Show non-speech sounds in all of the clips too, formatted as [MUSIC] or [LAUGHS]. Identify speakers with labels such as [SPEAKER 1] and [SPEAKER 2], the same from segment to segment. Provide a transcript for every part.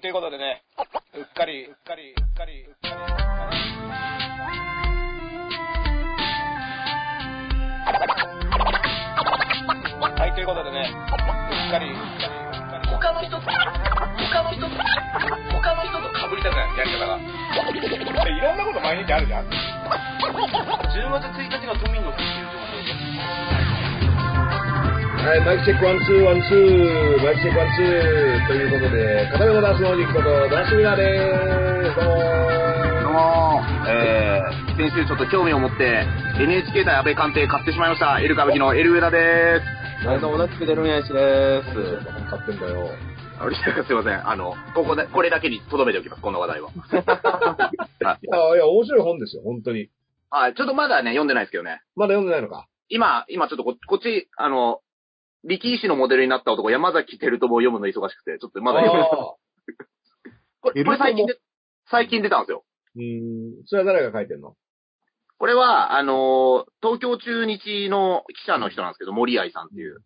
[SPEAKER 1] ということでね、うっかり、うっかり、うっかり、うっかり。はい、ということでね、うっかり、うっかり、うっ
[SPEAKER 2] 他
[SPEAKER 1] かり。
[SPEAKER 2] の人と、他の人と、他の人と被りたくない、やり方が。
[SPEAKER 1] いろんなこと毎日あるじゃ
[SPEAKER 2] 10
[SPEAKER 1] ん。
[SPEAKER 2] 月1日が都民の日っていう情報です。
[SPEAKER 3] はい、マイクチェックワンツーワンツー、マイクチェックワンツーということで、片目のダンスのおじきこと、ダンスミナーでーす。どうもー
[SPEAKER 4] どうも、えー、先週ちょっと興味を持って NHK 対安倍官邸買ってしまいました。エル歌舞伎のエル上田です。
[SPEAKER 3] 誰の
[SPEAKER 4] 同じく出るんやしです
[SPEAKER 3] 本買ってんだよ。
[SPEAKER 4] あれ、すいません。あの、ここで、これだけに留めておきます、この話題は。はい
[SPEAKER 3] や、いや、面白い本ですよ、本当に。
[SPEAKER 4] はい、ちょっとまだね、読んでないですけどね。
[SPEAKER 3] まだ読んでないのか。
[SPEAKER 4] 今、今ちょっとここっち、あの、力士のモデルになった男、山崎照友を読むの忙しくて、ちょっとまだ読めない。
[SPEAKER 3] あ
[SPEAKER 4] これ、これ最近で、最近出たんですよ。
[SPEAKER 3] ーうーん、それは誰が書いてんの
[SPEAKER 4] これは、あのー東京中日の記者の人なんですけど、森愛さんっていう。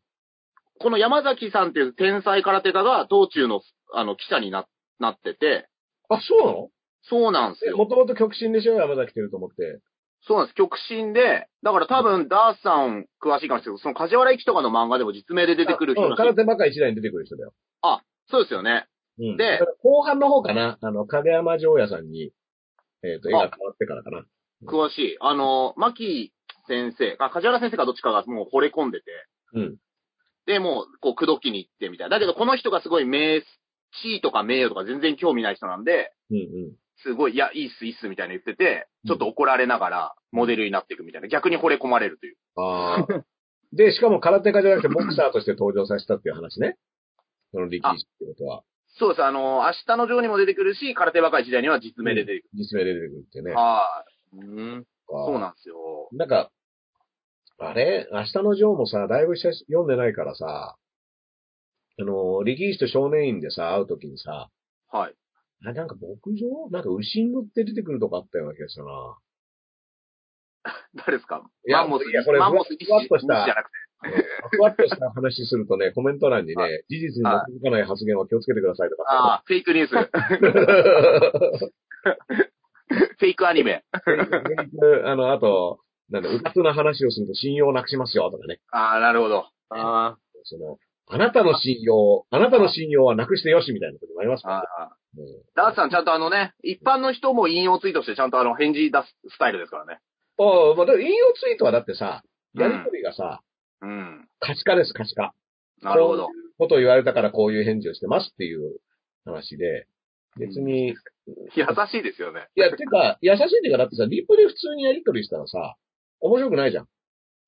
[SPEAKER 4] この山崎さんっていう天才空手家が、東中の、あの、記者にな、なってて、
[SPEAKER 3] あ、そうなの
[SPEAKER 4] そうなんです
[SPEAKER 3] え、
[SPEAKER 4] よ。
[SPEAKER 3] もともと極真でしょ、山崎てると思って。
[SPEAKER 4] そうなんです。極真で、だから多分、ダースさん詳しいかもしれないけど、その梶原駅とかの漫画でも実名で出てくる人
[SPEAKER 3] うん、
[SPEAKER 4] らし
[SPEAKER 3] 空
[SPEAKER 4] い
[SPEAKER 3] 手バカ一台に出てくる人だよ。
[SPEAKER 4] そうですよね。
[SPEAKER 3] うん。
[SPEAKER 4] で、
[SPEAKER 3] 後半の方かな、あの、影山城也さんに、えっ、と、絵が変わってからかな。
[SPEAKER 4] 詳しい。あの、牧先生、あ、梶原先生かどっちかがもう惚れ込んでて。
[SPEAKER 3] うん
[SPEAKER 4] で、もう、こう、口説きに行ってみたいな。だけど、この人がすごい名、地位とか名誉とか全然興味ない人なんで、
[SPEAKER 3] うんうん。
[SPEAKER 4] すごい、いや、いいっす、いいっす、みたいな言ってて、
[SPEAKER 3] うん
[SPEAKER 4] ちょっと怒られながら、モデルになっていくみたいな。逆に惚れ込まれるという。
[SPEAKER 3] あ
[SPEAKER 4] [LAUGHS]
[SPEAKER 3] あ。で、しかも空手家じゃなくてボクサーとして登場させたっていう話ね。その力士ってことは、
[SPEAKER 4] そうです。あの、明日のジョーにも出てくるし、空手若い時代には実名で出てく
[SPEAKER 3] 実名で出てくるってね
[SPEAKER 4] る。。はい。うん。
[SPEAKER 3] そ
[SPEAKER 4] そうなんですよ。
[SPEAKER 3] なんか、あれ明日のジョーもさ、だいぶ久し読んでないからさ、あの、力士と少年院でさ、会うときにさ、
[SPEAKER 4] はい。
[SPEAKER 3] あ、なんか牧場なんか牛に乗って出てくるとかあったような気がしたな。
[SPEAKER 4] 誰ですか
[SPEAKER 3] いや
[SPEAKER 4] マンモス
[SPEAKER 3] いやこれ
[SPEAKER 4] マンモス一
[SPEAKER 3] ふわっとした
[SPEAKER 4] じゃなくて。
[SPEAKER 3] ふわっとした話するとね、コメント欄にね、
[SPEAKER 4] は
[SPEAKER 3] 事実に基づかない発言は気をつけてくださいとか。
[SPEAKER 4] ああ、フェイク [LAUGHS] ニュース。
[SPEAKER 3] [LAUGHS]
[SPEAKER 4] フェイクアニメ。
[SPEAKER 3] あの、あと、なんだ、うかつな話をすると信用なくしますよとかね。
[SPEAKER 4] ああ、なるほど。
[SPEAKER 2] あ
[SPEAKER 3] その、あなたの信用、あなたの信用はなくしてよしみたいなこともありますから
[SPEAKER 4] あ
[SPEAKER 3] ね。
[SPEAKER 4] あ
[SPEAKER 3] うん
[SPEAKER 4] ダーツさん、ちゃんとあのね、一般の人も引用ツイートして、ちゃんとあの、返事出すスタイルですからね。
[SPEAKER 3] ああ、まあ、だから引用ツイートはだってさ、
[SPEAKER 4] うん
[SPEAKER 3] やりとりがさ、
[SPEAKER 4] うん。
[SPEAKER 3] 可視化です、可視化。
[SPEAKER 4] なるほど
[SPEAKER 3] こ。ういうことを言われたからこういう返事をしてますっていう話で、別に、い
[SPEAKER 4] 優しいですよね。
[SPEAKER 3] や、てか、優しいっていうか、だってさ、リプで普通にやりとりしたらさ、面白くないじゃん。
[SPEAKER 4] い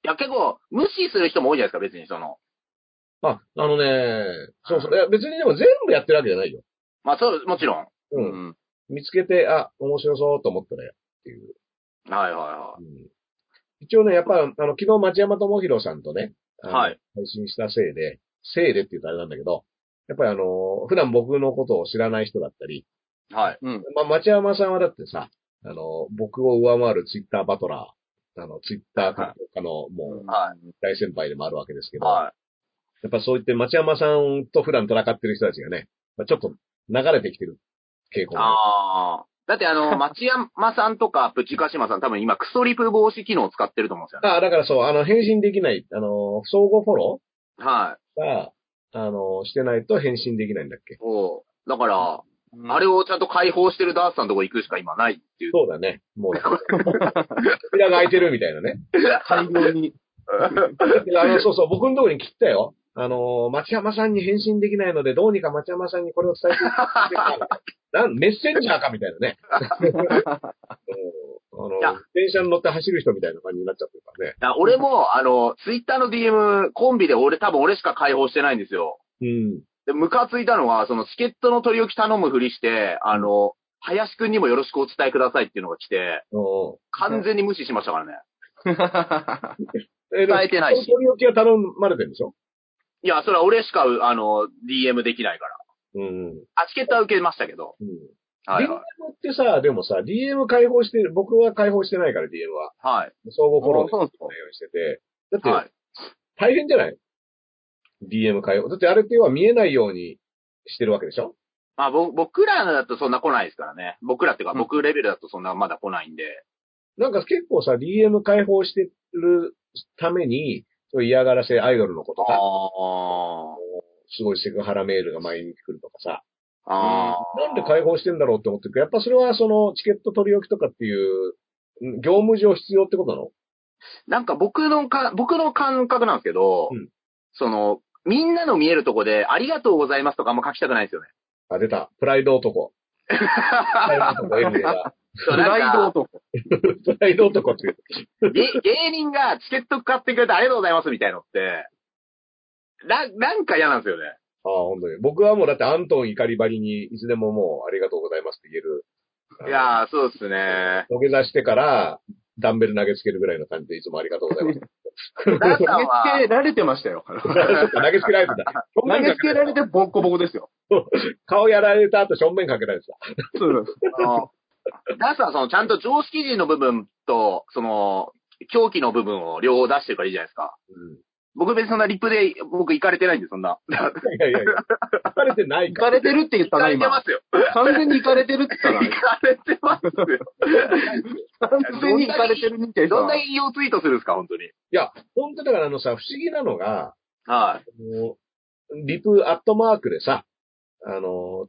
[SPEAKER 4] や、結構、無視する人も多いじゃないですか、別にその。
[SPEAKER 3] あ、あのね、そうそう。いや、別にでも全部やってるわけじゃないよ。
[SPEAKER 4] まあ、そう、もちろん。
[SPEAKER 3] う。
[SPEAKER 4] うんん。
[SPEAKER 3] 見つけて、あ、面白そうと思ったらやるっていう。
[SPEAKER 4] はいはいは
[SPEAKER 3] うん一応ね、やっぱ、あの、昨日町山智博さんとね、あの
[SPEAKER 4] はい
[SPEAKER 3] 配信したせいで、せいでって言うとあれなんだけど、やっぱりあの、普段僕のことを知らない人だったり、
[SPEAKER 4] い。はい。
[SPEAKER 2] うん。
[SPEAKER 3] まあ、町山さんはだってさ、あの、僕を上回るツイッターバトラー、あの、ツイッターとかの、もう、
[SPEAKER 4] は
[SPEAKER 3] 大先輩でもあるわけですけ
[SPEAKER 4] い。
[SPEAKER 3] ど、
[SPEAKER 4] は
[SPEAKER 3] やっぱそう言って町山さんと普段戦ってる人たちがね、まあ、ちょっと流れてきてる傾
[SPEAKER 4] い。
[SPEAKER 3] 向があ
[SPEAKER 4] ああ。だってあ [LAUGHS] の、町山さんとか、プチカシマさん、多分今、クソリプ防止機能を使ってると思うんですよ
[SPEAKER 3] る。
[SPEAKER 4] ね。
[SPEAKER 3] ああ、だからそう、あの、返信できない、あの、相互フォロ
[SPEAKER 4] はい。
[SPEAKER 3] ーが、あの、してないと返信できないんだっけ
[SPEAKER 4] おだから、あ
[SPEAKER 2] れ
[SPEAKER 4] れをちゃんと解放してるダースさんのとこ行くしか今ないっていう。
[SPEAKER 3] そうだね。
[SPEAKER 4] [LAUGHS]
[SPEAKER 3] もう、扉が開いてるみたいなね。
[SPEAKER 2] 大量
[SPEAKER 3] [LAUGHS]
[SPEAKER 2] に。
[SPEAKER 3] いやあの、そうそう、僕のところに切ったよ。あのー、町山さんに返信できないので、どうにか町山さんにこれを
[SPEAKER 4] [LAUGHS]
[SPEAKER 3] 伝えてくださいなんメッセンジャーかみたいなね。うんあの
[SPEAKER 4] いや、
[SPEAKER 3] 電車に乗って走る人みたいな感じになっちゃってるからね。
[SPEAKER 4] だから俺も、あの、ツイッターの DM、コンビで俺、多分俺しか解放してないんですよ。
[SPEAKER 3] うん。
[SPEAKER 4] で、ムカついたのは、その、チケットの取り置き頼むふりして、あの、林くんにもよろしくお伝えくださいっていうのが来て、
[SPEAKER 3] お
[SPEAKER 4] 完全に無視しましたからね。
[SPEAKER 3] え
[SPEAKER 4] 伝えてないし
[SPEAKER 3] 取り置きは頼まれてるんでしょ
[SPEAKER 4] いや、それは俺しか、あの、DM できないから。
[SPEAKER 3] うんうん。
[SPEAKER 4] あ、チケットは受けましたけど。
[SPEAKER 3] うん。
[SPEAKER 4] はい、
[SPEAKER 3] DM
[SPEAKER 4] はい。
[SPEAKER 3] ってさ、でもさ、DM 解放してる、僕は解放してないから DM は。
[SPEAKER 4] はい。
[SPEAKER 3] 相互フォロー
[SPEAKER 2] あそうなんですか
[SPEAKER 3] ないようにしてて。だって、
[SPEAKER 4] はい。
[SPEAKER 3] 大変じゃない ?DM 解放。だってあれって要は見えないようにしてるわけでしょ
[SPEAKER 4] まあ、ぼ僕らだとそんな来ないですからね。僕らっていうか、
[SPEAKER 3] うん
[SPEAKER 4] 僕レベルだとそんなまだ来ないんで。
[SPEAKER 3] なんか結構さ、DM 解放してるために、そういう嫌がらせアイドルのこと
[SPEAKER 4] あ
[SPEAKER 3] か、すごいセクハラメールが毎日来るとかさ、
[SPEAKER 4] あ。ああ。
[SPEAKER 3] なんで解放してんだろうって思ってるけど、やっぱそれはそのチケット取り置きとかっていう、ん業務上必要ってことなの
[SPEAKER 4] なんか僕のか、僕の感覚なんですけど、
[SPEAKER 3] うん
[SPEAKER 4] その、みんなの見えるとこで、ありがとうございますとかあんま書きたくない
[SPEAKER 3] [LAUGHS]
[SPEAKER 4] ですよね。
[SPEAKER 3] あ、出た。プライ
[SPEAKER 2] [LAUGHS]
[SPEAKER 3] ド男。プライド男、エミが。
[SPEAKER 4] そうなんか
[SPEAKER 5] と。
[SPEAKER 3] プライド男っていう。
[SPEAKER 4] げ芸人がチケット買ってくれてありがとうございますみたいのって、な、なんか嫌なんですよね。
[SPEAKER 3] ああ、本当に。僕はもうだってアントン怒りばりに、いつでももうありがとうございますって言える。
[SPEAKER 4] いやー、そうですね。
[SPEAKER 3] 土下座してから、ダンベル投げつけるぐらいの感じでいつもありがとうございます。
[SPEAKER 4] ダンさん
[SPEAKER 5] 投げつ
[SPEAKER 4] は
[SPEAKER 5] け、られてましたよ。投
[SPEAKER 3] そっか投げつけられてた。正面
[SPEAKER 5] げ
[SPEAKER 3] か
[SPEAKER 5] つけられてボッコボコですよ。
[SPEAKER 3] 顔やられた後正面かけられてた。
[SPEAKER 5] そうなんです。
[SPEAKER 4] あのダンさんはその、ちゃんと常識人の部分と、その、狂気の部分を両方出してるからいいじゃないですか。
[SPEAKER 3] う
[SPEAKER 4] 僕別にそんなリップで、僕行かれてないんで、そんな。
[SPEAKER 3] [LAUGHS] ん。いやいやいや。疲れてない
[SPEAKER 5] 行
[SPEAKER 3] か。
[SPEAKER 5] かられてるって言
[SPEAKER 4] 行
[SPEAKER 5] った
[SPEAKER 4] か
[SPEAKER 5] な、
[SPEAKER 4] れてま
[SPEAKER 5] 今。
[SPEAKER 4] すよ。
[SPEAKER 5] 完全に行かれてるって言った
[SPEAKER 4] 行かれてますよ。
[SPEAKER 3] [LAUGHS]
[SPEAKER 5] な。完全に行かれてるみたいな。
[SPEAKER 4] どんな引用ツイートするんですか、本当に。
[SPEAKER 3] 本当だからあのさ、不思議なのが、
[SPEAKER 4] はい。
[SPEAKER 3] もうリプアットマークでさ、あの、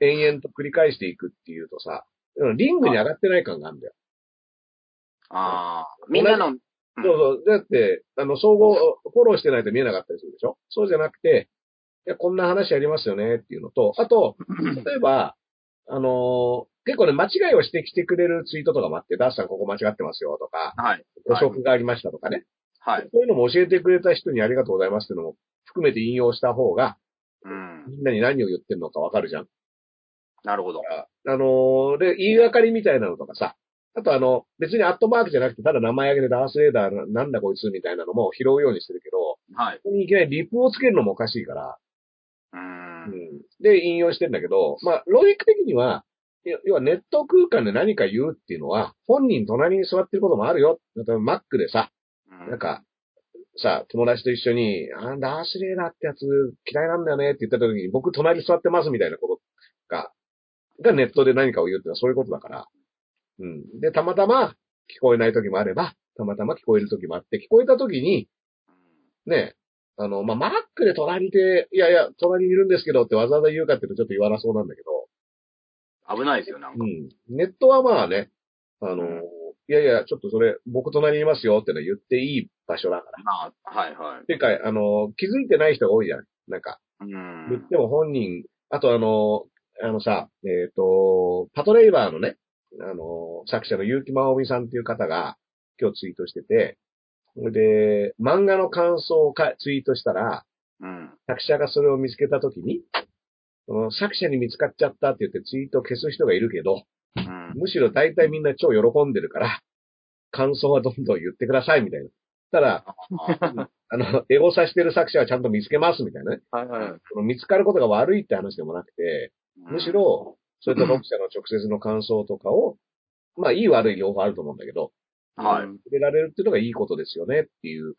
[SPEAKER 3] 延々と繰り返していくっていうとさ、リングに上がってない感があるんだよ。
[SPEAKER 4] ああ。みんなの、うん
[SPEAKER 3] そうそう。だって、あの、総合、フォローしてないと見えなかったりするでしょそうじゃなくて、いや、こんな話ありますよねっていうのと、あと、例えば、あのー結構ね、間違いをしてきてくれるツイートとかもあって、ダースさんここ間違ってますよとか、
[SPEAKER 4] はい。
[SPEAKER 3] 誤植がありましたとかね、
[SPEAKER 4] はい。
[SPEAKER 3] そういうのも教えてくれた人にありがとうございますっていうのも含めて引用した方が、
[SPEAKER 4] うん。
[SPEAKER 3] みんなに何を言ってるのかわかるじゃん。
[SPEAKER 4] なるほど。
[SPEAKER 3] あのーで、言いがかりみたいなのとかさ、あとあの、別にアットマークじゃなくて、ただ名前挙げてダースレーダーななんだこいつみたいなのも拾うようにしてるけど、
[SPEAKER 4] はい。
[SPEAKER 3] ここにいきなりリプをつけるのもおかしいから、
[SPEAKER 4] う。
[SPEAKER 3] うんん。で、引用してんだけど、まあ、ロジック的には、要要はネット空間で何か言うっていうのは、本人隣に座ってることもあるよ。例えば Mac でさ、なんか、さ、友達と一緒に、あー、ダースレーダーってやつ嫌いなんだよねって言った時に、僕隣座ってますみたいなことが、がネットで何かを言うってのはそういうことだから。うん。で、たまたま聞こえない時もあれば、たまたま聞こえる時もあって、聞こえた時に、ね、あの、まあ、マックで隣で、いやいや、隣にいるんですけどってわざわざ言うかっていうとちょっと言わなそうなんだけど、
[SPEAKER 4] 危ないですよ、なんか。
[SPEAKER 3] うん。ネットはまあね、あの、
[SPEAKER 4] うん
[SPEAKER 3] いやいや、ちょっとそれ、僕隣にいますよってのは言っていい場所だから。
[SPEAKER 4] まあ、はいはい。
[SPEAKER 3] てか、あの、気づいてない人が多いじゃん。なんか、
[SPEAKER 4] う
[SPEAKER 3] 言っ
[SPEAKER 4] ん。
[SPEAKER 3] ても本人、あとあの、あのさ、えっ、と、パトレイバーのね、あの、作者の結城真央美さんっていう方が、今日ツイートしてて、それで、漫画の感想をかツイートしたら、
[SPEAKER 4] うん。
[SPEAKER 3] 作者がそれを見つけたときに、その作者に見つかっちゃったって言ってツイートを消す人がいるけど、
[SPEAKER 4] うん。
[SPEAKER 3] むしろ大体みんな超喜んでるから、感想はどんどん言ってくださいみたいな。ただ、あの、エゴさしてる作者はちゃんと見つけますみたいなね。
[SPEAKER 5] はいはい。
[SPEAKER 3] その見つかることが悪いって話でもなくて、むし、ろ、そういった読者の直接の感想とかを、まあ、いい悪い両方あると思うんだけど、
[SPEAKER 4] はい。
[SPEAKER 3] 触れられるっていうのがいいことですよねっていう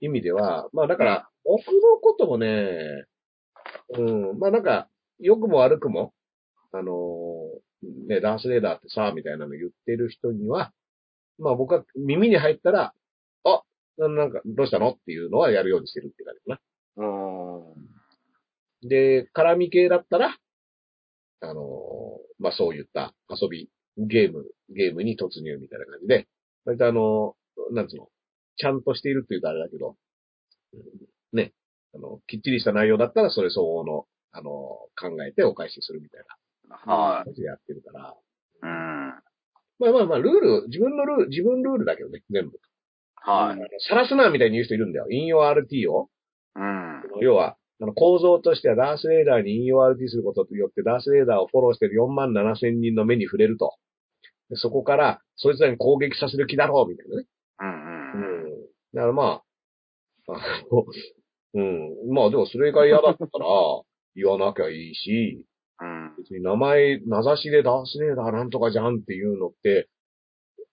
[SPEAKER 3] 意味では、まあだから、僕のこともね、うん、まあなんか、良くも悪くも、あのーね、ダンスレーダーってさ、みたいなの言ってる人には、まあ僕は耳に入ったら、あ、ななんか、どうしたのっていうのはやるようにしてるって感じかな。
[SPEAKER 5] うん。
[SPEAKER 3] で、絡み系だったら、あのーまあそういった遊び、ゲーム、ゲームに突入みたいな感じで、割とあのーなんつうの、ちゃんとしているって言うとあれだけど、うんね、あの、きっちりした内容だったらそれ相応の、あのー考えてお返しするみたいな。
[SPEAKER 4] は
[SPEAKER 3] 感じでやってるから。
[SPEAKER 4] い。うん。
[SPEAKER 3] まあまあまあ、ルール、自分のルール、自分ルールだけどね、全部。
[SPEAKER 4] はい。
[SPEAKER 3] さらすなみたいに言う人いるんだよ。引用 RT を。
[SPEAKER 4] うん。
[SPEAKER 3] 要は、あの構造としてはダースレーダーに引用 RT することによって、ダースレーダーをフォローしてる4万7千人の目に触れると。でそこから、そいつらに攻撃させる気だろうみたいなね。
[SPEAKER 4] うん。
[SPEAKER 3] う
[SPEAKER 4] うん。
[SPEAKER 3] ん。だからまあ、あの、うん。まあでもそれが嫌だったら、言わなきゃいいし、
[SPEAKER 4] うん。
[SPEAKER 3] 別に名前、名指しでダースレーダーなんとかじゃんっていうのって、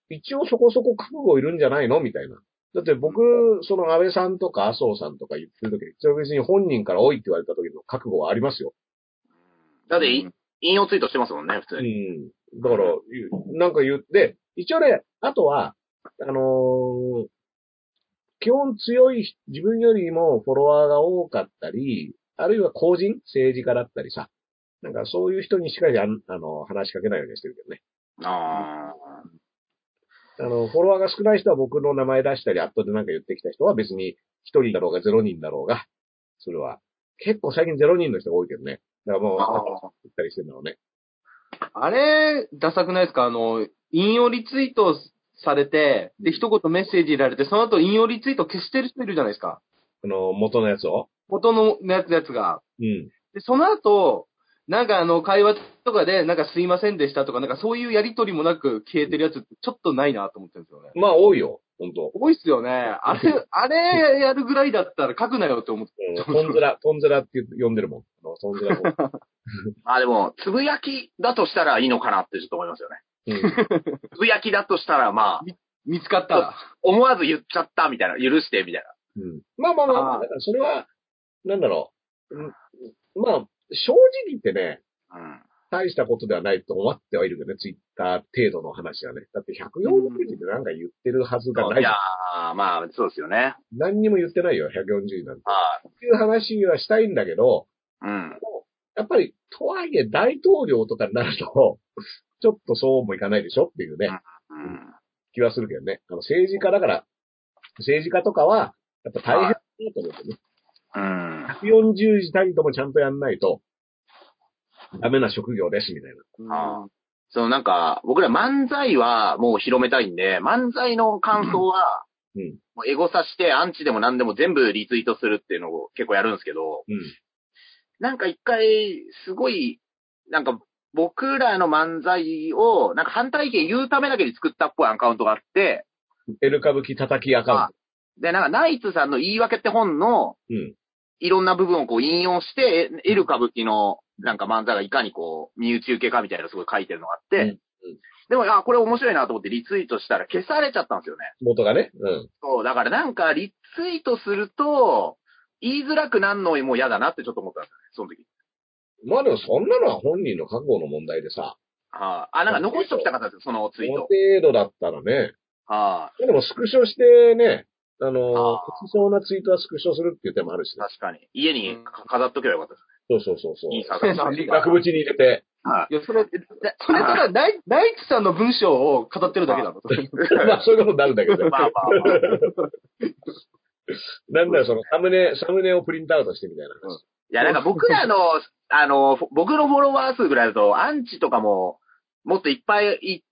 [SPEAKER 3] 一応そこそこ覚悟いるんじゃないのみたいな。だって僕、その安倍さんとか麻生さんとか言ってるとき、一応別に本人から多いって言われた時の覚悟はありますよ。
[SPEAKER 4] だって、引用ツイートしてますもんね、普通に。
[SPEAKER 3] うん。だから、言うなんか言って、一応ね、あとは、あのー基本強い、自分よりもフォロワーが多かったり、あるいは公人、政治家だったりさ、なんかそういう人にしかやんあの、話しかけないようにしてるけどね。
[SPEAKER 4] あ
[SPEAKER 3] あの、フォロワーが少ない人は僕の名前出したり、アットでなんか言ってきた人は別に一人だろうがゼロ人だろうが、それは。結構最近ゼロ人の人が多いけどね。だからもう、
[SPEAKER 5] あ
[SPEAKER 3] なんか
[SPEAKER 5] ー
[SPEAKER 3] 言ったりしてるんだろうね。
[SPEAKER 5] あれ、ダサくないですかあの、引用リツイートされて、で、一言メッセージ入れられて、その後引用リツイート消してる人いるじゃないですか。
[SPEAKER 3] あの、元のやつを。
[SPEAKER 5] 元のやつやつが。
[SPEAKER 3] うん。
[SPEAKER 5] で、その後、なんかあの、会話とかで、なんかすいませんでしたとか、なんかそういうやりとりもなく消えてるやつってちょっとないなと思ってるんですよね。
[SPEAKER 3] まあ多いよ、本当
[SPEAKER 5] 多いっす [LAUGHS] よね。あれ、あれやるぐらいだったら書くなよって思って。
[SPEAKER 3] うんトンズラ、トンズラって呼んでるもん。あのトンズ
[SPEAKER 5] [LAUGHS]
[SPEAKER 3] ラも。
[SPEAKER 4] あ。あ、でも、つぶやきだとしたらいいのかなってちょっと思いますよね。
[SPEAKER 3] うん
[SPEAKER 4] つぶやきだとしたら、まあ、
[SPEAKER 5] 見つかったら。
[SPEAKER 4] 思わず言っちゃったみたいな、許してみたい
[SPEAKER 3] うんまあまあまあま
[SPEAKER 5] あ
[SPEAKER 3] あ、
[SPEAKER 5] ー
[SPEAKER 3] だからそれは、なんだろう。うんまあ、正直言ってね、
[SPEAKER 4] な。うん。
[SPEAKER 3] 大したことではないと思ってはいるけどね、ツイッター程度の話はね。だって140字でなんか言ってるはずがないい。
[SPEAKER 4] やー、まあ、そうですよね。
[SPEAKER 3] 何にも言ってないよ、140字なんて。
[SPEAKER 4] は
[SPEAKER 3] っていう話はしたいんだけど、
[SPEAKER 4] い。うん。
[SPEAKER 3] やっぱり、とはいえ大統領とかになると、 [LAUGHS] ちょっとそうもいかないでしょっていうね。
[SPEAKER 4] うん。
[SPEAKER 3] 気はするけどね。あの、政治家だから、政治家とかは、やっぱ大変だと思ってね。
[SPEAKER 4] うん。
[SPEAKER 3] 140字単位ともちゃんとやんないと、ダメな職業です、みたい
[SPEAKER 4] あそのなんか、僕ら漫才はもう広めたいんで、漫才の感想は、
[SPEAKER 3] うん
[SPEAKER 4] もうエゴサしてアンチでも何でも全部リツイートするっていうのを結構やるんですけど、なんか一回、すごい、なんか僕らの漫才を、なんか反対意見言うためだけに作ったっぽいアカウントがあって、
[SPEAKER 3] な。エル歌舞伎叩きアカ
[SPEAKER 4] で、なんかナイツさんの言い訳って本の、
[SPEAKER 3] ウント。
[SPEAKER 4] いろんな部分をこう引用して、えエル歌舞伎のなんか漫才がいかにこう、身内受けかみたいなのすごい書いてるのがあって、
[SPEAKER 3] うんうん
[SPEAKER 4] でも、あ、これ面白いなと思ってリツイートしたら消されちゃったんですよね。
[SPEAKER 3] うん。元がね。うん。
[SPEAKER 4] そう、だからなんかリツイートすると、言いづらくなんのも嫌だなってちょっと思ったんですよね、その時。
[SPEAKER 3] まあでもそんなのは本人の覚悟の問題でさ、
[SPEAKER 4] はい、あ。なんか残しときたかったんですよ、そのツ
[SPEAKER 3] こ
[SPEAKER 4] イー
[SPEAKER 3] の
[SPEAKER 4] ト。
[SPEAKER 3] 程度だったらね、
[SPEAKER 4] は
[SPEAKER 3] でもスクショしてね、あのー、
[SPEAKER 4] あー
[SPEAKER 3] 不そうなツイートはスクショするっていう手もあるし
[SPEAKER 4] い、
[SPEAKER 3] ね。
[SPEAKER 4] 確かに。家にか飾っとけばよかったです
[SPEAKER 3] そうそうそうそう
[SPEAKER 4] ね。いい。
[SPEAKER 5] そ
[SPEAKER 3] [LAUGHS]
[SPEAKER 5] う
[SPEAKER 4] 作
[SPEAKER 5] なんだ
[SPEAKER 3] 額縁に入れて。
[SPEAKER 4] はい [LAUGHS]
[SPEAKER 5] や、それ、それただ、ナイナイツさんの文章を語ってるだけだろ。
[SPEAKER 3] まあそういうことになるんだけど。
[SPEAKER 4] まあまあまあ。
[SPEAKER 3] なんだよ、そのサムネ、サムネをプリントアウトしてみたいな話。
[SPEAKER 4] いや、なんか僕らの、あの、フォ僕のフォロワー数ぐらいだと、アンチとかも、もっといっぱいい、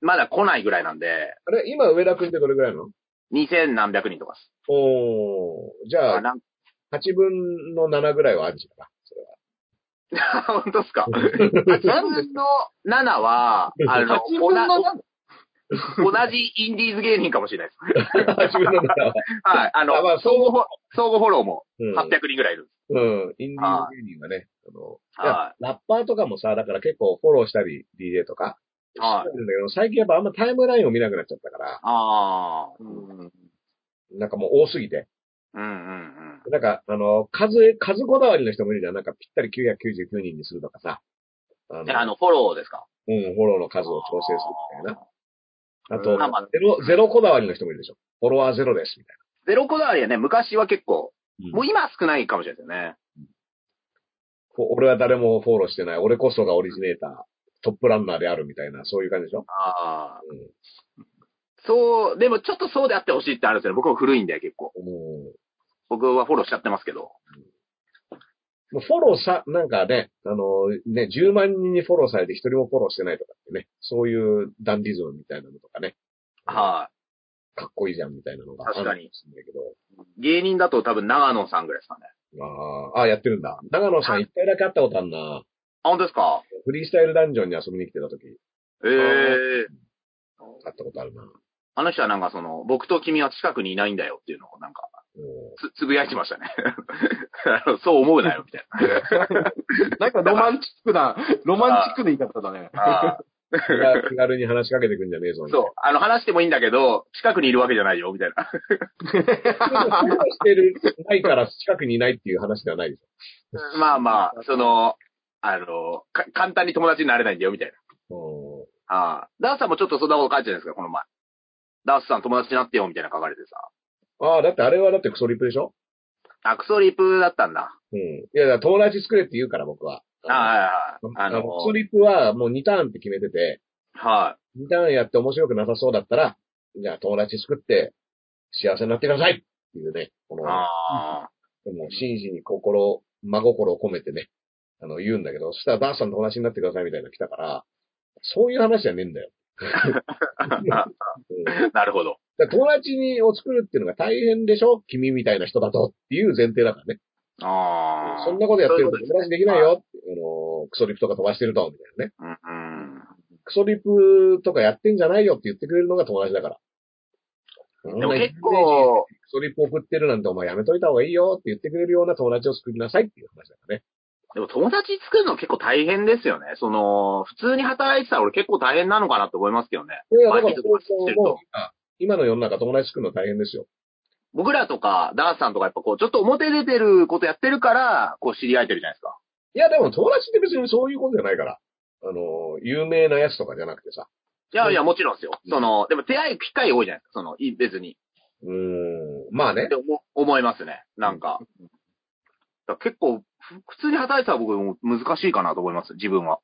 [SPEAKER 4] まだ来ないぐらいなんで、
[SPEAKER 3] あれ、今、上田君ってどれぐらいなの
[SPEAKER 4] 2000何百人とかです。
[SPEAKER 3] おー、じゃ
[SPEAKER 4] あ
[SPEAKER 3] あ、
[SPEAKER 4] なん
[SPEAKER 3] 8分の7ぐらいはアンチだな。それは
[SPEAKER 4] 本当ですか ?3 分の7は、あの、
[SPEAKER 5] 8分の7
[SPEAKER 4] 同同じインディーズ芸人かもしれないです。
[SPEAKER 3] [LAUGHS] 8分の7は。
[SPEAKER 4] はい。あの、
[SPEAKER 3] あまあ
[SPEAKER 4] 相互フォ相互フォローも
[SPEAKER 3] うん
[SPEAKER 4] 800人ぐらいいるんです。
[SPEAKER 3] うん。インディーズ芸人はね、あの、いや
[SPEAKER 4] は
[SPEAKER 3] ラッパーとかもさ、だから結構フォローしたり、DJ とか。
[SPEAKER 4] い。はい
[SPEAKER 3] して。るんだけど、最近やっぱあんまタイムラインを見なくなっちゃったから、
[SPEAKER 4] ああ。
[SPEAKER 5] うん
[SPEAKER 3] なんかもう多すぎて。
[SPEAKER 4] うんうん
[SPEAKER 3] なんか、あの、数、数こだわりの人もいるじゃん。なんかぴったり999人にするとかさ。あ
[SPEAKER 4] うん。えあの、フォローですか
[SPEAKER 3] うん、フォローの数を調整するみたいな。あと、
[SPEAKER 4] あまあ
[SPEAKER 3] ゼロ、ゼロこだわりの人もいるでしょ。フォロワーゼロです、みたい
[SPEAKER 4] ゼロこだわりはね、昔は結構、
[SPEAKER 3] うん
[SPEAKER 4] もう今は少ないかもしれないですよね。
[SPEAKER 3] な。こ俺は誰もフォローしてない。俺こそがオリジネーター、トップランナーであるみたいな、そういう感じでしょ。
[SPEAKER 4] ああ。
[SPEAKER 3] うん
[SPEAKER 4] そう、でもちょっとそうであってほしいってあるんですよね。僕も古いんで結構。
[SPEAKER 3] も
[SPEAKER 4] 僕はフォローしちゃってますけど。
[SPEAKER 3] う、もうフォローさ、なんかね、あの、ね、10万人にフォローされて一人もフォローしてないとかってね、そういうダンディズムみたいなのとかね、
[SPEAKER 4] は
[SPEAKER 3] かっこいいじゃんみたいなのが
[SPEAKER 4] 確かに
[SPEAKER 3] あるかもしれないけど。
[SPEAKER 4] い。芸人だと多分長野さんぐらいですかね。
[SPEAKER 3] あーあ、やってるんだ。長野さん一回だけ会ったことあんな。
[SPEAKER 4] あ、本当ですか
[SPEAKER 3] フリースタイルダンジョンに遊びに来てた時、
[SPEAKER 4] ええ
[SPEAKER 3] 会ったことある
[SPEAKER 4] [LAUGHS]
[SPEAKER 3] な。
[SPEAKER 4] あの人はなんかその、僕と君は近くにいないんだよっていうのをなんか、
[SPEAKER 3] うん
[SPEAKER 4] つ、つぶやいてましたね。 [LAUGHS] あのそう思うなよ、みたい
[SPEAKER 5] なんかロマンチックな、ロマンチックな言い方だね。
[SPEAKER 4] な。あ
[SPEAKER 3] 気が気軽に話しかけてくんじゃねえぞ。
[SPEAKER 4] ーそう。あの、話してもいいんだけど、近くにいるわけじゃないよ、みたいな。
[SPEAKER 3] みたいな。話してる、ないから近くにいないっていう話ではないでし
[SPEAKER 4] まあまあ、その、あの、か簡単に友達になれないんだよ、みたい
[SPEAKER 3] うん
[SPEAKER 4] な。ああ。ダースさんもちょっとそんなこと書いてたじゃないですか、この前。ダースさん友達になってよ、みたいなの書かれてさ。
[SPEAKER 3] ああ、だってあれはだってクソリップでしょ
[SPEAKER 4] あ、クソリプだったんだ。
[SPEAKER 3] うん。いや、だから友達作れって言うから僕は。
[SPEAKER 4] ああ、あ
[SPEAKER 3] あ
[SPEAKER 4] の
[SPEAKER 3] の、ク、ソリップはもう2ターンって決めてて、
[SPEAKER 4] は
[SPEAKER 3] 2ターンやって面白くなさそうだったら、じゃあ友達作って幸せになってくださいっていうね、こ
[SPEAKER 4] い。
[SPEAKER 3] の、
[SPEAKER 4] ああ。
[SPEAKER 3] もう真摯に心、真心を込めてね、あの、言うんだけど、そしたらダースさんの友達になってくださいみたいなの来たから、そういう話じゃねえん
[SPEAKER 4] [LAUGHS]
[SPEAKER 3] だよ。うん
[SPEAKER 4] なるほど。
[SPEAKER 3] だから友達にを作るっていうのが大変でしょ君みたいな人だとっていう前提だからね。
[SPEAKER 4] ああ。
[SPEAKER 3] そんなことやってる
[SPEAKER 4] そ
[SPEAKER 3] と
[SPEAKER 4] ういう
[SPEAKER 3] 友達できないよ。あの、クソリップとか飛ばしてると、みたいなね。
[SPEAKER 4] ことですうん、
[SPEAKER 3] クソリップとかやってんじゃないよって言ってくれるのが友達だから。
[SPEAKER 4] うん。
[SPEAKER 3] そ
[SPEAKER 4] で
[SPEAKER 3] ん
[SPEAKER 4] も
[SPEAKER 3] な
[SPEAKER 4] 結構、
[SPEAKER 3] クソリップ送ってるなんてお前やめといた方がいいよって言ってくれるような友達を作りなさいっていう話だからね。
[SPEAKER 4] でも友達作るの結構大変ですよね。その、普通に働いてたら俺結構大変なのかなって思いますけどね。
[SPEAKER 3] いや、だか
[SPEAKER 4] バ
[SPEAKER 3] ら
[SPEAKER 4] イトとかしてると
[SPEAKER 3] もう今の世の中友達作るの大変ですよ。
[SPEAKER 4] 僕らとか、ダースさんとかやっぱこう、ちょっと表出てることやってるから、こう知り合えてるじゃないですか。
[SPEAKER 3] いや、でも友達って別にそういうことじゃないから。あの、有名なやつとかじゃなくてさ。
[SPEAKER 4] いやいや、もちろんですよ。その、でも出会う機会多いじゃないですか。その、い別に。
[SPEAKER 3] うーん。まあね
[SPEAKER 4] っ。て思思いますね。なんか。だから結構、ふ普通に働いてたら僕も難しいかなと思います、自分は。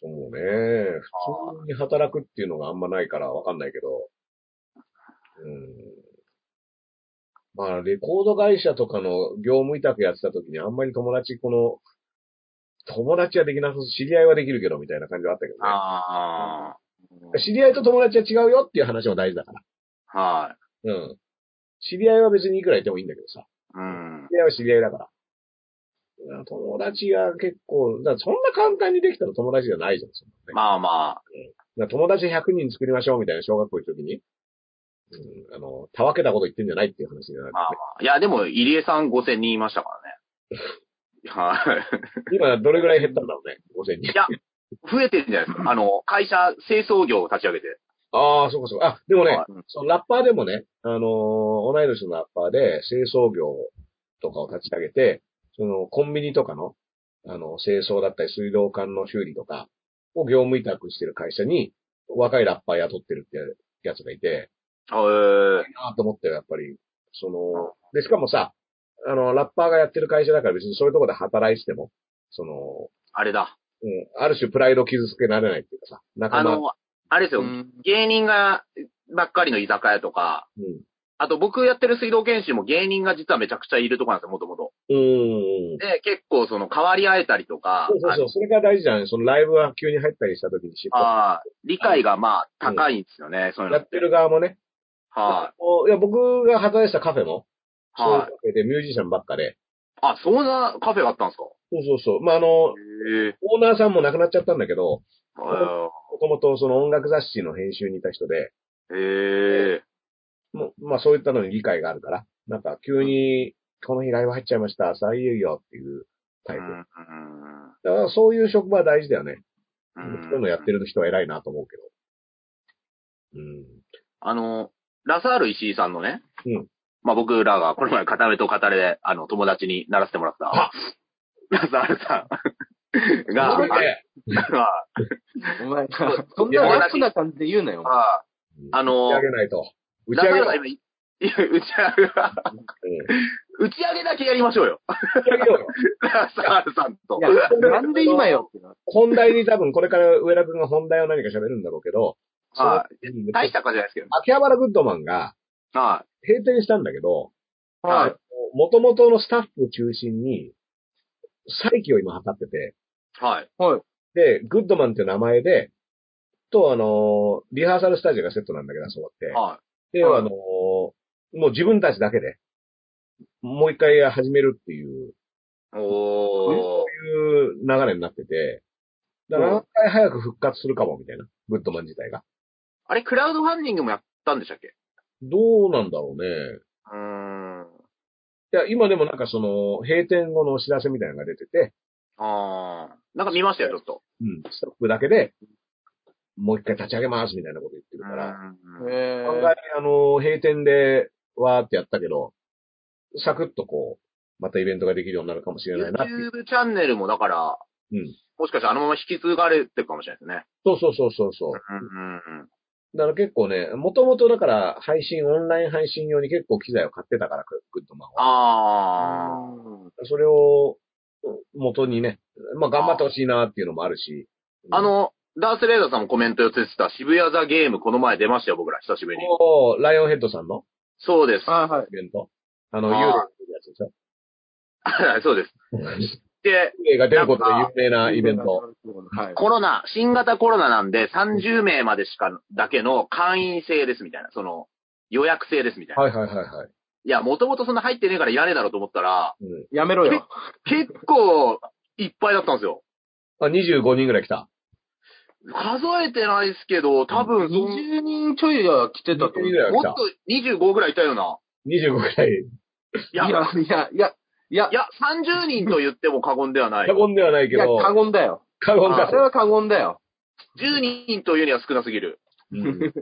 [SPEAKER 3] そうね。普通に働くっていうのがあんまないからわかんないけど。うん。まあ、レコード会社とかの業務委託やってた時にあんまり友達、この、友達はできなさそう、知り合いはできるけど、みたいな感じはあったけどね。
[SPEAKER 4] あ
[SPEAKER 3] 知り合いと友達は違うよっていう話も大事だから。
[SPEAKER 4] あ。はい。
[SPEAKER 3] うん。知り合いは別にいくらいてもいいんだけどさ。
[SPEAKER 4] うん
[SPEAKER 3] 知。り合いは知り合いだから。うん友達が結構、だからそんな簡単にできたら友達じゃないじゃん。そんなね
[SPEAKER 4] まあま
[SPEAKER 3] だから友達100人作りましょうみたいな小学校行くときに、うん、あの、たわけたこと言ってんじゃないっていう話になる、
[SPEAKER 4] あ、まあまあ。いや、でも、入江さん5000人いましたからね。はい。
[SPEAKER 3] 今、どれぐらい減ったんだろうね、5000人。
[SPEAKER 4] 増えてるんじゃないですか。あの、会社、清掃業を立ち上げて。
[SPEAKER 3] ああ、そうかそうか。あ、でもね
[SPEAKER 4] はい、
[SPEAKER 3] そのラッパーでもね、あのー同い年のラッパーで清掃業とかを立ち上げて、その、コンビニとかの、あの、清掃だったり水道管の修理とかを業務委託してる会社に、若いラッパー雇ってるってやつがいて、
[SPEAKER 4] へー
[SPEAKER 3] なと思ったよ、やっぱり。その、で、しかもさ、あの、ラッパーがやってる会社だから別にそういうところで働いてても、その、
[SPEAKER 4] あれだ。
[SPEAKER 3] うん、ある種プライドを傷つけられないっていうかさ、
[SPEAKER 4] あ
[SPEAKER 3] 仲間、
[SPEAKER 4] の、あれですよ。芸人が、ばっかりの居酒屋とか、
[SPEAKER 3] うん。
[SPEAKER 4] あと僕やってる水道研修も芸人が実はめちゃくちゃいるとこなんですよ、もともと。
[SPEAKER 3] うーん。
[SPEAKER 4] で、結構その変わり合えたりとか
[SPEAKER 3] そう、そうそう、それが大事じゃん。そのライブは急に入ったりした時に失
[SPEAKER 4] あの
[SPEAKER 3] 敗。
[SPEAKER 4] あー理解がまあ高いんですよね、そういうの
[SPEAKER 3] やってる側もね。
[SPEAKER 4] はい
[SPEAKER 3] や、僕が働いてたカフェも、
[SPEAKER 4] い。は
[SPEAKER 3] そう
[SPEAKER 4] い。
[SPEAKER 3] いうカフェでミュージシャンばっかで。
[SPEAKER 4] あ、そんなカフェがあったんですか
[SPEAKER 3] そうそうそう。まあ、あの、
[SPEAKER 4] へえ。
[SPEAKER 3] オーナーさんも亡くなっちゃったんだけど、
[SPEAKER 4] あ
[SPEAKER 3] もともとその音楽雑誌の編集にいた人で、
[SPEAKER 4] ーへえ。
[SPEAKER 3] もう、まあそういったのに理解があるから、なんか急に、この日ライブ入っちゃいました、さあいいよっていうタイ
[SPEAKER 4] う
[SPEAKER 3] プ。
[SPEAKER 4] ん
[SPEAKER 3] だからそういう職場は大事だよね。
[SPEAKER 4] う
[SPEAKER 3] そうんいうのやってる人は偉いなと思うけど。うん。
[SPEAKER 4] あの、ラサール石井さんのね、
[SPEAKER 3] うん
[SPEAKER 4] まあ僕らがこの前片目と片目で、あの、友達にならせてもらった
[SPEAKER 3] あ、
[SPEAKER 4] ラサール
[SPEAKER 3] [LAUGHS]
[SPEAKER 4] さんが、
[SPEAKER 3] それで
[SPEAKER 4] あ
[SPEAKER 5] お前、そんなラフな感じで言うなよ。
[SPEAKER 4] ああの
[SPEAKER 3] 打ち上げないと。打ち
[SPEAKER 4] ラサ
[SPEAKER 3] 上げな
[SPEAKER 4] ールさ
[SPEAKER 3] んい。
[SPEAKER 4] 今、いいや打ち上げは、
[SPEAKER 3] うん
[SPEAKER 4] 打ち上げだけやりましょうよ。
[SPEAKER 3] 打ち上げようよ。
[SPEAKER 4] ラサールさんと
[SPEAKER 5] い。や、なんで今よってな
[SPEAKER 3] 本題に多分これから上田くんが本題を何か喋るんだろうけど、
[SPEAKER 4] は
[SPEAKER 3] その
[SPEAKER 4] 大した感じじゃないですけど。
[SPEAKER 3] 秋葉原グッドマンが
[SPEAKER 4] は
[SPEAKER 3] 閉店したんだけど、
[SPEAKER 4] い。はい。
[SPEAKER 3] 元々のスタッフ中心に、再起を今測ってて、
[SPEAKER 4] はい。
[SPEAKER 3] で、グッドマンっていう名前で、と、あのーリハーサルスタジオがセットなんだけど、そうやっ
[SPEAKER 4] は
[SPEAKER 3] て。で、あのーもう自分たちだけで、もう一回始めるっていう、
[SPEAKER 4] い。おー。
[SPEAKER 3] いう流れになってて、だから
[SPEAKER 5] うん
[SPEAKER 3] 何回早く復活するかも、みたいな、グッドマン自体が。
[SPEAKER 4] あれ、クラウドファンディングもやったんでしたっけ
[SPEAKER 3] どうなんだろうね。
[SPEAKER 4] うーん。
[SPEAKER 3] いや、今でもなんかその、閉店後のお知らせみたいなのが出てて、
[SPEAKER 4] ああ。なんか見ましたよ、ちょっと。
[SPEAKER 3] うん、スタッフだけで、もう一回立ち上げます、みたいなこと言ってるから、
[SPEAKER 4] うん
[SPEAKER 5] へ
[SPEAKER 3] 案外、あの、閉店で、わーってやったけど、サクッとこう、またイベントができるようになるかもしれないなっていう。
[SPEAKER 4] YouTube チャンネルもだから、
[SPEAKER 3] うん
[SPEAKER 4] もしかしたらあのまま引き継がれてるかもしれないですね。
[SPEAKER 3] そうそうそうそうそう。
[SPEAKER 4] うんうんうん。
[SPEAKER 3] だから結構ね、もともとだから配信、オンライン配信用に結構機材を買ってたから、グッドマンは。
[SPEAKER 4] ああ。
[SPEAKER 3] それを元にね、まあ頑張ってほしいなっていうのもあるし。
[SPEAKER 4] あの、ダース・レーダーさんもコメント寄せてた渋谷ザ・ゲームこの前出ましたよ、僕ら、久しぶりに。
[SPEAKER 3] おーライオンヘッドさんの
[SPEAKER 4] そうです。
[SPEAKER 5] はいはい
[SPEAKER 3] イ。ベントあの、幽
[SPEAKER 4] あー
[SPEAKER 3] 霊っていうやつでしょ
[SPEAKER 4] そうです。で、
[SPEAKER 3] 幽霊が出ることで有名なイベント。。
[SPEAKER 5] はい。
[SPEAKER 4] コロナ、新型コロナなんで30名までしか、だけの会員制ですみたいな、その、予約制ですみたいな。い、
[SPEAKER 3] はいはいはいはい。
[SPEAKER 4] や、もともとそんな入ってねえからいらねえだろうと思ったら、
[SPEAKER 3] うん
[SPEAKER 5] やめろよ。
[SPEAKER 4] 結構、いっぱいだったんですよ。
[SPEAKER 3] あ、25人ぐらい来た。
[SPEAKER 4] 数えてないですけど、多分、そん
[SPEAKER 5] 20人ちょいは来てたと思う。
[SPEAKER 3] 20
[SPEAKER 5] い
[SPEAKER 3] ぐらい
[SPEAKER 4] も
[SPEAKER 3] は
[SPEAKER 4] っ
[SPEAKER 3] 来た
[SPEAKER 4] と。25ぐらいいたような。
[SPEAKER 3] 25ぐらい。
[SPEAKER 4] いや、
[SPEAKER 5] や、
[SPEAKER 4] い
[SPEAKER 5] い
[SPEAKER 4] や、
[SPEAKER 5] や、いや、いや、
[SPEAKER 4] 30人と言っても過言ではない。
[SPEAKER 3] 過言ではない
[SPEAKER 5] い
[SPEAKER 3] け
[SPEAKER 5] や、
[SPEAKER 3] ど、
[SPEAKER 5] 過言だよ。
[SPEAKER 3] 過言
[SPEAKER 5] あ
[SPEAKER 3] か
[SPEAKER 5] それ。は過言だよ。
[SPEAKER 4] 10人というには少なすぎる。
[SPEAKER 3] うん10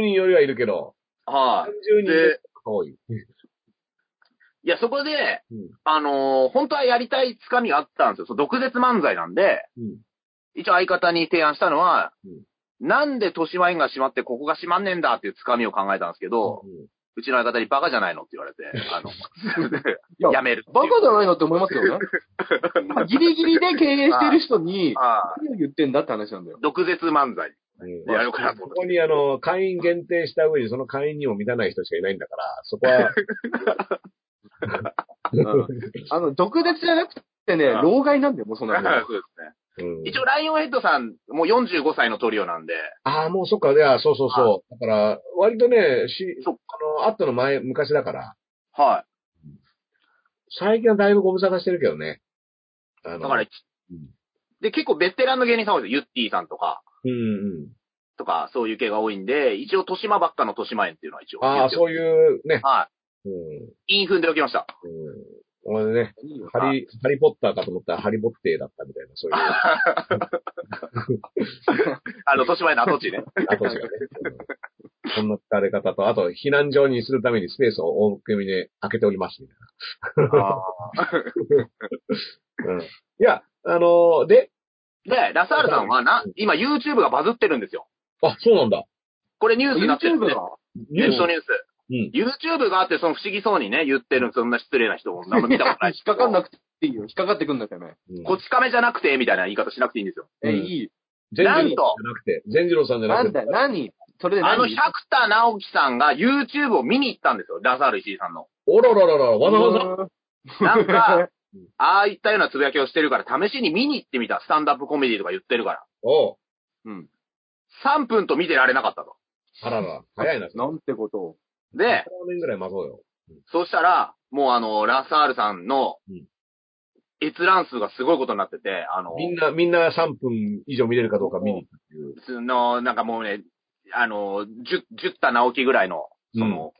[SPEAKER 3] 人よりはいるけど、
[SPEAKER 4] は
[SPEAKER 3] 30
[SPEAKER 4] い、
[SPEAKER 3] 人
[SPEAKER 4] で
[SPEAKER 3] 多い。
[SPEAKER 4] いや、そこで、
[SPEAKER 3] うん
[SPEAKER 4] あのー本当はやりたいつかみがあったんですよ。そう毒舌漫才なんで、
[SPEAKER 3] うん
[SPEAKER 4] 一応相方に提案したのは、
[SPEAKER 3] うん
[SPEAKER 4] なんで豊島園が閉まってここが閉まんねえんだっていうつかみを考えたんですけど、
[SPEAKER 3] うん
[SPEAKER 4] うちの相方にバカじゃないのって言われて、あ
[SPEAKER 5] いや
[SPEAKER 4] の、やめる。
[SPEAKER 5] バカじゃないのって思いますよね。まあギリギリで経営してる人に、
[SPEAKER 4] ああ
[SPEAKER 5] 何を言ってんだって話なんだよ。
[SPEAKER 4] 毒舌漫才。
[SPEAKER 3] うん
[SPEAKER 4] やろうかなと
[SPEAKER 3] そ
[SPEAKER 4] 思って
[SPEAKER 3] こにあの、会員限定した上に、その会員にも満たない人しかいないんだから、そこ
[SPEAKER 4] [LAUGHS]
[SPEAKER 3] は、
[SPEAKER 5] あの、毒舌じゃなくてね、
[SPEAKER 4] あ
[SPEAKER 5] 老害なんだよ、もうそ
[SPEAKER 4] [LAUGHS]
[SPEAKER 5] ん
[SPEAKER 4] そ
[SPEAKER 5] な
[SPEAKER 4] うで
[SPEAKER 5] の。
[SPEAKER 4] すね。
[SPEAKER 3] うん
[SPEAKER 4] 一応、ライオンヘッドさん、もう45歳のトリオなんで、
[SPEAKER 3] ああ、もうそっか、いや、そうそうそう。だから、割とね、し、
[SPEAKER 4] そう
[SPEAKER 3] あの、あったの前、昔だから、
[SPEAKER 4] は
[SPEAKER 3] 最近はだいぶご無沙汰してるけどね。あ
[SPEAKER 4] い。
[SPEAKER 3] の
[SPEAKER 4] だから、
[SPEAKER 3] ん
[SPEAKER 4] で、結構ベテランの芸人さん多いですよ。ユッティさんとか、
[SPEAKER 3] うんうん。
[SPEAKER 4] とか、そういう系が多いんで、一応、豊島ばっかの豊島園っていうのは一応。
[SPEAKER 3] ああ、そう
[SPEAKER 4] う。
[SPEAKER 3] いうね、
[SPEAKER 4] は
[SPEAKER 3] うん。
[SPEAKER 4] い。インフンでおきました。
[SPEAKER 3] うん。俺ね、
[SPEAKER 5] いいよ
[SPEAKER 3] ハリ、ハリポッターかと思ったらハリポッテーだったみたいな、そういう
[SPEAKER 4] あの、豊島園の跡地ね。
[SPEAKER 3] 後しがね。うんそんな疲れ方と、あと、避難所にするためにスペースを大組みで開けております、みたいな。うん。いや、あので、
[SPEAKER 4] で、ラサールさんはな、今 YouTube がバズってるんですよ。
[SPEAKER 3] あ、そうなんだ。
[SPEAKER 4] これニュースになってるん
[SPEAKER 5] YouTube
[SPEAKER 4] で、
[SPEAKER 5] が
[SPEAKER 4] ネットニュース。
[SPEAKER 3] うん。
[SPEAKER 4] YouTube があって、その不思議そうにね、言ってる、そんな失礼な人もあんま見たことない
[SPEAKER 5] 引っかかんなくていいよ。引っかかってくんなきゃね。
[SPEAKER 3] うん
[SPEAKER 4] こち亀じゃなくて、みたいな言い方しなくていいんですよ。
[SPEAKER 5] え、
[SPEAKER 3] うん
[SPEAKER 5] いい。
[SPEAKER 3] 善次郎
[SPEAKER 4] な
[SPEAKER 3] さん
[SPEAKER 4] ん
[SPEAKER 3] じ
[SPEAKER 4] と
[SPEAKER 3] ゃなくて、善次郎さんじゃな
[SPEAKER 5] な
[SPEAKER 3] く
[SPEAKER 5] ん
[SPEAKER 3] て
[SPEAKER 5] だ、よ、何それで何
[SPEAKER 4] あの、百田直樹さんが YouTube を見に行ったんですよ。ラサール石井さんの。
[SPEAKER 3] おらららら、わざわざ。
[SPEAKER 5] う
[SPEAKER 4] なんか、
[SPEAKER 5] ん
[SPEAKER 4] ああいったようなつぶやきをしてるから、試しに見に行ってみた。スタンダップコメディとか言ってるから。
[SPEAKER 3] おう
[SPEAKER 5] うん。
[SPEAKER 4] 3分と見てられなかったと。
[SPEAKER 3] あらら、早いな。
[SPEAKER 5] [LAUGHS] なんてことを。
[SPEAKER 4] で、
[SPEAKER 3] ラーメンぐらい待とうよ。
[SPEAKER 4] そうしたら、もうあの、ラサールさんの
[SPEAKER 3] うん、
[SPEAKER 4] 閲覧数がすごいことになってて、あの、
[SPEAKER 3] みんな、みんな3分以上見れるかどうか見に行くっていう。
[SPEAKER 4] その、なんかもうね、あの、十、十田直樹ぐらいの、その、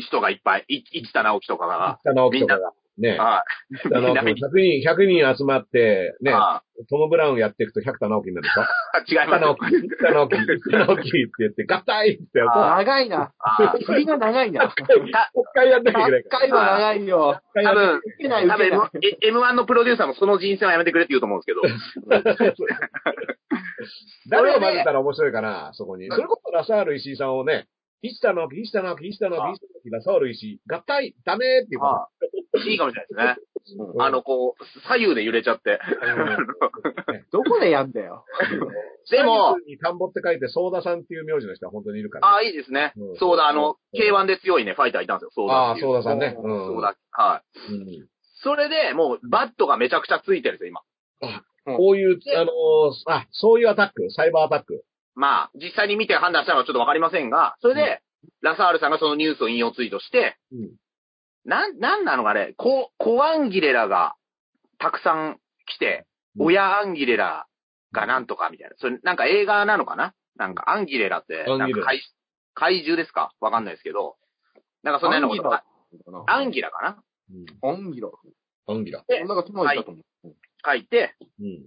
[SPEAKER 4] 人がいっぱい、い一田直樹とかが、
[SPEAKER 3] 北直樹とかが。ね。
[SPEAKER 4] は
[SPEAKER 3] 北直
[SPEAKER 4] み
[SPEAKER 3] 樹
[SPEAKER 4] ん。
[SPEAKER 3] 100人、100人集まって、
[SPEAKER 4] い、
[SPEAKER 3] ね、
[SPEAKER 4] あ
[SPEAKER 3] トム・ブラウンやっていくと100田直樹になるでしょ
[SPEAKER 4] あ違い
[SPEAKER 3] 北
[SPEAKER 4] ます。
[SPEAKER 3] 直樹、北直樹、北直樹って言って、合体ってやると、
[SPEAKER 4] あ
[SPEAKER 5] 長いな。
[SPEAKER 4] ああ
[SPEAKER 5] 振りが長いな。
[SPEAKER 3] もう一回やんなきゃいけない
[SPEAKER 5] 100
[SPEAKER 3] か
[SPEAKER 5] 回は長
[SPEAKER 4] [LAUGHS]
[SPEAKER 5] いよ。
[SPEAKER 3] ら。
[SPEAKER 4] 多分、
[SPEAKER 5] 受けない、
[SPEAKER 4] 多
[SPEAKER 5] 受
[SPEAKER 4] 分
[SPEAKER 5] けない。
[SPEAKER 4] M- M1 のプロデューサーもその人生はやめてくれって言うと思うんですけど、
[SPEAKER 3] 誰を混ぜたら面白いかな、そこに。それこそラサール石井さんをね、石田直樹、石田直樹、石田直樹、石田直樹、ラサール石井、合体、ダメーっていうか
[SPEAKER 4] ああいいかもしれないですね。
[SPEAKER 3] うん
[SPEAKER 4] あの、こう、左右で揺れちゃって。
[SPEAKER 5] どこでやんだ
[SPEAKER 4] [LAUGHS]
[SPEAKER 5] よ。
[SPEAKER 4] でも、
[SPEAKER 3] に田んぼって書いて、ソーダさんっていう名字の人は本当にいるから、
[SPEAKER 4] あ
[SPEAKER 3] ね。
[SPEAKER 4] あ、いいですね
[SPEAKER 3] うん。
[SPEAKER 4] そうだ、あの、
[SPEAKER 3] うん
[SPEAKER 4] K1 で強いね、ファイターいたんですよ、そうだ。
[SPEAKER 3] ああ、ソーダさんね。うん。
[SPEAKER 4] そうだ、はい。
[SPEAKER 3] うん
[SPEAKER 4] それで、もう、バットがめちゃくちゃついてるんですよ、今。
[SPEAKER 3] こういう、あのーあ、そういうアタック、サイバーアタック。
[SPEAKER 4] まあ、実際に見て判断したのはちょっとわかりませんが、それで、ラサールさんがそのニュースを引用ツイートして、
[SPEAKER 3] うん
[SPEAKER 4] なん、なんなのかね、コ、コアンギレラがたくさん来て、
[SPEAKER 3] うん
[SPEAKER 4] 親アンギレラがなんとかみたいな。それ、なんか映画なのかななんかアンギレラっ
[SPEAKER 3] アン
[SPEAKER 4] て、
[SPEAKER 3] ギレラ
[SPEAKER 4] なんか怪怪獣ですかわかんないですけど、なんかそんなようなことが、アンギラかな
[SPEAKER 3] うん。
[SPEAKER 5] アンギラ。
[SPEAKER 3] アンギラ。
[SPEAKER 5] なんか友達だと思う。
[SPEAKER 4] 書いて、
[SPEAKER 3] うん。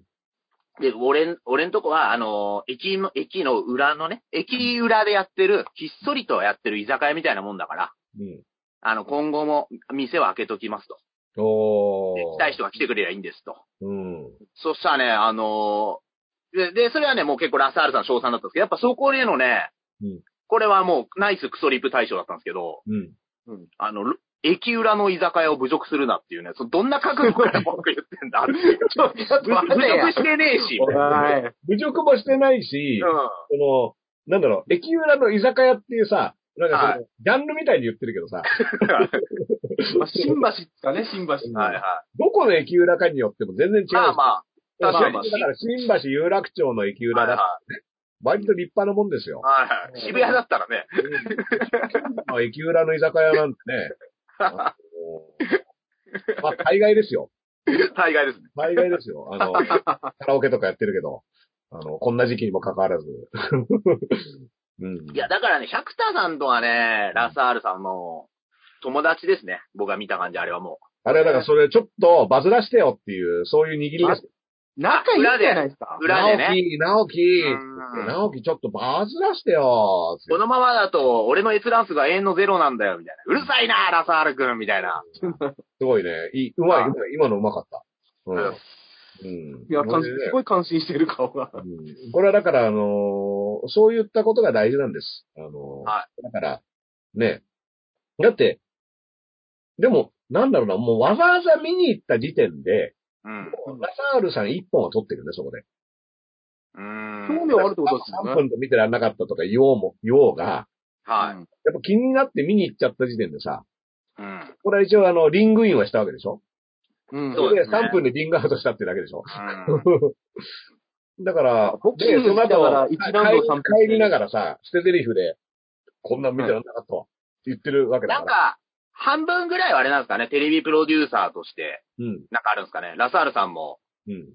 [SPEAKER 4] で、俺ん、俺んとこは、あのー駅の、駅の裏のね、駅裏でやってる、ひっそりとやってる居酒屋みたいなもんだから、
[SPEAKER 3] うん。
[SPEAKER 4] あの、今後も店を開けときますと。
[SPEAKER 3] お
[SPEAKER 4] で
[SPEAKER 3] ー
[SPEAKER 4] 来たい人が来てくれりゃいいんですと。
[SPEAKER 3] うん。
[SPEAKER 4] そしたらね、あのーで、で、それはね、もう結構ラサールさん賞賛だったんですけど、やっぱそこへのね、
[SPEAKER 3] うん
[SPEAKER 4] これはもうナイスクソリップ大賞だったんですけど、
[SPEAKER 3] うん。
[SPEAKER 4] あの、ろ駅裏の居酒屋を侮辱するなっていうね、そのどんな覚悟から僕言ってんだっていう。
[SPEAKER 5] ちょっと
[SPEAKER 4] 侮辱
[SPEAKER 5] 待てや。
[SPEAKER 4] してねえし。
[SPEAKER 5] お
[SPEAKER 3] 侮
[SPEAKER 5] い。
[SPEAKER 3] 辱もしてないし、
[SPEAKER 4] う
[SPEAKER 3] その、なんだろう、駅裏の居酒屋っていうさ、なんかその、
[SPEAKER 4] は
[SPEAKER 3] ジャンルみたいに言ってるけどさ、
[SPEAKER 5] まあ新橋ですかね、新橋。
[SPEAKER 4] ん。はいはい。
[SPEAKER 3] どこの駅裏かによっても全然違うし。
[SPEAKER 4] まあまあ、
[SPEAKER 3] まあ
[SPEAKER 4] 確かに
[SPEAKER 3] だから新橋有楽町の駅裏
[SPEAKER 4] はい
[SPEAKER 3] だ、
[SPEAKER 4] は
[SPEAKER 3] 割と立派なもんですよ。
[SPEAKER 4] いはいはい。渋谷だったらね。
[SPEAKER 3] [LAUGHS] まあ駅裏の居酒屋なんてね。あのまあ、大概ですよ。
[SPEAKER 4] 大概ですね。
[SPEAKER 3] 大概ですよ。あの、カラオケとかやってるけど、あの、こんな時期にもかかわらず。 [LAUGHS] うん。
[SPEAKER 4] いや、だからね、百田さんとはね、ラサールさんの友達ですね。僕が見た感じ、あれはも
[SPEAKER 3] あれはだからそれちょっとバズらしてよっていう、そういう握りです。
[SPEAKER 5] 仲いいんじゃないですか
[SPEAKER 4] う。。裏でね。
[SPEAKER 3] 直樹、
[SPEAKER 4] う
[SPEAKER 3] 直
[SPEAKER 4] ん
[SPEAKER 3] 樹、直樹ちょっとバズらしてよ
[SPEAKER 4] このままだと、俺の閲覧数が永遠のゼロなんだよ、みたいな。うるさいな、ラサール君みたいな。
[SPEAKER 3] すごいね。いい、うまい、うまい今のうまかった。うん。
[SPEAKER 4] うん
[SPEAKER 3] うん。
[SPEAKER 5] いや、
[SPEAKER 3] こ
[SPEAKER 5] 感
[SPEAKER 3] れ
[SPEAKER 5] す
[SPEAKER 3] ね
[SPEAKER 5] ごい感心してる顔が。
[SPEAKER 3] うんこれはだから、あのーそういったことが大事なんです。あのー
[SPEAKER 4] は
[SPEAKER 3] だから、ね。だって、でも、なんだろうな、もうわざわざ見に行った時点で、
[SPEAKER 4] うん。
[SPEAKER 5] うん
[SPEAKER 3] ラサールさん1本は取ってるね、そこで。
[SPEAKER 4] うー
[SPEAKER 5] 興
[SPEAKER 4] ん。
[SPEAKER 5] 味はあるってことですよ
[SPEAKER 3] 3
[SPEAKER 5] ね。
[SPEAKER 3] 分と見てらんなかったとか言おうも、言おうが、
[SPEAKER 4] はい。
[SPEAKER 3] やっぱ気になって見に行っちゃった時点でさ、
[SPEAKER 4] うん。
[SPEAKER 3] これは一応あの、リングインはしたわけでしょ
[SPEAKER 5] うん。
[SPEAKER 4] そうですね
[SPEAKER 3] 3分でリングアウトしたってだけでしょ
[SPEAKER 4] うん
[SPEAKER 3] だから、
[SPEAKER 5] ボクシング
[SPEAKER 3] でその
[SPEAKER 5] だから
[SPEAKER 3] 後
[SPEAKER 5] 一ラウンド
[SPEAKER 3] 帰
[SPEAKER 5] 三分
[SPEAKER 3] り帰りながらさ、捨て台詞で、こんなん見てらんなかったわって言ってるわけだ
[SPEAKER 4] な
[SPEAKER 3] か
[SPEAKER 4] ん
[SPEAKER 3] ら。
[SPEAKER 4] か、半分ぐらいはあれなんですかね、テレビプロデューサーとして、
[SPEAKER 3] うん、
[SPEAKER 4] なんかあるんですかね、ラサールさんも
[SPEAKER 3] うん。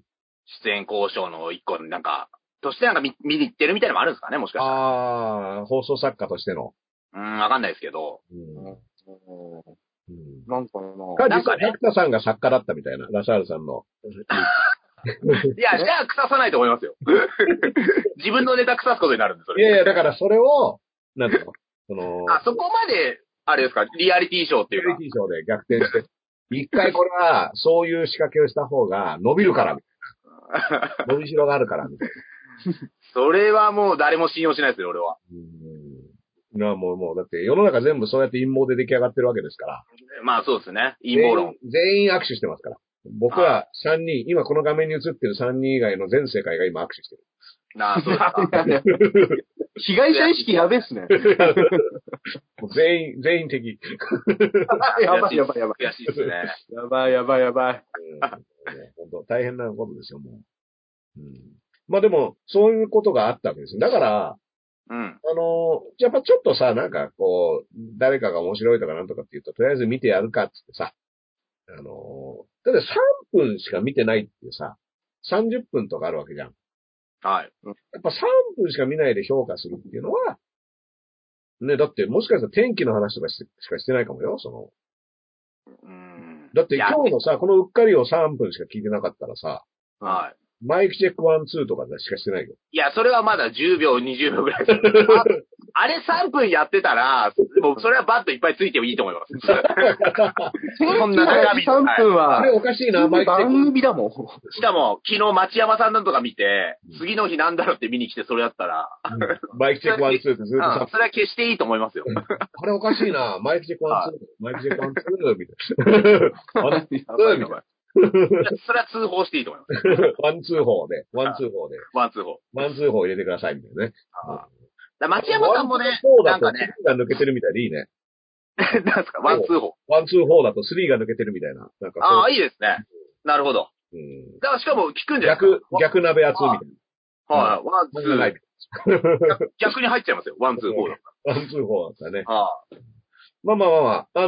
[SPEAKER 4] 出演交渉の一個になんか、としてなんか見見に行ってるみたいなのもあるんですかね、もしかしたら。
[SPEAKER 3] ああ、放送作家としての。
[SPEAKER 4] うん、わかんないですけど。
[SPEAKER 3] うん。う
[SPEAKER 5] うん
[SPEAKER 3] ん。
[SPEAKER 5] なんか
[SPEAKER 3] か、
[SPEAKER 5] な
[SPEAKER 3] 実
[SPEAKER 4] なんか
[SPEAKER 3] 際、
[SPEAKER 4] ね
[SPEAKER 3] 百田さんが作家だったみたいな、ラシャールさんの。
[SPEAKER 4] いや、じゃあ腐さないと思いますよ。 [LAUGHS] 自分のネタ腐すことになるんです、そ
[SPEAKER 3] いやい
[SPEAKER 4] れ。
[SPEAKER 3] や、だからそれを、なんだろう、その、
[SPEAKER 4] あ、そこまで、あれですか、リアリティショーってい
[SPEAKER 3] リ
[SPEAKER 4] うか。
[SPEAKER 3] ティショーで逆転して、一回これは、そういう仕掛けをした方が伸びるから、みたいな伸びしろがあるから、みたいな。
[SPEAKER 4] それはもう誰も信用しないですよ、俺は。
[SPEAKER 3] うん。いや、もう、もう、だって世の中全部そうやって陰謀で出来上がってるわけですから。
[SPEAKER 4] まあそうですね。陰謀論。
[SPEAKER 3] 全員。全員握手してますから。僕ら3人、今この画面に映ってる3人以外の全世界が今握手
[SPEAKER 4] [LAUGHS]
[SPEAKER 3] してる。
[SPEAKER 4] なあ、そうです
[SPEAKER 3] [LAUGHS]
[SPEAKER 4] か。
[SPEAKER 5] いやいや被害者意識やべえっすね。
[SPEAKER 3] もう全員、全員敵。
[SPEAKER 5] やばいやばいやばい。
[SPEAKER 4] 悔しいですね。
[SPEAKER 5] やばいやばいやばい。
[SPEAKER 3] 本当大変なことですよ、もう。うん、まあでも、そういうことがあったわけですよ。だから、
[SPEAKER 4] うん。
[SPEAKER 3] あのーやっぱちょっとさ、なんかこう、誰かが面白いとかなんとかって言うと、とりあえず見てやるかっつってさ、あのーだって3分しか見てないっていうさ、30分とかあるわけじゃん。
[SPEAKER 4] はい。
[SPEAKER 3] やっぱ3分しか見ないで評価するっていうのは、ね、だってもしかしたら天気の話とかししかしてないかもよ、その。
[SPEAKER 4] うん。
[SPEAKER 3] だって
[SPEAKER 4] いや
[SPEAKER 3] 今日のさ、このうっかりを3分しか聞いてなかったらさ、
[SPEAKER 4] はい。
[SPEAKER 3] マイクチェック1、2とかしかしてないよ。
[SPEAKER 4] いや、それはまだ10秒、20秒ぐ
[SPEAKER 3] [LAUGHS]
[SPEAKER 4] らいです。ああれ3分やってたら、もうそれはバットいっぱいついてもいいと思います。
[SPEAKER 3] [LAUGHS]
[SPEAKER 5] こ
[SPEAKER 4] んな中身
[SPEAKER 5] 3分
[SPEAKER 3] あ
[SPEAKER 5] は
[SPEAKER 3] れ、おかしいな、マイクチェッ
[SPEAKER 5] 番
[SPEAKER 3] ク。
[SPEAKER 5] 組だもん。
[SPEAKER 4] しかも、昨日町山さんなんとか見て、次の日なんだろうって見に来てそれやったら、
[SPEAKER 3] マイクチェック1、2ってずっと
[SPEAKER 4] うん
[SPEAKER 3] さ、
[SPEAKER 4] それは消していいと思いますよ。
[SPEAKER 3] あれおかしいな、マイクチェック1、2
[SPEAKER 4] は、
[SPEAKER 3] マイクチェック1、2、みたいな。ワン、
[SPEAKER 4] そ
[SPEAKER 3] み
[SPEAKER 4] れ
[SPEAKER 3] たいな
[SPEAKER 4] は通報していいと思い
[SPEAKER 3] [LAUGHS]
[SPEAKER 4] ます。
[SPEAKER 3] ワン、ツー、法で、ワン、ツー、法で、
[SPEAKER 4] ワン通報。
[SPEAKER 3] ワン、ツー、法入れてください、みたいなね。
[SPEAKER 4] だから町山さんもね
[SPEAKER 3] そう、だ
[SPEAKER 4] なん
[SPEAKER 3] と、
[SPEAKER 4] か
[SPEAKER 3] 3
[SPEAKER 4] ね、
[SPEAKER 3] が抜けてるみたいでいいね。
[SPEAKER 4] なんすか、ワン通報。
[SPEAKER 3] ワン、ツー、フォーだとスリーが抜けてるみたいな。なんか
[SPEAKER 4] あ
[SPEAKER 3] そ
[SPEAKER 4] あ、
[SPEAKER 3] う
[SPEAKER 4] いいですね。なるほど。
[SPEAKER 3] うん
[SPEAKER 4] だからしかも聞くんじゃないです
[SPEAKER 3] 逆
[SPEAKER 4] か。、
[SPEAKER 3] 逆鍋圧みたい
[SPEAKER 4] はい。ワン、ツ
[SPEAKER 3] な。ない
[SPEAKER 4] ー。逆逆に入っちゃいますよ。ワン、ツー、フォーだっ
[SPEAKER 3] ワン、ツー、フォーだったね。
[SPEAKER 4] たら。は
[SPEAKER 3] まあまあまあまあ。あの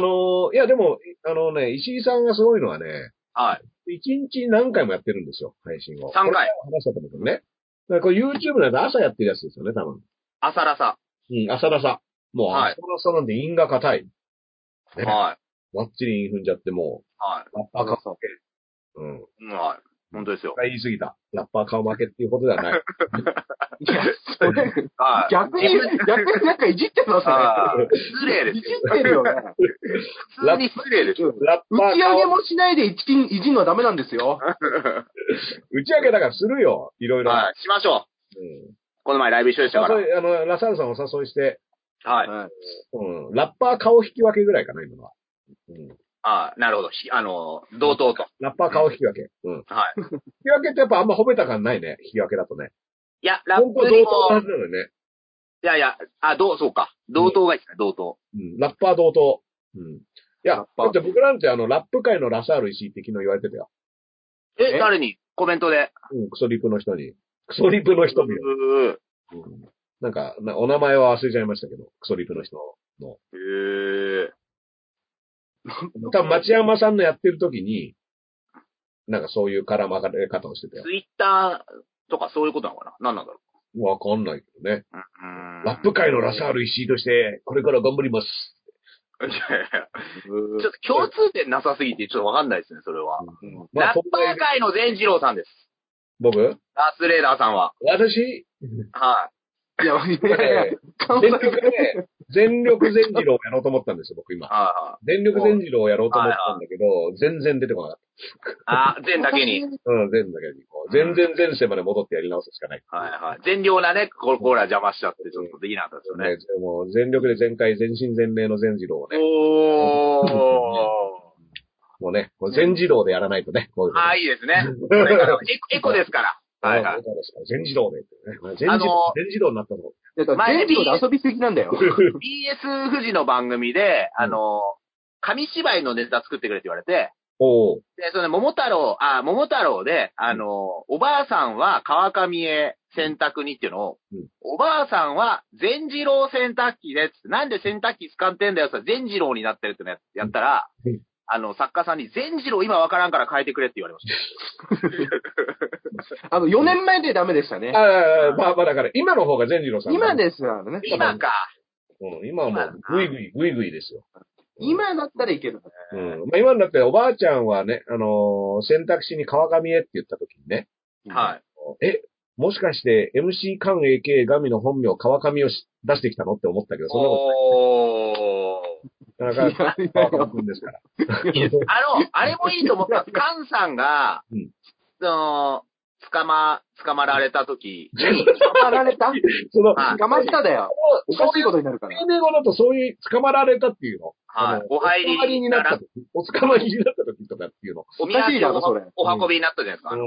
[SPEAKER 3] ーいやでも、あのね、石井さんがすごいのはね、
[SPEAKER 4] い。はい。
[SPEAKER 3] 一日何回もやってるんですよ、配信を。
[SPEAKER 4] 三
[SPEAKER 3] これ
[SPEAKER 4] 回
[SPEAKER 3] 前も話したと思うけどね。だからこれ YouTube のやつ朝やってるやつですよね、多分。
[SPEAKER 4] 朝らさ。
[SPEAKER 3] うん、朝ださ。もう
[SPEAKER 4] は
[SPEAKER 3] 朝
[SPEAKER 4] い
[SPEAKER 3] ださなんで因が硬い。
[SPEAKER 4] はい。
[SPEAKER 3] わっちり韻踏んじゃっても
[SPEAKER 4] は
[SPEAKER 3] う、あ
[SPEAKER 5] あ
[SPEAKER 3] 赤。
[SPEAKER 5] そう
[SPEAKER 3] うん。
[SPEAKER 4] い。はい。本当で
[SPEAKER 3] [LAUGHS]
[SPEAKER 4] すよ。
[SPEAKER 3] 言い過ぎた。ラッパー顔負けっていうことではない。
[SPEAKER 5] いや、それ、
[SPEAKER 4] はい。
[SPEAKER 5] 逆に、逆になんかいじってます
[SPEAKER 4] あ
[SPEAKER 3] [LAUGHS]
[SPEAKER 5] ね。
[SPEAKER 4] ー失礼
[SPEAKER 5] いじ
[SPEAKER 4] ですよ。
[SPEAKER 5] ってるよね。
[SPEAKER 4] 普通に失礼ですよ。
[SPEAKER 3] ラッ
[SPEAKER 5] 打
[SPEAKER 3] パー
[SPEAKER 5] ち上げ
[SPEAKER 3] 顔、
[SPEAKER 5] もしないでいじいじんのはダメなんですよ。
[SPEAKER 3] 打ち上げだからするよ。いろいろ。
[SPEAKER 4] はい。しましょう。
[SPEAKER 3] うん
[SPEAKER 4] この前ライブ一緒でしたから。
[SPEAKER 3] 誘い、あの、ラサールさんお誘いして、
[SPEAKER 4] はい。
[SPEAKER 5] はい
[SPEAKER 3] うん、ラッパー顔引き分けぐらいかな、今のは。うん、
[SPEAKER 4] ああ、なるほど。ひあの、同等と。
[SPEAKER 3] ラッパー顔引き分け。うん。引
[SPEAKER 4] はい。
[SPEAKER 3] き分けってやっぱあんま褒めた感ないね。引き分けだとね。
[SPEAKER 4] いや、ラップ
[SPEAKER 3] 本当は同
[SPEAKER 4] に
[SPEAKER 3] 等のは
[SPEAKER 4] も、
[SPEAKER 3] ずなのよね。
[SPEAKER 4] いやいや、あ、どう、そうか。同等がいいですね、同等。
[SPEAKER 3] うん。ラッパー同等。うん。いや、だ
[SPEAKER 5] ラッパー
[SPEAKER 3] って僕なんてあの、ラップ界のラサール石井って昨日言われてたよ。
[SPEAKER 4] え、
[SPEAKER 5] え
[SPEAKER 4] 誰にコメントで。
[SPEAKER 3] うん、クソリプの人に。クソリプの人
[SPEAKER 4] う
[SPEAKER 3] に。
[SPEAKER 4] ーへ
[SPEAKER 3] うんなんか、なお名前は忘れちゃいましたけど、クソリプの人。
[SPEAKER 4] ー
[SPEAKER 3] 多分町山さんのやってる時に、なんかそういう絡まれ方をしてたよ。
[SPEAKER 4] ツイッターとかそういうことなのかな何なんだろ
[SPEAKER 3] わかんないけどね。
[SPEAKER 4] う。うん
[SPEAKER 3] ラップ界のラサール石井として、これから頑張ります。
[SPEAKER 4] いやいやいやちょっと共通点なさすぎて、ちょっとわかんないですね、それは。
[SPEAKER 3] まあ、
[SPEAKER 4] ラ
[SPEAKER 3] そ
[SPEAKER 4] ッ
[SPEAKER 3] ん
[SPEAKER 4] パ
[SPEAKER 3] な
[SPEAKER 4] ー界の善次郎さんです。
[SPEAKER 3] 僕
[SPEAKER 4] ダースレーダーさんは。
[SPEAKER 3] 私、
[SPEAKER 4] はい
[SPEAKER 5] や、いやいや、関西
[SPEAKER 3] 全力で、全力全次郎をやろうと思ったんですよ、僕
[SPEAKER 4] い。
[SPEAKER 3] 今。
[SPEAKER 4] は
[SPEAKER 3] 全力全次郎をやろうと思ったんだけど、全然出てこなかっ
[SPEAKER 4] いはい。あ、善だけに。
[SPEAKER 3] た。うん、全だけにこう。全然前世まで戻ってやり直すしかない。
[SPEAKER 4] はいはい。善良なね、ココーラ邪魔しちゃって、ちょっとできなかったですよ
[SPEAKER 3] ね、
[SPEAKER 4] ね。
[SPEAKER 3] もう全力で全開、全身全霊の全次郎をね、
[SPEAKER 4] おー。
[SPEAKER 3] もうね、これ全次郎でやらないとね、こういうこと
[SPEAKER 4] ああ、いいですね。これからエコエコですから。はいはい。
[SPEAKER 3] 全自動でってね。全自
[SPEAKER 4] あの
[SPEAKER 3] 動、全自動になったの。 [LAUGHS]
[SPEAKER 5] だから
[SPEAKER 4] 前
[SPEAKER 5] 前
[SPEAKER 4] に
[SPEAKER 5] で遊びすぎなんだよ。
[SPEAKER 4] BS 富士の番組で、あの、紙芝居のネタ作ってくれって言われて、
[SPEAKER 3] おう
[SPEAKER 4] で、その、桃太郎、あ、桃太郎で、あの、おばあさんは川上へ洗濯にっていうのを、
[SPEAKER 3] うん
[SPEAKER 4] おばあさんは善次郎洗濯機でっつって、なんで洗濯機使ってんだよ、さ、善次郎になってるってのややったら、
[SPEAKER 3] うん
[SPEAKER 4] あの、作家さんに、善次郎今わからんから変えてくれって言われました。
[SPEAKER 5] あの、4年前でダメでしたね。
[SPEAKER 3] ああ、まあまあだから、今の方が全自動さん。
[SPEAKER 5] 今。ですからね。
[SPEAKER 4] 今か。
[SPEAKER 3] うん、今はもう、ぐいぐい、ぐいぐいですよ。
[SPEAKER 5] 今だったらいける。
[SPEAKER 3] うん。まあ今になって、おばあちゃんはね、あのー選択肢に川上へって言った時にね、
[SPEAKER 4] はい。
[SPEAKER 3] え、もしかして MC 関 AK 神の本名川上をし出してきたのって思ったけど、そんなこ
[SPEAKER 4] おー。
[SPEAKER 3] とない
[SPEAKER 5] や
[SPEAKER 3] なかなか
[SPEAKER 5] いやい
[SPEAKER 3] 川上くんですから。
[SPEAKER 4] あの、あれもいいと
[SPEAKER 3] [LAUGHS]
[SPEAKER 4] 思った。カンさんが、
[SPEAKER 3] うん
[SPEAKER 4] その、捕ま、捕まられた時に、
[SPEAKER 5] や捕まられた
[SPEAKER 3] その、
[SPEAKER 4] はい
[SPEAKER 5] 捕まっただよ。おかしいことになるから。
[SPEAKER 3] 定年後だとそういう捕まられたっていうの。あ
[SPEAKER 4] は
[SPEAKER 3] の
[SPEAKER 4] い、お入
[SPEAKER 3] お捕まりに
[SPEAKER 4] りに
[SPEAKER 3] な
[SPEAKER 4] な
[SPEAKER 3] っ
[SPEAKER 4] ら
[SPEAKER 3] た時、お捕まりになった時とかっていうの。
[SPEAKER 4] おみ
[SPEAKER 5] おかしいだろそれ
[SPEAKER 4] お運びになったじゃないですか。
[SPEAKER 3] うん。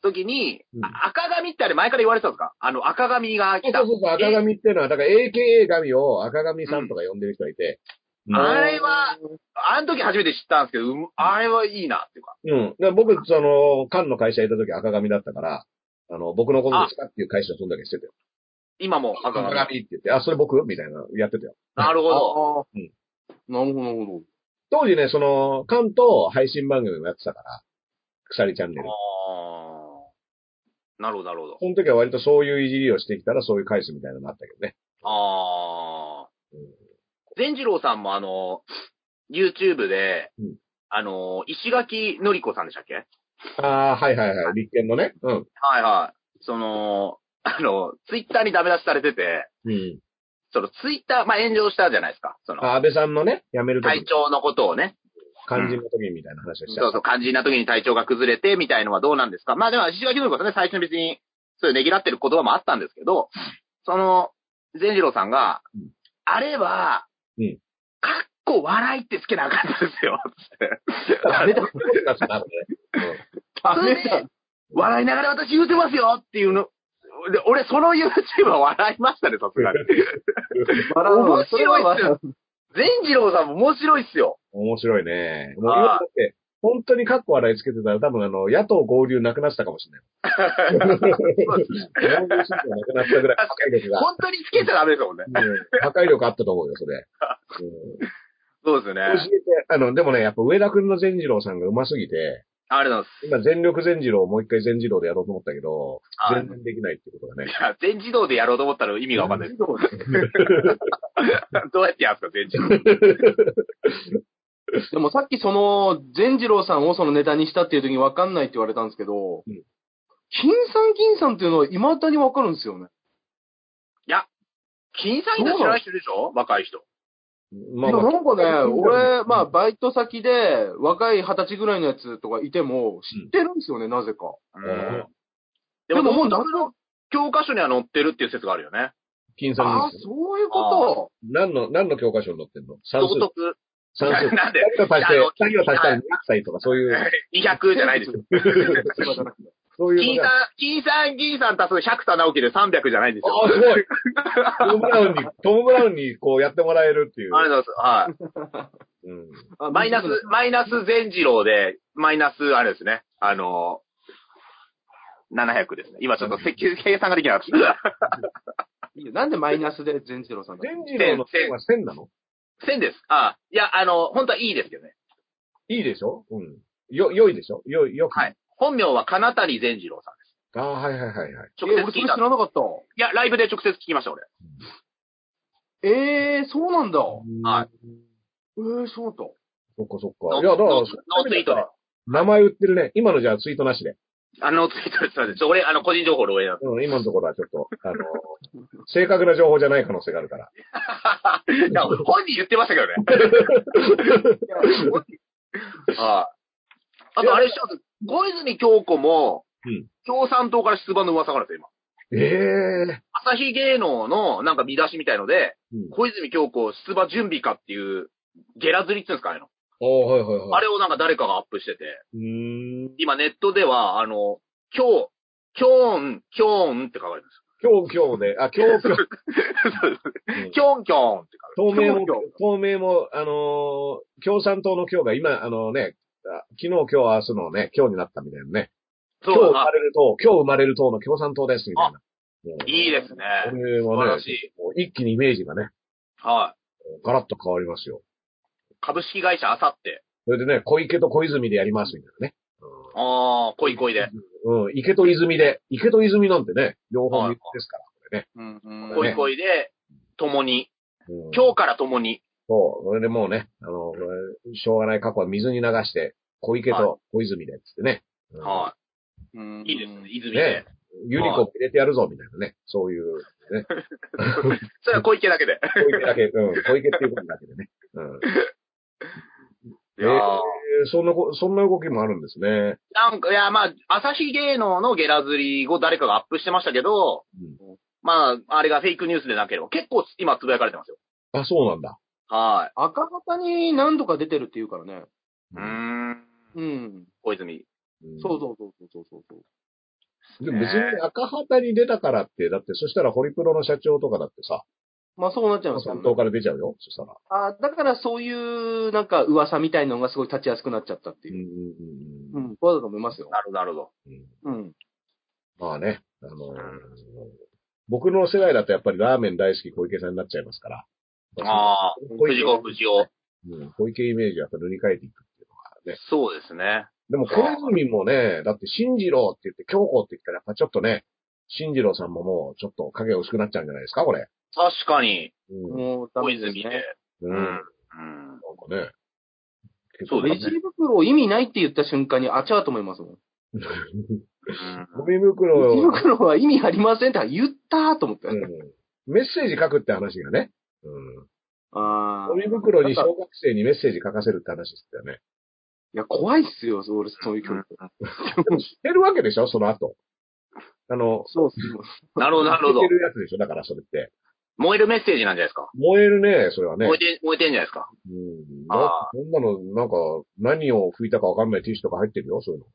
[SPEAKER 4] 時に、
[SPEAKER 3] うん
[SPEAKER 4] あ赤髪ってあれ前から言われてたんですかあの赤髪が
[SPEAKER 3] そう
[SPEAKER 4] 来た。
[SPEAKER 3] そうそう、赤髪っていうのは、だから AKA 髪を赤髪さんとか呼んでる人がいて、うん
[SPEAKER 4] あれは、あの時初めて知ったんですけど、うんあれはいいなっていうか。
[SPEAKER 3] うん。だから僕、その、菅の会社いた時赤髪だったから、あの、僕のことですかっていう会社そんだけしてたよ。
[SPEAKER 4] 今も赤
[SPEAKER 3] 赤
[SPEAKER 4] 髪。
[SPEAKER 3] 髪って言って、あ、それ僕みたいな、やってたよ。
[SPEAKER 4] なるほど。
[SPEAKER 5] ああ
[SPEAKER 3] う
[SPEAKER 5] ー
[SPEAKER 3] ん
[SPEAKER 5] なるほど、なるほ
[SPEAKER 3] 当時ね、その、菅と配信番組もやってたから、鎖チャンネル。
[SPEAKER 4] あーなるほど、なるほど。
[SPEAKER 3] その時は割とそういういじりをしてきたら、そういう返すみたいなのあったけどね。
[SPEAKER 4] ああ
[SPEAKER 3] うん。
[SPEAKER 4] 善次郎さんもあの、YouTube で、
[SPEAKER 3] うん
[SPEAKER 4] あの、石垣のりこさんでしたっけ
[SPEAKER 3] ああ、はいはいはい。立憲のね。うん。
[SPEAKER 4] はいはい。その、あの、ツイッターにダメ出しされてて、
[SPEAKER 3] うん。
[SPEAKER 4] そのツイッター、まあ、炎上したじゃないですか。その、
[SPEAKER 3] あ安倍さんのね、辞める時
[SPEAKER 4] 体調のことをね、
[SPEAKER 3] 肝心の時みたいな話をした。
[SPEAKER 4] そうそう、肝心な時に体調が崩れて、みたいのはどうなんですかまあでも、石垣のりこさんね、最初に別に、そういうねぎらってる言葉もあったんですけど、その、善次郎さんが、
[SPEAKER 3] うん
[SPEAKER 4] あれは、
[SPEAKER 3] うん
[SPEAKER 4] かっこ笑いってつけなかったですよ、つって
[SPEAKER 5] ど。ダメだ。
[SPEAKER 3] なるほどね
[SPEAKER 5] ダメだ。
[SPEAKER 4] 笑いながら私言うてますよっていうの。で俺、その YouTube は笑いましたね、さすがに。
[SPEAKER 5] 笑うわ
[SPEAKER 4] 面白いっすよ。善次郎さんも面白いっすよ。
[SPEAKER 3] 面白いね。もう
[SPEAKER 4] はい
[SPEAKER 3] 今だって、本当にカッコ笑いつけてたら多分あの、野党合流なくなってたかもしれない。
[SPEAKER 4] そうですね
[SPEAKER 3] 合流するのがなくなったぐらい破壊力が、
[SPEAKER 4] 本当につけちゃダメですもんね。
[SPEAKER 3] うん破壊力あったと思うよ、それ。うん
[SPEAKER 4] そうですよね。
[SPEAKER 3] 教えて、あの、でもね、やっぱ上田くんの善次郎さんが上手すぎて、
[SPEAKER 4] ありがとうございます。
[SPEAKER 3] 今全力善次郎をもう一回善次郎でやろうと思ったけど、
[SPEAKER 4] はい
[SPEAKER 3] 全然できないってことがね。
[SPEAKER 4] いや [LAUGHS] 全自動でやろうと思ったら意味がわかんない [LAUGHS] です。どうやってやるんですか、全自動。
[SPEAKER 5] でもさっきその、善次郎さんをそのネタにしたっていう時にわかんないって言われたんですけど、
[SPEAKER 3] うん
[SPEAKER 5] 金さん金さんっていうのは未だにわかるんですよね。
[SPEAKER 4] 金さんに知らない人でしょ若い人。
[SPEAKER 3] まあ
[SPEAKER 5] い
[SPEAKER 3] ま
[SPEAKER 5] や
[SPEAKER 3] あ、
[SPEAKER 5] なんかね、
[SPEAKER 3] うん
[SPEAKER 5] 俺、まあ、バイト先で、若い二十歳ぐらいのやつとかいても、知ってるんですよね、なぜか。
[SPEAKER 3] ん
[SPEAKER 4] でも、
[SPEAKER 5] でもも
[SPEAKER 4] も
[SPEAKER 5] う
[SPEAKER 4] う、の教科書には載ってるっていう説があるよね。
[SPEAKER 3] 金さ
[SPEAKER 5] あ
[SPEAKER 3] ん
[SPEAKER 5] あ、
[SPEAKER 3] ですよ。
[SPEAKER 5] そういうこ
[SPEAKER 3] 何の、何の教科書に載ってんの算
[SPEAKER 4] 道
[SPEAKER 3] 数。
[SPEAKER 4] 徳。
[SPEAKER 3] 算
[SPEAKER 4] [LAUGHS]
[SPEAKER 3] 数。
[SPEAKER 4] なんで、
[SPEAKER 3] 2人を足して
[SPEAKER 4] あの、
[SPEAKER 3] 2人を足したら200歳とかそういう、
[SPEAKER 4] 200
[SPEAKER 5] と。
[SPEAKER 4] じゃないですよ。
[SPEAKER 5] そうかじゃなくて
[SPEAKER 3] そういう
[SPEAKER 4] 金
[SPEAKER 3] の
[SPEAKER 4] さ
[SPEAKER 3] が。
[SPEAKER 4] ん、金さん、銀さん足す100田直樹で300じゃないんですよ。
[SPEAKER 3] ああ、すごい。トム・ブラウンに、
[SPEAKER 4] [LAUGHS]
[SPEAKER 3] トム・ブラウンにこうやってもらえるっていう。
[SPEAKER 4] ありがとうございます。
[SPEAKER 3] うん。
[SPEAKER 5] あ
[SPEAKER 4] はい。マイナス、マイナス善次郎で、マイナス、あれですね。あの、700ですね。今ちょっと設計計算ができなかった。
[SPEAKER 5] いいよなんでマイナスで善次郎さんだ
[SPEAKER 3] 善次郎の線は線なの
[SPEAKER 4] 1000です。ああ。いや、あの、本当はいいですけどね。
[SPEAKER 3] いいでしょうん。よ、良いでしょよ、よく。
[SPEAKER 4] はい。本名は金谷善次郎さんです。
[SPEAKER 3] ああ、はいはいはいはい。。
[SPEAKER 5] え、
[SPEAKER 4] 直接
[SPEAKER 5] 俺そ
[SPEAKER 4] 聞
[SPEAKER 5] れ
[SPEAKER 4] い
[SPEAKER 5] 知
[SPEAKER 4] た。い
[SPEAKER 5] らなかった。
[SPEAKER 4] や、ライブで直接聞きました、俺。
[SPEAKER 5] ええそうなんだ。え
[SPEAKER 4] はい
[SPEAKER 5] えそうなんだ。
[SPEAKER 3] そっかそっ
[SPEAKER 4] ノ
[SPEAKER 3] か。いや、だから、
[SPEAKER 4] ノノーツイートで。
[SPEAKER 3] 名前売ってるね。今のじゃあツイートなしで。
[SPEAKER 4] あの、ツイートです。すいませんちょ俺、あの、個人情報漏洩なんで
[SPEAKER 3] うん、今のところはちょっと、あの、正確な情報じゃない可能性があるから。
[SPEAKER 4] [LAUGHS] いや、本人言ってましたけどね。 [LAUGHS] はい。あと、あれしちゃう小泉京子も
[SPEAKER 3] うん、
[SPEAKER 4] 共産党から出馬の噂があるんですよ、今。
[SPEAKER 3] ええ
[SPEAKER 4] 朝日芸能のなんか見出しみたいので、
[SPEAKER 3] うん
[SPEAKER 4] 小泉京子出馬準備かっていう、ゲラ釣りっていうんですかああいうの、
[SPEAKER 3] ああ、はいはいはい。
[SPEAKER 4] あれをなんか誰かがアップしてて、
[SPEAKER 3] うーん。
[SPEAKER 4] 今ネットでは、あの、今日、今日、今日って書かれてるんです
[SPEAKER 3] 今日、今日で、あ、今日、今日。うん
[SPEAKER 4] よ。今日、今日って書かれて
[SPEAKER 3] 透
[SPEAKER 4] る。
[SPEAKER 3] 明も
[SPEAKER 5] 今日、
[SPEAKER 3] 透明も、あのー共産党の今日が今、あのね、あ昨日、今日、明日のね、今日になったみたいなね。
[SPEAKER 4] そ
[SPEAKER 3] 今日生
[SPEAKER 4] うあ
[SPEAKER 3] まれる党、今日生まれる党の共産党です、みたいな。もう
[SPEAKER 4] いいですね。
[SPEAKER 3] これ
[SPEAKER 4] 素晴
[SPEAKER 3] は
[SPEAKER 4] ら
[SPEAKER 3] ね
[SPEAKER 4] し、い。
[SPEAKER 3] もう一気にイメージがね、
[SPEAKER 4] はい。
[SPEAKER 3] ガラッと変わりますよ。
[SPEAKER 4] 株式会社あさって。
[SPEAKER 3] それでね、小池と小泉でやります、みたいなね。
[SPEAKER 4] ああ、恋恋で。
[SPEAKER 3] うん、うん池と泉で、池と泉なんてね、両方水ですから。
[SPEAKER 5] うんうん
[SPEAKER 3] こう
[SPEAKER 4] 恋恋で、共に。
[SPEAKER 3] うん
[SPEAKER 4] 今日から共に。
[SPEAKER 3] そう、それでもうね、あの、これしょうがない過去は水に流して、小池と小泉で、つってね。うん
[SPEAKER 4] は
[SPEAKER 5] うん
[SPEAKER 4] い。いいですね、泉
[SPEAKER 3] ね
[SPEAKER 4] で。
[SPEAKER 3] ユリコ入れてやるぞ、みたいなね。そういう、ね。
[SPEAKER 4] それは小池だけで。
[SPEAKER 3] 小池だけ、うん、小池っていうことだけでね。うん。え
[SPEAKER 4] いやー
[SPEAKER 3] ーそんなこ、そんな動きもあるんですね。
[SPEAKER 4] なんか、いや、まあ、朝日芸能のゲラ釣りを誰かがアップしてましたけど、まあ、あれがフェイクニュースでなければ、結構今つぶやかれてますよ。
[SPEAKER 3] うん。あ、そうなんだ。
[SPEAKER 4] は
[SPEAKER 5] 赤旗に何度か出てるって言うからね。
[SPEAKER 4] い。うーん。
[SPEAKER 5] うん。
[SPEAKER 4] 小泉。
[SPEAKER 3] うん
[SPEAKER 5] そうそうそうそうそうそう。
[SPEAKER 3] でも別に赤旗に出たからって、だって、そしたらホリプロの社長とかだってさ、
[SPEAKER 5] まあそうなっちゃいますよ
[SPEAKER 3] 担
[SPEAKER 5] ね。
[SPEAKER 3] 当から出ちゃうよ、そしたら。
[SPEAKER 5] あだからそういう、なんか噂みたいなのがすごい立ちやすくなっちゃったって
[SPEAKER 3] うん
[SPEAKER 5] いうう。うん
[SPEAKER 3] うんうん。
[SPEAKER 5] ん、そうだと思いますよ。
[SPEAKER 4] なるほど、なるほど。
[SPEAKER 5] うん。
[SPEAKER 3] まあね、あのー僕の世代だとやっぱりラーメン大好き小池さんになっちゃいますから。
[SPEAKER 4] ああ、
[SPEAKER 3] 小
[SPEAKER 4] 藤
[SPEAKER 3] 池、
[SPEAKER 4] 子不二雄。
[SPEAKER 3] うん、小池イメージはやっぱ塗り替えていくっていうのがね。
[SPEAKER 4] そうですね。
[SPEAKER 3] でも小泉もね、だって新次郎って言って、京子って言ったらやっぱちょっとね、新次郎さんももうちょっと影が薄くなっちゃうんじゃないですか、これ。
[SPEAKER 4] 確かに、
[SPEAKER 3] う
[SPEAKER 5] もうダ
[SPEAKER 4] 小
[SPEAKER 5] メです
[SPEAKER 4] 泉で
[SPEAKER 5] ね。。
[SPEAKER 3] ん。
[SPEAKER 4] う
[SPEAKER 3] うん。なんん。
[SPEAKER 4] うん。
[SPEAKER 3] かね。
[SPEAKER 4] そう
[SPEAKER 5] レ
[SPEAKER 4] で
[SPEAKER 5] ジ
[SPEAKER 4] すね。
[SPEAKER 5] 袋意味ないって言った瞬間にあちゃーと思いますもん。
[SPEAKER 4] うん
[SPEAKER 3] ゴミ袋
[SPEAKER 5] レジ
[SPEAKER 3] を、
[SPEAKER 5] 袋は意味ありませんって言ったーと思って。
[SPEAKER 3] うん、メッセージ書くって話がね。うん。
[SPEAKER 5] ああ
[SPEAKER 3] ゴ。ミ袋に小学生にメッセージ書かせるって話ですよね。
[SPEAKER 5] いや、怖いっすよ、俺、そういう教育。
[SPEAKER 3] してるわけでしょその後。あの、
[SPEAKER 5] そうっす
[SPEAKER 4] なるほど、なるほど
[SPEAKER 3] して。るやつでしょだからそれって。
[SPEAKER 4] 燃えるメッセージなんじゃないですか。
[SPEAKER 3] 燃えるね、それはね。
[SPEAKER 4] 燃えて、燃えてんじゃないですか。
[SPEAKER 3] うん。
[SPEAKER 4] あ
[SPEAKER 3] なそんなの、なんか、何を拭いたかわかんないティッシュとか入ってるよ、そういうの。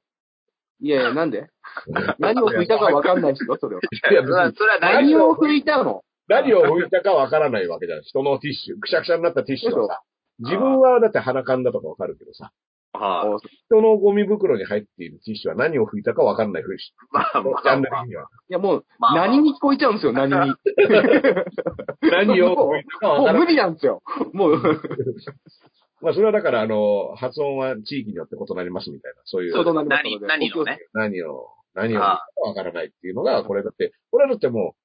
[SPEAKER 5] いやいや、なんで
[SPEAKER 4] [LAUGHS]
[SPEAKER 5] 何を拭いたかわかんないっすよ、それは。
[SPEAKER 3] いや
[SPEAKER 4] それは、それは大
[SPEAKER 5] 何を拭いたの
[SPEAKER 3] 何を拭いたかわからないわけじゃん。人のティッシュ、くしゃくしゃになったティッシュとかさ。自分はだって鼻かんだとかわかるけどさ。
[SPEAKER 4] はい。
[SPEAKER 5] あい
[SPEAKER 3] 人のゴミ袋に入っているティッシュは何を拭いたかわかんないふうにし
[SPEAKER 4] まあま
[SPEAKER 3] ジャ
[SPEAKER 4] あ
[SPEAKER 3] ンル
[SPEAKER 4] まあ
[SPEAKER 3] 的には。
[SPEAKER 5] や、もう、
[SPEAKER 4] まあまあ
[SPEAKER 5] 何に聞こえちゃうんですよ、何に。
[SPEAKER 3] 何を拭いたかわ
[SPEAKER 5] も
[SPEAKER 3] から
[SPEAKER 5] う
[SPEAKER 3] ない。
[SPEAKER 5] 無理なんですよ。も [LAUGHS] う、
[SPEAKER 3] まあ、それはだから、あの、発音は地域によって異なりますみたいな、そういう。
[SPEAKER 5] そうな
[SPEAKER 4] 何、
[SPEAKER 5] りますので
[SPEAKER 4] 何のね。
[SPEAKER 3] 何を、何をわからないっていうのが、これだって、これだっても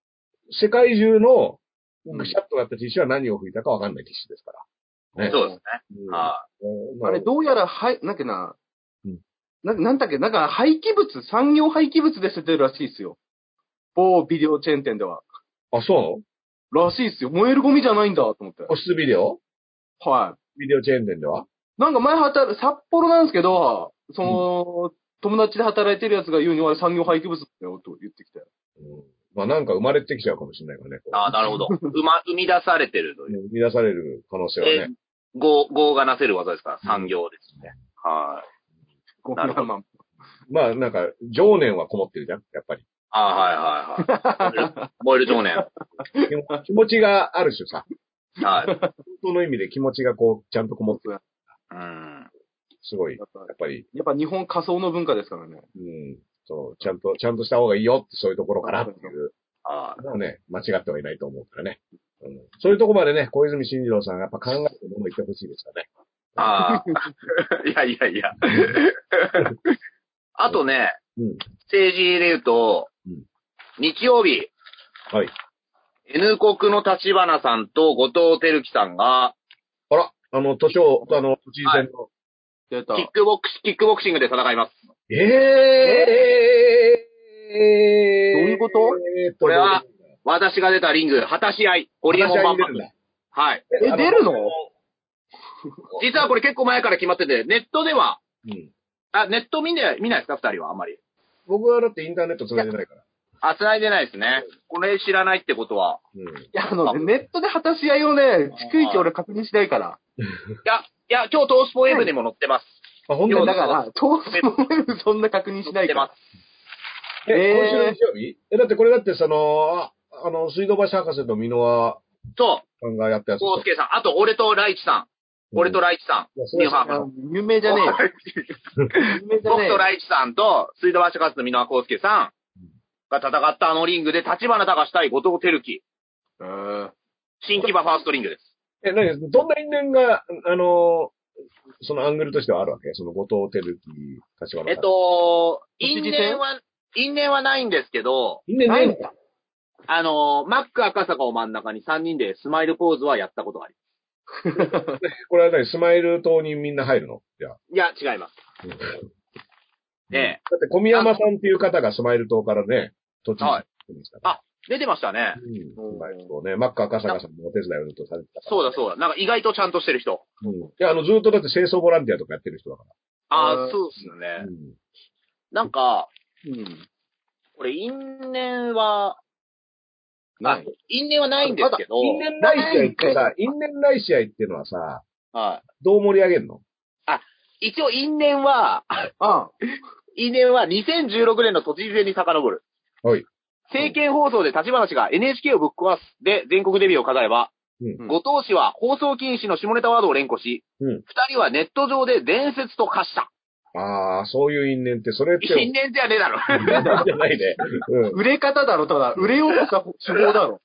[SPEAKER 3] う、世界中の、ぐしゃっとなったティッシュは何を拭いたかわかんないティッシュですから。ね。
[SPEAKER 4] そうですね。
[SPEAKER 3] うん
[SPEAKER 4] は
[SPEAKER 3] ま
[SPEAKER 5] あれ、どうやら、はい、なんかな
[SPEAKER 3] うん、
[SPEAKER 5] な、なんだっけ、なんか廃棄物、産業廃棄物で捨ててるらしいですよ。某ビデオチェーン店では。
[SPEAKER 3] あ、そ
[SPEAKER 5] らしいですよ。燃えるゴミじゃないんだ、と思って
[SPEAKER 3] う。個室ビデオ
[SPEAKER 5] は。
[SPEAKER 3] ビデオチェーン店ではい
[SPEAKER 5] なんか前働い、札幌なんですけど、その、友達で働いてるやつが言うには産業廃棄物だよ、と言ってきて。
[SPEAKER 3] うんまあなんか生まれてきちゃうかもしれないからね。こ
[SPEAKER 4] い。ああ、なるほど。うま、生み出されてると
[SPEAKER 3] う [LAUGHS]
[SPEAKER 4] いう。
[SPEAKER 3] ね生み出される可能性はね。
[SPEAKER 4] えー、業、業がなせる技ですから、産業ですね。はい。
[SPEAKER 5] ゴミ
[SPEAKER 4] なるほど
[SPEAKER 5] はまあ
[SPEAKER 3] まあなんか、情念はこもってるじゃん、やっぱり。
[SPEAKER 4] ああー、はいはいはい。燃える燃える [LAUGHS] 少年。
[SPEAKER 3] 気持気持ちがある種さ、
[SPEAKER 4] はい。
[SPEAKER 3] その意味で気持ちがこう、ちゃんとこもってる。
[SPEAKER 4] うん。
[SPEAKER 3] すごい、や
[SPEAKER 5] やっぱ
[SPEAKER 3] っぱり、
[SPEAKER 5] やっぱ日本仮想の文化ですからね。
[SPEAKER 3] うん、そう、ちゃんと、ちゃんとした方がいいよって、そういうところかなっていう。
[SPEAKER 4] あ
[SPEAKER 3] まあね、間違ってはいないと思うからね。うん、そういうとこまでね、小泉進次郎さんがやっぱ考えてものを言ってほしいですよね。
[SPEAKER 4] あ。ああ。 [LAUGHS] いやいやいや。あとね、
[SPEAKER 3] うん。
[SPEAKER 4] 政治で言うと、
[SPEAKER 3] うん
[SPEAKER 4] 日曜日、
[SPEAKER 3] はい。
[SPEAKER 4] N 国の立花さんと後藤輝樹さんが、
[SPEAKER 3] あら、あの、都庁、あの、都知事選の。
[SPEAKER 5] 出た
[SPEAKER 4] キッ。クボックス、キックボクシングで戦います。
[SPEAKER 3] ええー、
[SPEAKER 5] どういうこと
[SPEAKER 3] えー
[SPEAKER 4] これは、私が出たリング、果たし合い、オリエモンマンマン。はい。
[SPEAKER 3] え
[SPEAKER 5] え、出るの
[SPEAKER 4] 実はこれ結構前から決まってて、ネットでは、
[SPEAKER 3] うん。
[SPEAKER 4] あ、ネット見ない、見ないですか二人はあんまり。
[SPEAKER 3] 僕はだってインターネット繋いでないから。
[SPEAKER 4] あ、繋いでないですね。これ知らないってことは。
[SPEAKER 3] うん。
[SPEAKER 5] いや、あのね、ネットで果たし合いをね、逐一俺確認しないから。
[SPEAKER 4] いや、いや、今日トースポウェブにも載ってます。
[SPEAKER 3] あ、本
[SPEAKER 5] い
[SPEAKER 3] 当に
[SPEAKER 5] や、だから、当然そんな確認しな
[SPEAKER 4] 載
[SPEAKER 5] い
[SPEAKER 4] って
[SPEAKER 5] か
[SPEAKER 4] ま
[SPEAKER 5] ら。
[SPEAKER 4] す。
[SPEAKER 3] え、
[SPEAKER 5] えー
[SPEAKER 3] 今週の日曜日え、だってこれだってその、ああの、水道橋博士と箕輪
[SPEAKER 4] そ
[SPEAKER 3] さんがやったや
[SPEAKER 4] う、
[SPEAKER 3] つ。
[SPEAKER 4] コウスケさん。あと、俺とライチさん。俺とライチさん。
[SPEAKER 3] うん、いやそうです
[SPEAKER 4] 美
[SPEAKER 5] あ
[SPEAKER 4] 穂
[SPEAKER 5] の有名じゃねえよ。有名じゃ
[SPEAKER 4] 僕と
[SPEAKER 5] ねえよ。
[SPEAKER 4] ライチさんと、水道橋勝の箕輪康介さんが戦ったあのリングで、立花隆対後藤輝樹。
[SPEAKER 5] えー
[SPEAKER 4] 新木場ファーストリングです。
[SPEAKER 3] え、何どんな因縁が、あの、そのアングルとしてはあるわけその後藤輝樹、立花さん
[SPEAKER 4] えっ、と、
[SPEAKER 5] 都知
[SPEAKER 4] 因
[SPEAKER 5] 事選
[SPEAKER 4] 縁は、因縁はないんですけど、
[SPEAKER 3] 因縁ないの
[SPEAKER 5] ない
[SPEAKER 3] か。
[SPEAKER 4] あの、マック赤坂を真ん中に3人でスマイルポーズはやったことがありま
[SPEAKER 3] これは何スマイル党にみんな入るのじゃあ。
[SPEAKER 4] す。いや、違います。
[SPEAKER 3] うん
[SPEAKER 4] ええ。
[SPEAKER 3] だって小宮山さんっていう方がスマイル党からね、途中
[SPEAKER 4] はい
[SPEAKER 3] ですから。
[SPEAKER 4] 出てましたね。
[SPEAKER 3] うん。スマイル党ね、マッカー赤坂さんのお手伝いをずっとされてたから。
[SPEAKER 4] そうだそうだ。なんか意外とちゃんとしてる人。
[SPEAKER 3] うん。いや、あの、ずっとだって清掃ボランティアとかやってる人だか
[SPEAKER 4] あ
[SPEAKER 5] う
[SPEAKER 4] あ、
[SPEAKER 5] ん
[SPEAKER 4] そうっすよ
[SPEAKER 3] ら。ん。
[SPEAKER 4] ね。なんか、
[SPEAKER 5] うん。
[SPEAKER 4] これ因縁は、
[SPEAKER 5] ない。
[SPEAKER 4] 因縁はないんですけど、
[SPEAKER 3] 因縁ない試合ってさ、因縁ない試合っていうのはさ、
[SPEAKER 4] は
[SPEAKER 3] どう盛り上げるの
[SPEAKER 4] い。一応因縁は、 [LAUGHS]
[SPEAKER 5] あ
[SPEAKER 4] 因縁は2016年の都知事選に遡る。
[SPEAKER 3] はい。
[SPEAKER 4] 政見放送で立花氏が NHK をぶっ壊すで全国デビューを飾れば、
[SPEAKER 3] うん
[SPEAKER 4] 後藤氏は放送禁止の下ネタワードを連呼し、
[SPEAKER 3] うん
[SPEAKER 4] 二人はネット上で伝説と化した。
[SPEAKER 3] ああ、そういう因縁って、それって、
[SPEAKER 4] 因
[SPEAKER 3] 因
[SPEAKER 4] 縁じゃね
[SPEAKER 3] [LAUGHS]
[SPEAKER 4] えだろ。
[SPEAKER 3] 縁じゃないね。うん。
[SPEAKER 5] 売れ方だろ、ただ。売れようとした手法だろ。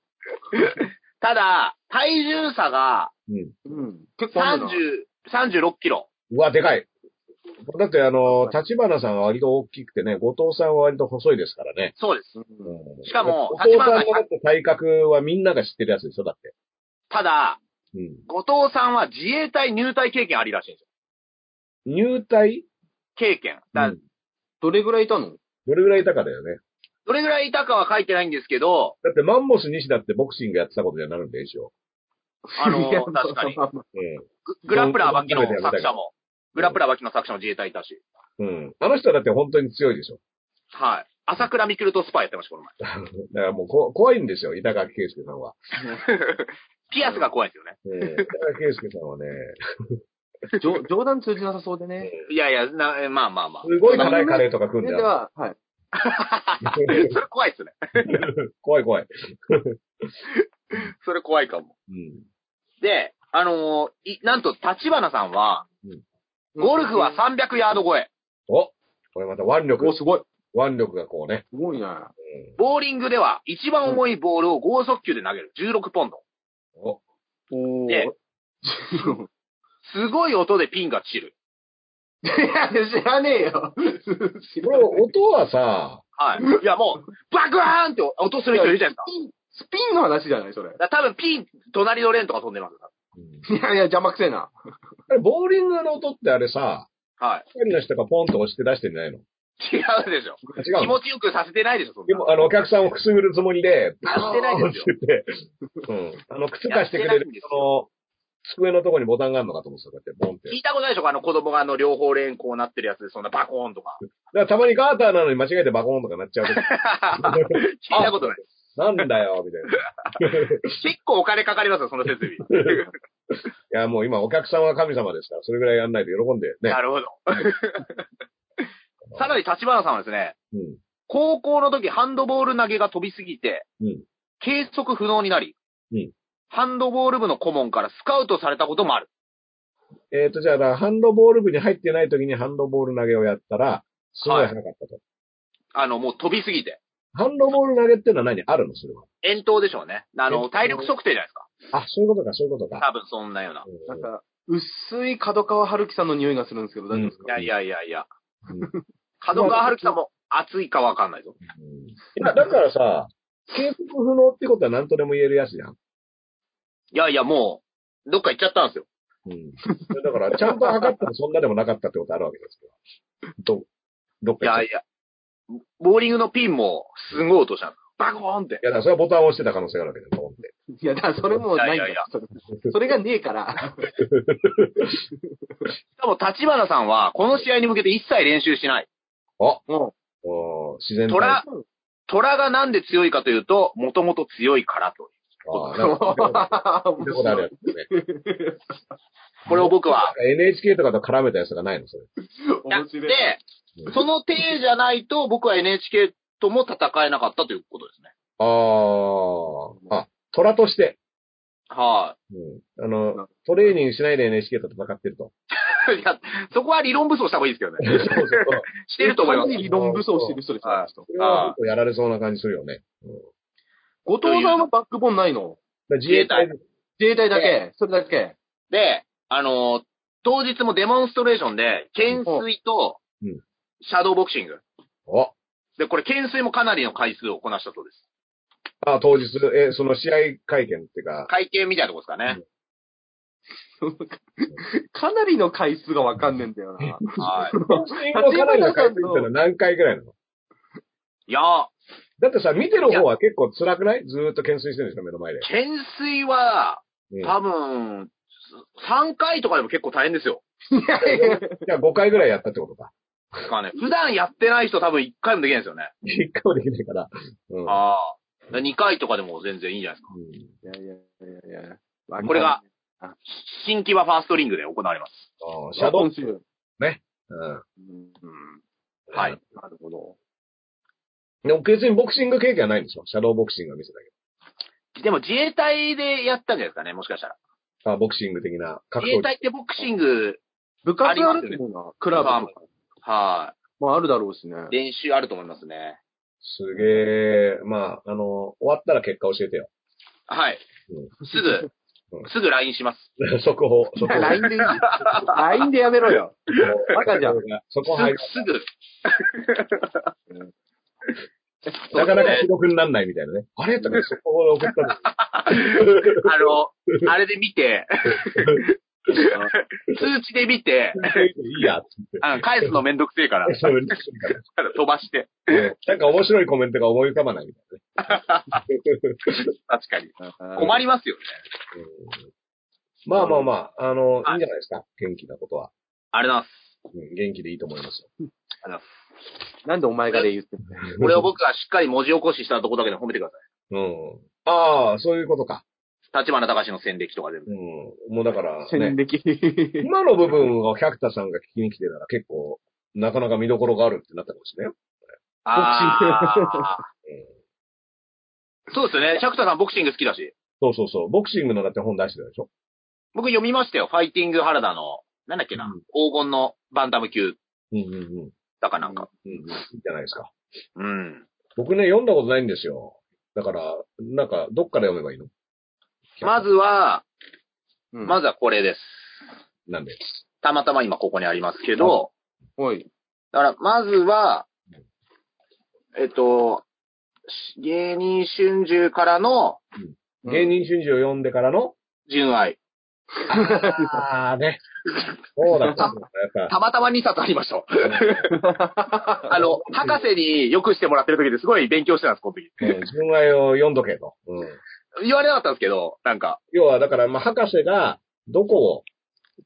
[SPEAKER 4] ただ、体重差が
[SPEAKER 3] うん。
[SPEAKER 5] うん。結構あるな。
[SPEAKER 4] 30、36キロ。
[SPEAKER 3] うわ、でかい。だって、あの、立花さんは割と大きくてね、後藤さんは割と細いですからね。
[SPEAKER 4] そうです。
[SPEAKER 5] うん
[SPEAKER 4] しかも
[SPEAKER 3] 後藤さん
[SPEAKER 4] 橘さん
[SPEAKER 3] のだって体格はみんなが知ってるやつでしょ、だって。
[SPEAKER 4] ただ、
[SPEAKER 3] うん。
[SPEAKER 4] 後藤さんは自衛隊入隊経験ありらしいんですよ。
[SPEAKER 3] 入隊
[SPEAKER 4] 経験。
[SPEAKER 3] う
[SPEAKER 4] だ
[SPEAKER 3] ん
[SPEAKER 5] どれぐらいいたの
[SPEAKER 3] どれぐらいいたかだよね。
[SPEAKER 4] どれぐらいいたかは書いてないんですけど、
[SPEAKER 3] だって、マンモス西だってボクシングやってたことにはなるんで、一応。
[SPEAKER 4] あの
[SPEAKER 5] [LAUGHS] いや
[SPEAKER 4] 確かに
[SPEAKER 5] まあまあ
[SPEAKER 4] ググラップラー脇の作者も、グラップラー脇の作者も自衛隊いたし、
[SPEAKER 3] うん。うん。あの人はだって本当に強いでしょ。 [LAUGHS]
[SPEAKER 4] はい。朝倉未来とスパイやってました、この前。
[SPEAKER 3] だからもうこ怖いんですよ、板垣圭介さんは。
[SPEAKER 4] ピアスが怖いんですよね。
[SPEAKER 3] うん。板垣圭介さんはね、
[SPEAKER 5] じょ冗談通じなさそうでね。
[SPEAKER 4] いやいや、なえまあ
[SPEAKER 3] [LAUGHS]
[SPEAKER 4] まあまあ。
[SPEAKER 3] すごい辛いカレーとか食
[SPEAKER 5] そうれ
[SPEAKER 3] んだ
[SPEAKER 5] で
[SPEAKER 3] よ。 [LAUGHS]
[SPEAKER 5] は、はい。
[SPEAKER 4] それ怖いっすね。
[SPEAKER 3] 怖い怖い。
[SPEAKER 4] それ怖いかも。
[SPEAKER 3] うん。
[SPEAKER 4] で、あのーいなんと、立花さんは、ゴルフは300ヤード超え、
[SPEAKER 3] おこれまた腕
[SPEAKER 5] お、
[SPEAKER 3] 力、
[SPEAKER 5] すごい。
[SPEAKER 3] 腕力がこうね。
[SPEAKER 5] すごいね。
[SPEAKER 4] ボーリングでは一番重いボールを剛速球で投げる、16ポンド。
[SPEAKER 3] うん、お
[SPEAKER 5] おー。
[SPEAKER 4] ですごい音でピンが散る。
[SPEAKER 5] いや、知らねえよ。知
[SPEAKER 3] こ
[SPEAKER 5] ら
[SPEAKER 3] れ
[SPEAKER 5] ねえ
[SPEAKER 3] 音はさ、
[SPEAKER 4] はい。いや、もう、バクーンって音する人いるじゃないですか。
[SPEAKER 5] スピンの話じゃないそれ。
[SPEAKER 4] だから多分ピン、隣のレーンとか飛んでます。
[SPEAKER 3] うん
[SPEAKER 5] いやいや、邪魔くせえな。
[SPEAKER 3] あれ、ボーリングの音ってあれさ、
[SPEAKER 4] は
[SPEAKER 3] 二人の人がポンと押して出してんじゃないの
[SPEAKER 4] い。違うでしょ。
[SPEAKER 3] 違う
[SPEAKER 4] 気
[SPEAKER 3] の
[SPEAKER 4] 持ちよくさせてないでしょ、そん
[SPEAKER 3] で
[SPEAKER 4] な。
[SPEAKER 3] も、あの、お客さんをくすぐるつもりで、
[SPEAKER 4] あしてないですよ
[SPEAKER 3] ブーンって言って、うん。あの、靴貸してくれ
[SPEAKER 4] やってない
[SPEAKER 3] る
[SPEAKER 4] んです、
[SPEAKER 3] その、机のとこにボタンがあるのかと思ってた、こうやって、ボンって。
[SPEAKER 4] 聞いたことないでしょあの子供があの両方連行なってるやつで、そんなバコーン
[SPEAKER 3] [LAUGHS]
[SPEAKER 4] とか。
[SPEAKER 3] だからたまにガーターなのに間違えてバコーンとかなっちゃ [LAUGHS] う時。
[SPEAKER 4] 聞いたことない。
[SPEAKER 3] なんだよ、みたいな。い
[SPEAKER 4] 結構お金かかりますよ、その
[SPEAKER 3] [LAUGHS]
[SPEAKER 4] 設備。
[SPEAKER 3] や、もう今お客さんは神様ですから、それぐらいやんないと喜んでね。
[SPEAKER 4] なるほど。 [LAUGHS] さらに立花さんはですね、
[SPEAKER 3] うん。
[SPEAKER 4] 高校の時ハンドボール投げが飛びすぎて、
[SPEAKER 3] うん
[SPEAKER 4] 計測不能になり、
[SPEAKER 3] うん
[SPEAKER 4] ハンドボール部の顧問からスカウトされたこともある。
[SPEAKER 3] えっ、と、じゃあ、だからハンドボール部に入ってない時にハンドボール投げをやったら、すごい早かったと。
[SPEAKER 4] あの、もう飛びすぎて。
[SPEAKER 3] ハンドボール投げっていうのは何あるのそれは。
[SPEAKER 4] 遠投でしょうね。あ
[SPEAKER 3] 遠
[SPEAKER 4] の、
[SPEAKER 3] 投
[SPEAKER 4] 体力測定じゃないですか。
[SPEAKER 3] あ、そういうことか、そういうことか。
[SPEAKER 4] 多分そんなような。
[SPEAKER 3] うん
[SPEAKER 5] なんか、薄い角川春樹さんの匂いがするんですけど、大丈夫ですか
[SPEAKER 4] い、やいやいやいや
[SPEAKER 3] うん。
[SPEAKER 4] 角川春樹さんも熱いかわかんないぞ。
[SPEAKER 3] うんいや、だからさ、警告不能ってことは何とでも言えるやつじゃん。
[SPEAKER 4] いやいや、もう、どっか行っちゃったんですよ。
[SPEAKER 3] うん。だから、ちゃんと測ってもそんなでもなかったってことあるわけですから。ど、どっ
[SPEAKER 4] い
[SPEAKER 3] か行っちゃう
[SPEAKER 4] や
[SPEAKER 3] い
[SPEAKER 4] いや。ボーリングのピンも、すごい音したの。バコーンって。
[SPEAKER 3] や、だからそれはボタンを押してた可能性があるわけだと思って。
[SPEAKER 5] いや、だからそれもないん
[SPEAKER 4] いやいや
[SPEAKER 5] だ
[SPEAKER 4] い
[SPEAKER 5] よ。それそれがねえから。
[SPEAKER 4] しかも、立花さんは、この試合に向けて一切練習しない。
[SPEAKER 5] も
[SPEAKER 3] おー自然体
[SPEAKER 4] トラ、虎がなんで強いかというと、もともと強いからと。
[SPEAKER 3] あー
[SPEAKER 5] う。
[SPEAKER 3] なんか聞いたことあるやつ
[SPEAKER 5] 面
[SPEAKER 3] ですね。
[SPEAKER 4] これを僕は、
[SPEAKER 3] NHK とかと絡めたやつがないのそれ。
[SPEAKER 4] やって
[SPEAKER 5] 白い。、
[SPEAKER 4] その体じゃないと、僕は NHK とも戦えなかったということですね。
[SPEAKER 3] ああ。あ、虎として。
[SPEAKER 4] は
[SPEAKER 3] うん。あの、トレーニングしないで NHK と戦ってると。
[SPEAKER 4] い。い [LAUGHS] や、そこは理論武装した方がいいですけどね。
[SPEAKER 3] [LAUGHS] そうそうそう。
[SPEAKER 4] してると思います
[SPEAKER 5] 完。全に理論武装してる人ですよ、
[SPEAKER 4] はい
[SPEAKER 5] あの人
[SPEAKER 3] それはちょっとやられそうな感じするよね。
[SPEAKER 5] 後藤さんのバックボーンないの
[SPEAKER 3] だから自衛隊で
[SPEAKER 5] 自衛隊だけそれだけ
[SPEAKER 4] で、あのー当日もデモンストレーションで、懸垂と
[SPEAKER 3] うん、
[SPEAKER 4] シャドーボクシング。
[SPEAKER 3] お
[SPEAKER 4] で、これ、懸垂もかなりの回数をこなしたそうです。
[SPEAKER 3] あ、当日、え、その試合会見っていう
[SPEAKER 4] [LAUGHS]
[SPEAKER 3] か、
[SPEAKER 4] 会見みたいなとこですかね。
[SPEAKER 5] かなりの回数がわかんねえんだよな。
[SPEAKER 4] は
[SPEAKER 3] インのかなりの回数ってのは何回ぐらいなの
[SPEAKER 4] い。いや、
[SPEAKER 3] だってさ、見てる方は結構辛くないずーっと懸垂してるんですか、目の前で。
[SPEAKER 4] 懸垂は、
[SPEAKER 3] うん
[SPEAKER 4] 多分、3回とかでも結構大変ですよ。
[SPEAKER 3] じゃあ5回ぐらいやったってことか。 [LAUGHS]
[SPEAKER 4] ですかね。普段やってない人多分1回もできないですよね。
[SPEAKER 3] 一回もできないから。うん。
[SPEAKER 4] ああ。2回とかでも全然いいんじゃないですか。
[SPEAKER 3] うん
[SPEAKER 5] いやいやいやいや
[SPEAKER 4] これが、新規はファーストリングで行われます。
[SPEAKER 3] あーシ
[SPEAKER 5] シャ
[SPEAKER 3] ャド
[SPEAKER 5] ド
[SPEAKER 3] ウ
[SPEAKER 5] ウ。州。
[SPEAKER 3] うん。
[SPEAKER 4] うん。はい。
[SPEAKER 5] なるほど。
[SPEAKER 3] でも別にボクシング経験はないんでしょシャドウボクシングは見せたけ
[SPEAKER 4] でも自衛隊でやったんじゃないですかね、もしかしたら。
[SPEAKER 3] ど。あ、ボクシング的な格闘
[SPEAKER 4] 自
[SPEAKER 3] 技
[SPEAKER 4] 衛。隊ってボクシング、
[SPEAKER 5] 部活あるっていうのは、クラブとか。
[SPEAKER 4] は
[SPEAKER 5] まああるだろうしね。
[SPEAKER 4] い。練習あると思いますね。
[SPEAKER 3] すげえ、まあ、あの、終わったら結果教えてよ。 [LAUGHS]
[SPEAKER 4] はい。すぐ
[SPEAKER 3] う、ん
[SPEAKER 4] すぐ LINE します。
[SPEAKER 3] 速報、速報。
[SPEAKER 5] LINE でいい ?LINE でやめろ [LAUGHS] よ。バ
[SPEAKER 3] [LAUGHS]
[SPEAKER 5] カじゃん。
[SPEAKER 3] そこ入る。
[SPEAKER 4] すぐ、す
[SPEAKER 3] なかなか記録にならないみたいなね。あれとか、速報で送ったんです [LAUGHS]
[SPEAKER 4] ぐ、
[SPEAKER 5] [LAUGHS]
[SPEAKER 4] あ [LAUGHS] の、あれで見て、通知で見て、
[SPEAKER 3] いいや、 [LAUGHS] つって。
[SPEAKER 4] あの返すのめんどくせえから、
[SPEAKER 3] そういうこと
[SPEAKER 4] 飛ばして。
[SPEAKER 3] [LAUGHS] なんか面白いコメントが思い浮かばないみたい
[SPEAKER 4] [LAUGHS]
[SPEAKER 3] なね。
[SPEAKER 4] 確かに。
[SPEAKER 5] 困
[SPEAKER 4] 困りますよね。
[SPEAKER 3] うんまあまあまあ、あの、
[SPEAKER 4] はい
[SPEAKER 3] いいんじゃないですか。元気なことは。
[SPEAKER 4] あれなんです。
[SPEAKER 3] うん元気でいいと思いますよ。
[SPEAKER 5] なんでお前がで言ってんの
[SPEAKER 4] これを僕がしっかり文字起こししたとこだけで褒めてくださ
[SPEAKER 3] [LAUGHS] うん。ああ、そういうことか。
[SPEAKER 4] い。立花隆の戦歴とかでも。
[SPEAKER 3] うん。もうだから、
[SPEAKER 5] 戦
[SPEAKER 3] ね、
[SPEAKER 5] 歴。
[SPEAKER 3] 今の部分を百田さんが聞きに来てたら結構、なかなか見どころがあるってなったかもしれないよ。
[SPEAKER 4] ああ。そうですよね。釈田さんボクシング好きだし。
[SPEAKER 3] そうそうそう。ボクシングのだって本出してたでしょ。
[SPEAKER 4] 僕読みましたよ。ファイティング原田の、なんだっけな、
[SPEAKER 3] うん
[SPEAKER 4] 黄金のバンタム級
[SPEAKER 3] うんうんうん。
[SPEAKER 4] だかなんか。
[SPEAKER 3] うん、いいじゃないですか。
[SPEAKER 4] うん。
[SPEAKER 3] 僕ね、読んだことないんですよ。だから、なんか、どっから読めばいいの
[SPEAKER 4] まずは、
[SPEAKER 5] ま
[SPEAKER 4] ま
[SPEAKER 5] ず、
[SPEAKER 4] ずはこれです。
[SPEAKER 3] なんで。
[SPEAKER 4] たまたま今ここにありますけど、
[SPEAKER 5] おい。
[SPEAKER 4] だから、まずは、えっと、し芸人春秋からの
[SPEAKER 3] 芸人春秋を読んでからの、
[SPEAKER 4] 純愛。
[SPEAKER 3] ああ、ね。そうだったんだ。やっぱ。
[SPEAKER 4] たまたま2冊ありま [LAUGHS] した。あの、博士によくしてもらってる時ですごい勉強してたんです、この時。
[SPEAKER 3] うん自分はよ、読んどけと。うん。
[SPEAKER 4] 言われなかったんですけど、なんか、
[SPEAKER 3] 要は、だから、まあ、博士が、どこを、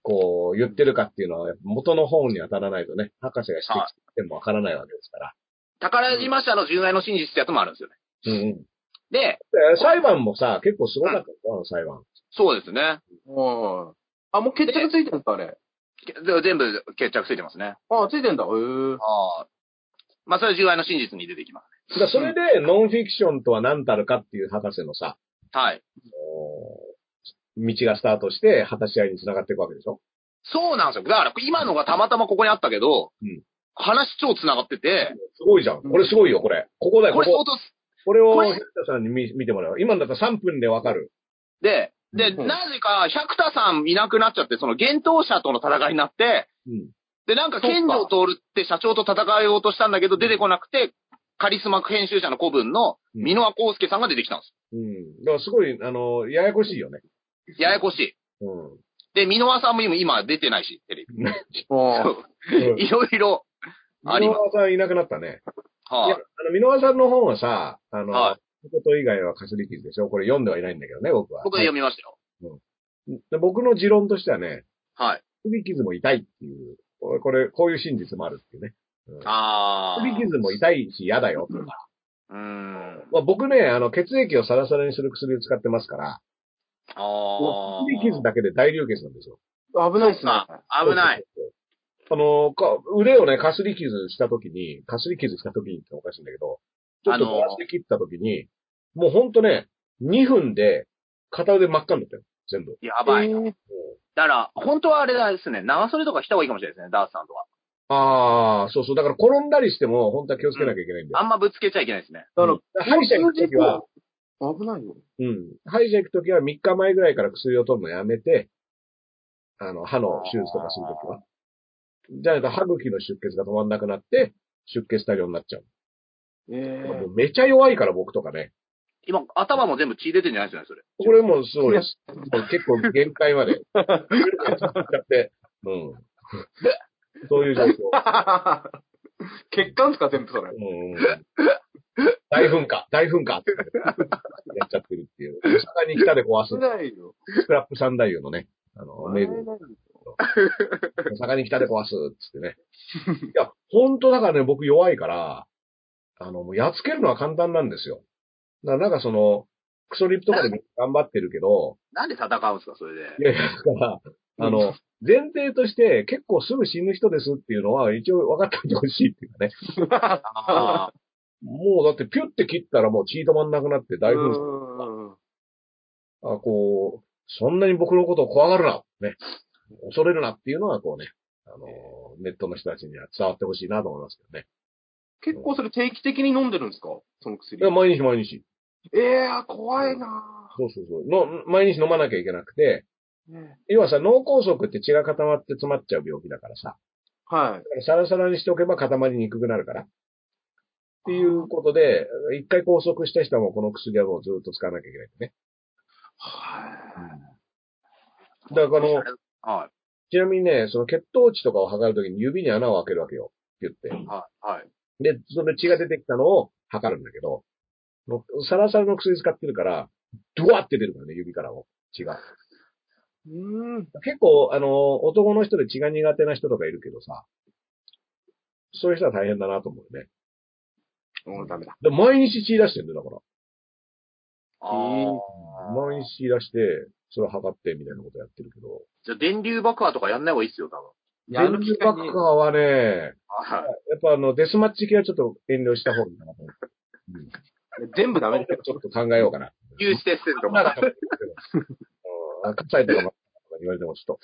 [SPEAKER 3] こう、言ってるかっていうのは、やっぱ元の本に当たらないとね、博士が指摘してもわからないわけですから。
[SPEAKER 4] 宝島社の純愛の真実ってやつもあるんですよね。
[SPEAKER 3] うんうん。で
[SPEAKER 4] で、
[SPEAKER 3] 裁判もさ、結構すごかったですよ、あの裁判。
[SPEAKER 4] そうですね。
[SPEAKER 5] はい。あ、もう決着ついてるんですか、あれ。
[SPEAKER 4] けで全部決着ついてますね。
[SPEAKER 5] あ、ついてんだ。へえ。
[SPEAKER 4] ああ。まあ、それは純愛の真実に出てきます。
[SPEAKER 3] だからそれで、ノンフィクションとは何たるかっていう博士のさ、
[SPEAKER 4] はい。
[SPEAKER 3] こう道がスタートして、果たし合いに繋がっていくわけでしょ
[SPEAKER 4] そうなんですよ。だから、今のがたまたまここにあったけど、
[SPEAKER 3] うん
[SPEAKER 4] 話超繋がってて、
[SPEAKER 3] すごいじゃん。これすごいよ、これ。ここだよ、
[SPEAKER 4] こ
[SPEAKER 3] こ
[SPEAKER 4] れ相
[SPEAKER 3] こ。
[SPEAKER 4] 当す、
[SPEAKER 3] これを、
[SPEAKER 4] これ
[SPEAKER 3] ヘッダさんに見見てもらう。今だったら3分でわかる。
[SPEAKER 4] で、で、
[SPEAKER 5] うん
[SPEAKER 4] なぜか、百田さんいなくなっちゃって、その、幻冬者との戦いになって、
[SPEAKER 3] うん。
[SPEAKER 4] で、なんか、健城徹って社長と戦いようとしたんだけど、出てこなくて、カリスマ編集者の古文の、
[SPEAKER 3] うん
[SPEAKER 4] 箕輪康介さんが出てきたんで
[SPEAKER 3] うん。だからすごい、あの、ややこしいよね。
[SPEAKER 4] す。ややこしい。
[SPEAKER 3] うん。
[SPEAKER 4] で、箕輪さんも今、今出てないし、テレビ。
[SPEAKER 5] あ
[SPEAKER 3] うん
[SPEAKER 4] [LAUGHS] いろいろ、あり
[SPEAKER 3] 箕
[SPEAKER 4] ま
[SPEAKER 3] 輪さんいなくなったね。
[SPEAKER 4] す。
[SPEAKER 3] いや、
[SPEAKER 4] は
[SPEAKER 3] あの、箕輪さんの本はさ、あの、
[SPEAKER 4] は
[SPEAKER 3] こと以外はかすり傷でしょこれ読んではいないんだけどね、僕は。
[SPEAKER 4] 僕は読みましたよ。
[SPEAKER 3] で僕の持論としてはね、
[SPEAKER 4] はい。
[SPEAKER 3] すり傷も痛いっていう、これ、これこういう真実もあるっていうね。
[SPEAKER 4] あ
[SPEAKER 3] す
[SPEAKER 4] あ。
[SPEAKER 3] り傷も痛いし嫌だよとか。
[SPEAKER 4] うーん。
[SPEAKER 3] まあ、僕ね、あの、血液をサラサラにする薬を使ってますから、
[SPEAKER 4] ああ
[SPEAKER 3] す。り傷だけで大流血なんですよ。
[SPEAKER 5] あ。危ないっすね。
[SPEAKER 4] あ、危ない。
[SPEAKER 3] そうそうそう。あの、か腕をね、かすり傷したときに、かすり傷したときにっておかしいんだけど、ちょっと
[SPEAKER 4] あのー
[SPEAKER 3] ガラスで切ったときに、もうほんとね、2分で、片腕真っ赤になったよ。全部。
[SPEAKER 4] やばいな。
[SPEAKER 5] えー
[SPEAKER 4] だから、本当はあれですね、長袖とか着た方がいいかもしれないですね、ダースさんと
[SPEAKER 3] あ
[SPEAKER 4] は。
[SPEAKER 3] あ、そうそう。だから転んだりしても、本当は気をつけなきゃいけないんだ
[SPEAKER 4] あ
[SPEAKER 3] よ。
[SPEAKER 4] んまぶつけちゃいけないですね。
[SPEAKER 5] だから、
[SPEAKER 3] 歯医者行くときは、
[SPEAKER 5] 危ないよ。
[SPEAKER 3] うん。歯医者行くときは3日前ぐらいから薬を取るのやめて、あの、歯の手術とかするときは。じゃないと歯茎の出血が止まんなくなって、出血多量になっちゃう。
[SPEAKER 5] え
[SPEAKER 3] もうめちゃ弱いから僕とかね。
[SPEAKER 4] 今、頭も全部血出てんじゃないですよね、それ。
[SPEAKER 3] これもうすごいです。もう結構限界まで。やって。うん。そういう状況。
[SPEAKER 5] [LAUGHS] 血管っすか、全部それ。
[SPEAKER 3] うんうん大噴火、大噴火ってやっちゃってるっていう。大阪に来たで壊す
[SPEAKER 5] 危、ないよ。
[SPEAKER 3] スクラップ三太夫のね、あの、名物。大阪に来たで壊す、つってね。いや、本当だからね、僕弱いから、あの、もうやっつけるのは簡単なんですよ。だからなんかその、クソリップとかでも頑張ってるけど、
[SPEAKER 4] なんで戦うんですか、それで。
[SPEAKER 3] いやいや、だから、あの、前提として結構すぐ死ぬ人ですっていうのは一応分かっておいてほしいっていうかね。
[SPEAKER 4] ああ。
[SPEAKER 3] もうだってピュって切ったらもう血止まんなくなって大分
[SPEAKER 5] うん
[SPEAKER 3] あ、こう、そんなに僕のことを怖がるな、ね。恐れるなっていうのはこうね、あの、ネットの人たちには伝わってほしいなと思いますけどね。
[SPEAKER 5] 結構それ定期的に飲んでるんですかその
[SPEAKER 3] い
[SPEAKER 5] 薬
[SPEAKER 3] や、。毎日毎日。
[SPEAKER 5] ええ、怖いな
[SPEAKER 3] そうそうそう。の、毎日飲まなきゃいけなくて、
[SPEAKER 5] ぁね
[SPEAKER 3] 要はさ、脳梗塞って血が固まって詰まっちゃう病気だからさ、
[SPEAKER 5] はい。
[SPEAKER 3] サラサラにしておけば固まりにくくなるから。っていうことで、一回拘束した人はもうこの薬はもうずっと使わなきゃいけないんだね。だからあの、
[SPEAKER 4] は
[SPEAKER 3] ちなみにね、その血糖値とかを測るときに指に穴を開けるわけよ。って言っ
[SPEAKER 4] い。はい。はい。
[SPEAKER 3] て。で、その血が出てきたのを測るんだけど、のサラサラの薬使ってるから、ドワって出るからね、指からも。血が。
[SPEAKER 5] うん。
[SPEAKER 3] 結構、あの、男の人で血が苦手な人とかいるけどさ、そういう人は大変だなと思うよね。
[SPEAKER 5] もうダメだ。
[SPEAKER 3] で毎日血出してるんだよ、だから。
[SPEAKER 4] ああ。
[SPEAKER 3] 毎日出して、それを測ってみたいなことやってるけど。
[SPEAKER 4] じゃあ、電流爆破とかやんない方がいいっすよ、多分。
[SPEAKER 5] やる
[SPEAKER 3] 電
[SPEAKER 5] 機
[SPEAKER 3] 流
[SPEAKER 5] 会
[SPEAKER 3] 爆
[SPEAKER 5] に
[SPEAKER 3] 破。はね、
[SPEAKER 4] はい。
[SPEAKER 3] やっぱあの、デスマッチ系はちょっと遠慮した方がいいかなと思
[SPEAKER 5] 全部ダメ
[SPEAKER 3] う。ちょっと考えよう
[SPEAKER 5] [LAUGHS]
[SPEAKER 3] かな。
[SPEAKER 4] 有刺鉄線と
[SPEAKER 3] ま
[SPEAKER 4] か。
[SPEAKER 3] だ、うん、火災とかも言われてもちょっと、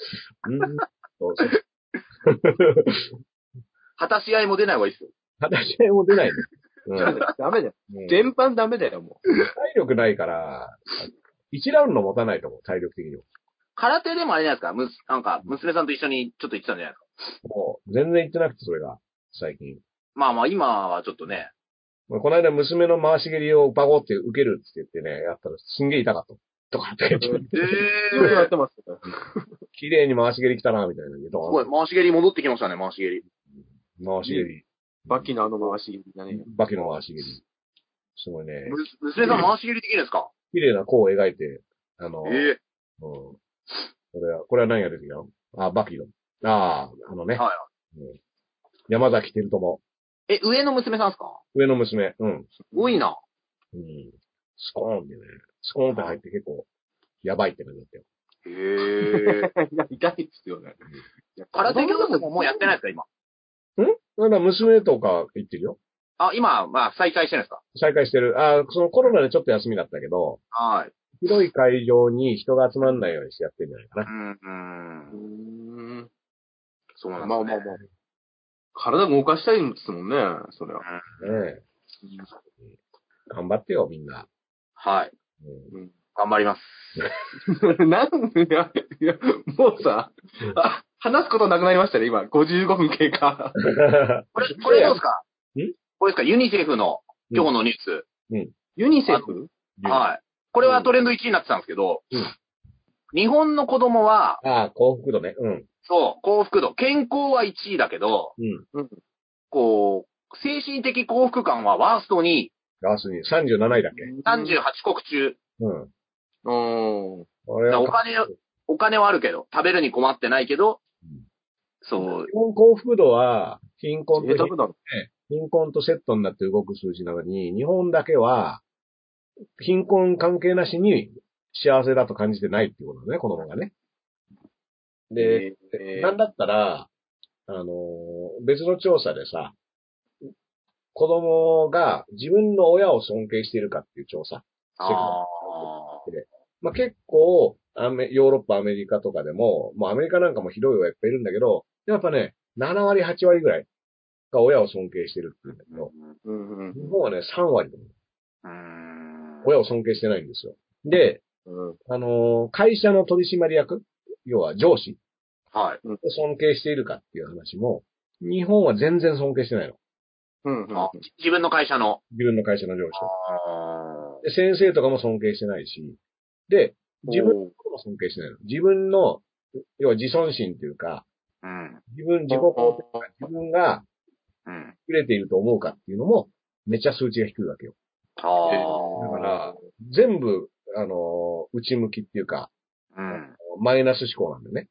[SPEAKER 3] うーんと、そう
[SPEAKER 4] 果たし合いも出ない方がいいっすよ。
[SPEAKER 3] 話し合いも出ないね。うん
[SPEAKER 5] だ。よ。ダメだよ。
[SPEAKER 3] うん
[SPEAKER 5] 全般ダメだよ、もう。
[SPEAKER 3] 体力ないから、1ラウンド持たないと思う、体力的にも。
[SPEAKER 4] 空手でもあれじゃないですか、むす、なんか、娘さんと一緒にちょっと行ってたんじゃないですか。
[SPEAKER 3] もう、全然行ってなくて、それが、最近。
[SPEAKER 4] まあまあ、今はちょっとね。
[SPEAKER 3] この間、娘の回し蹴りをバコって受けるって言ってね、やったら、すんげえ痛かった。とかって言って、
[SPEAKER 5] 強
[SPEAKER 2] え
[SPEAKER 5] くなっ
[SPEAKER 2] え
[SPEAKER 5] てます。
[SPEAKER 3] 綺麗に回し蹴り来たな、みたいな。ド
[SPEAKER 4] す
[SPEAKER 3] ー
[SPEAKER 4] ごい、回し蹴り戻ってきましたね、回し蹴り。
[SPEAKER 3] ン回し蹴り。
[SPEAKER 5] バキのあの回し蹴りじゃねえよ。
[SPEAKER 3] バキの回し蹴り。すごいね。
[SPEAKER 4] む娘さん回し蹴りできるんですか
[SPEAKER 3] 綺麗な弧を描いて、あの、
[SPEAKER 4] ええ
[SPEAKER 3] うん。これは、これは何が出てきたのあ、バキの。ああ、あのね。
[SPEAKER 4] は
[SPEAKER 3] うん山崎照友。
[SPEAKER 4] え、上の娘さんですか
[SPEAKER 3] 上の娘。うん。
[SPEAKER 4] すごいな。
[SPEAKER 3] うん。スコーンってね。スコーンって入って結構、やばいって感じだったよ。
[SPEAKER 4] へえ。
[SPEAKER 5] いや痛いっすよね。いや
[SPEAKER 4] [LAUGHS] 空手教室ももうやってないですか、今。
[SPEAKER 3] なんだ、娘とか行ってるよ。
[SPEAKER 4] あ、今、まあ、再開してるんですか
[SPEAKER 3] 再開してる。ああ、そのコロナでちょっと休みだったけど、
[SPEAKER 4] はい。
[SPEAKER 3] 広い会場に人が集まんないようにしてやってるんじゃないかな。
[SPEAKER 4] うん、う。
[SPEAKER 5] うんーん。
[SPEAKER 4] そう
[SPEAKER 5] ま
[SPEAKER 4] な
[SPEAKER 5] あ
[SPEAKER 4] んですね。
[SPEAKER 5] まあまあ。体動かしたいんですもんね、そりゃ。
[SPEAKER 3] ねえ。頑張ってよ、みんな。
[SPEAKER 4] はい。
[SPEAKER 3] うん
[SPEAKER 4] 頑張ります。
[SPEAKER 5] なんで、いや、いやもうさ、あ、話すことなくなりましたね、今。55分経過。 [LAUGHS]
[SPEAKER 4] これ、これどうですか
[SPEAKER 3] ん
[SPEAKER 4] これですかユニセフの
[SPEAKER 3] うん
[SPEAKER 4] 今日のニュース。
[SPEAKER 5] ユニセフ
[SPEAKER 4] はい。これはトレンド1位になってたんですけど、
[SPEAKER 3] うん
[SPEAKER 4] 日本の子供は、
[SPEAKER 3] ああ、幸福度ね。うん。
[SPEAKER 4] そう、幸福度、健康は1位だけど、
[SPEAKER 3] うん。
[SPEAKER 4] こう、精神的幸福感はワーストに
[SPEAKER 3] ラスに37位だっけ
[SPEAKER 4] 38国中、
[SPEAKER 3] うん。
[SPEAKER 5] うん。
[SPEAKER 3] あれは
[SPEAKER 4] お金をお金はあるけど、食べるに困ってないけど
[SPEAKER 3] うん、
[SPEAKER 4] そう
[SPEAKER 3] 日、本幸福度は、貧困
[SPEAKER 5] 贅
[SPEAKER 3] と、
[SPEAKER 5] 沢だろ。
[SPEAKER 3] 貧困とセットになって動く数字なのに、日本だけは、貧困関係なしに幸せだと感じてないっていうことだね、子供がね。で、
[SPEAKER 5] えー
[SPEAKER 3] なんだったら、あのー別の調査でさ、子供が自分の親を尊敬しているかっていう調査。
[SPEAKER 4] あ
[SPEAKER 3] まあ、結構アメ、ヨーロッパ、アメリカとかでも、もうアメリカなんかもひどい親いっぱいいるんだけど、やっぱね、7割、8割ぐらいが親を尊敬してるって言うんだけど、
[SPEAKER 5] うんうん
[SPEAKER 3] 日本はね、3割だもん
[SPEAKER 4] ーうーん
[SPEAKER 3] 親を尊敬してないんですよ。で、
[SPEAKER 5] うん
[SPEAKER 3] あのー会社の取締役、要は上司
[SPEAKER 4] はい。
[SPEAKER 3] を尊敬しているかっていう話も、日本は全然尊敬してないの。
[SPEAKER 5] うんうん
[SPEAKER 4] あ自分の会社の。
[SPEAKER 3] 自分の会社の上司を。
[SPEAKER 4] あ
[SPEAKER 3] で先生とかも尊敬してないし、で、自分の
[SPEAKER 5] おー
[SPEAKER 3] ことも尊敬してないの。自分の、要は自尊心というか、
[SPEAKER 4] ーうん。
[SPEAKER 3] 自分、自己肯定感、自分が
[SPEAKER 4] うん。
[SPEAKER 3] 優れていると思うかっていうのも、めっちゃ数値が低いわけよ。
[SPEAKER 4] あ
[SPEAKER 3] だか
[SPEAKER 4] あ。
[SPEAKER 3] ら、全部、あのー内向きっていうか、
[SPEAKER 4] うん。
[SPEAKER 3] マイナス思考なんだよね。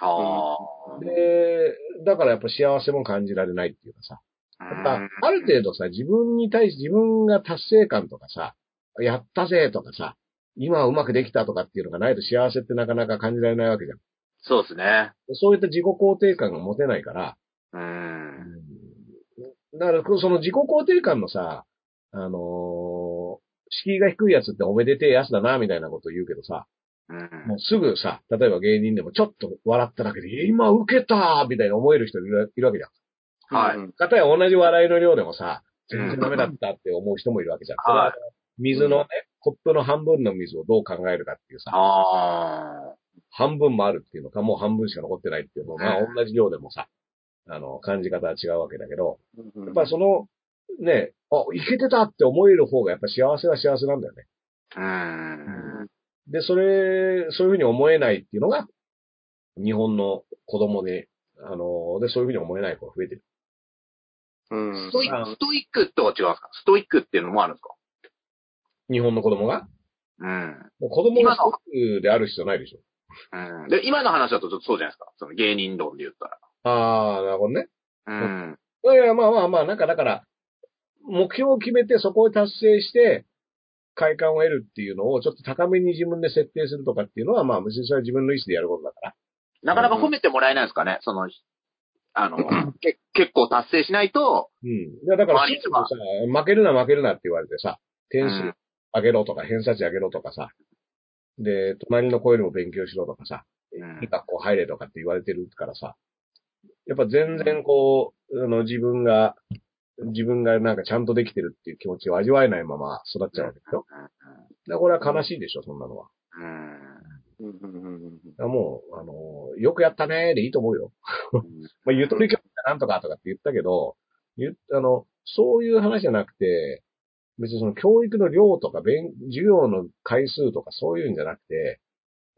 [SPEAKER 4] あ
[SPEAKER 3] で、だからやっぱ幸せも感じられないっていうかさ。
[SPEAKER 4] あ。
[SPEAKER 3] やっぱ、ある程度さ、自分に対して自分が達成感とかさ、やったぜとかさ、今はうまくできたとかっていうのがないと幸せってなかなか感じられないわけじゃん。
[SPEAKER 4] そうですね。
[SPEAKER 3] そういった自己肯定感が持てないから、
[SPEAKER 4] うん。
[SPEAKER 3] だからその自己肯定感のさ、あのー敷居が低いやつっておめでてえやつだな、みたいなこと言うけどさ、
[SPEAKER 4] うん
[SPEAKER 3] もうすぐさ、例えば芸人でもちょっと笑っただけで、え今受けたみたいな思える人いるいるわけじゃん。
[SPEAKER 4] はい
[SPEAKER 5] うん
[SPEAKER 3] かたや同じ笑いの量でもさ、
[SPEAKER 4] う
[SPEAKER 3] 全
[SPEAKER 4] ん
[SPEAKER 3] 然ダメだったって思う人もいるわけじゃん。
[SPEAKER 4] はい
[SPEAKER 3] それは水のね、コップの半分の水をどう考えるかっていうさ、
[SPEAKER 4] あ
[SPEAKER 3] 半分もあるっていうのか、もう半分しか残ってないっていうのが、
[SPEAKER 4] うん
[SPEAKER 3] 同じ量でもさ、あの、感じ方は違うわけだけど、
[SPEAKER 5] うん
[SPEAKER 3] やっぱその、ね、あ、いけてたって思える方がやっぱ幸せは幸せなんだよね。
[SPEAKER 4] あ。うん。
[SPEAKER 3] で、それ、そういうふうに思えないっていうのが、日本の子供で、あの、で、そういうふうに思えない子が増えてる。
[SPEAKER 5] うん
[SPEAKER 4] ストイック、ストイックとは違うんですかストイックっていうのもあるんですか
[SPEAKER 3] 日本の子供が
[SPEAKER 4] うん。
[SPEAKER 3] もう子供がストックである必要ないでしょ。
[SPEAKER 4] うん。で、今の話だとちょっとそうじゃないですかその芸人論で言った
[SPEAKER 3] ああ、なるほどね。
[SPEAKER 4] ら。うん。
[SPEAKER 3] いやいや、まあまあまあ、なんかだから、目標を決めてそこを達成して、快感を得るっていうのをちょっと高めに自分で設定するとかっていうのは、まあ、別にそれは自分の意思でやることだから。
[SPEAKER 4] なかなか褒めてもらえないですかねその、あ [LAUGHS] の、け結構達成しないと、
[SPEAKER 3] うん。いや、だから、
[SPEAKER 4] まあいつも
[SPEAKER 3] さ、負けるな負けるなって言われてさ、
[SPEAKER 4] う
[SPEAKER 3] 点数
[SPEAKER 4] ん。
[SPEAKER 3] 上げろとか、偏差値上げろとかさ、で、隣の子よりも勉強しろとかさ、
[SPEAKER 4] うん
[SPEAKER 3] いい学校入れとかって言われてるからさ、やっぱ全然こう、あの、自分が、自分がなんかちゃんとできてるっていう気持ちを味わえないまま育っちゃうわけでしょ。だからこれは悲しいでしょ、そんなのは。
[SPEAKER 4] うん。
[SPEAKER 5] うんうんうん
[SPEAKER 3] だからもう、あの、よくやったねーでいいと思うよ。まあ、ゆとり教育がなんとかとかって言ったけど、ゆあの、そういう話じゃなくて、別にその教育の量とか、勉授業の回数とかそういうんじゃなくて、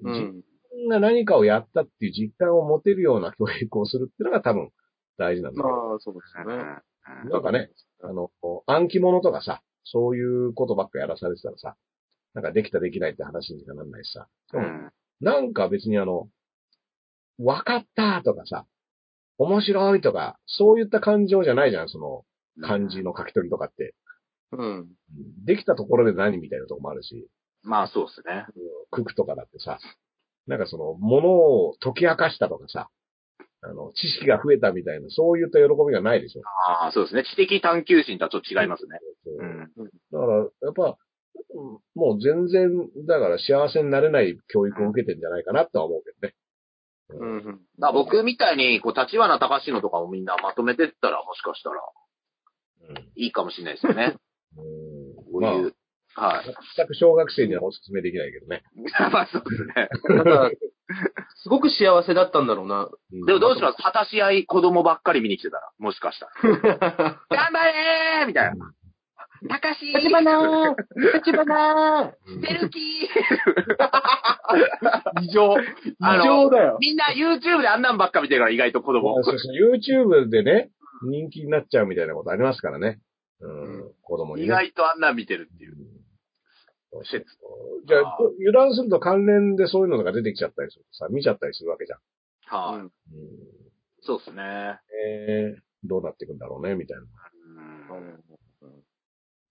[SPEAKER 5] う
[SPEAKER 3] 自
[SPEAKER 5] ん。
[SPEAKER 3] 分が何かをやったっていう実感を持てるような教育をするっていうのが多分大事なんだ
[SPEAKER 5] ま
[SPEAKER 3] ろ
[SPEAKER 5] あ、そうです
[SPEAKER 4] うん
[SPEAKER 5] ね。
[SPEAKER 3] う。なんかね、あの、こう暗記物とかさ、そういうことばっかやらされてたらさ、なんかできたできないって話にしかなんないしさ。で
[SPEAKER 4] う
[SPEAKER 3] も
[SPEAKER 4] ん。
[SPEAKER 3] なんか別にあの、わかったとかさ、面白いとか、そういった感情じゃないじゃん、その、漢字の書き取りとかって。
[SPEAKER 5] うん。
[SPEAKER 3] できたところで何みたいなとこもあるし、
[SPEAKER 4] まあ、そうですね。
[SPEAKER 3] 九九とかだってさ、なんかその、ものを解き明かしたとかさ、あの、知識が増えたみたいな、そういった喜びがないでしょ。
[SPEAKER 4] ああ、そうですね。知的探求心とはちょっと違いますね。
[SPEAKER 3] そう
[SPEAKER 4] うん。
[SPEAKER 3] だから、やっぱ、うんもう全然、だから幸せになれない教育を受けてんじゃないかなとは思うけどね。
[SPEAKER 5] うん。
[SPEAKER 4] だから僕みたいに、こう、立花隆のとかをみんなまとめてったら、もしかしたら、いいかもしれないですよね。
[SPEAKER 3] うん。
[SPEAKER 4] こう
[SPEAKER 3] まあ、
[SPEAKER 4] いう。はい。
[SPEAKER 3] 全く小学生にはお勧めできないけどね。
[SPEAKER 4] まあそうですね。
[SPEAKER 5] だから、すごく幸せだったんだろうな。
[SPEAKER 4] でもどうし
[SPEAKER 3] し
[SPEAKER 4] ます果たし合い子供ばっかり見に来てたら、もしかしたら。頑張れーみたいな。たかし
[SPEAKER 5] 立花立花
[SPEAKER 4] ベルキー
[SPEAKER 5] 異常。異常だよ。
[SPEAKER 4] みんな YouTube であんなんばっか見てるから、意外と子供。
[SPEAKER 3] そうそう YouTube でね、人気になっちゃうみたいなことありますからね。うん、子供に、ね。
[SPEAKER 4] 意外とあんなん見てるっていう。
[SPEAKER 3] そうじゃあ、油断すると関連でそういうのが出てきちゃったりするとさ、見ちゃったりするわけじゃん。
[SPEAKER 4] はい、
[SPEAKER 5] うん
[SPEAKER 3] うん、
[SPEAKER 4] そうですね。
[SPEAKER 3] えー、どうなっていくんだろうね、みたいな。
[SPEAKER 4] うん。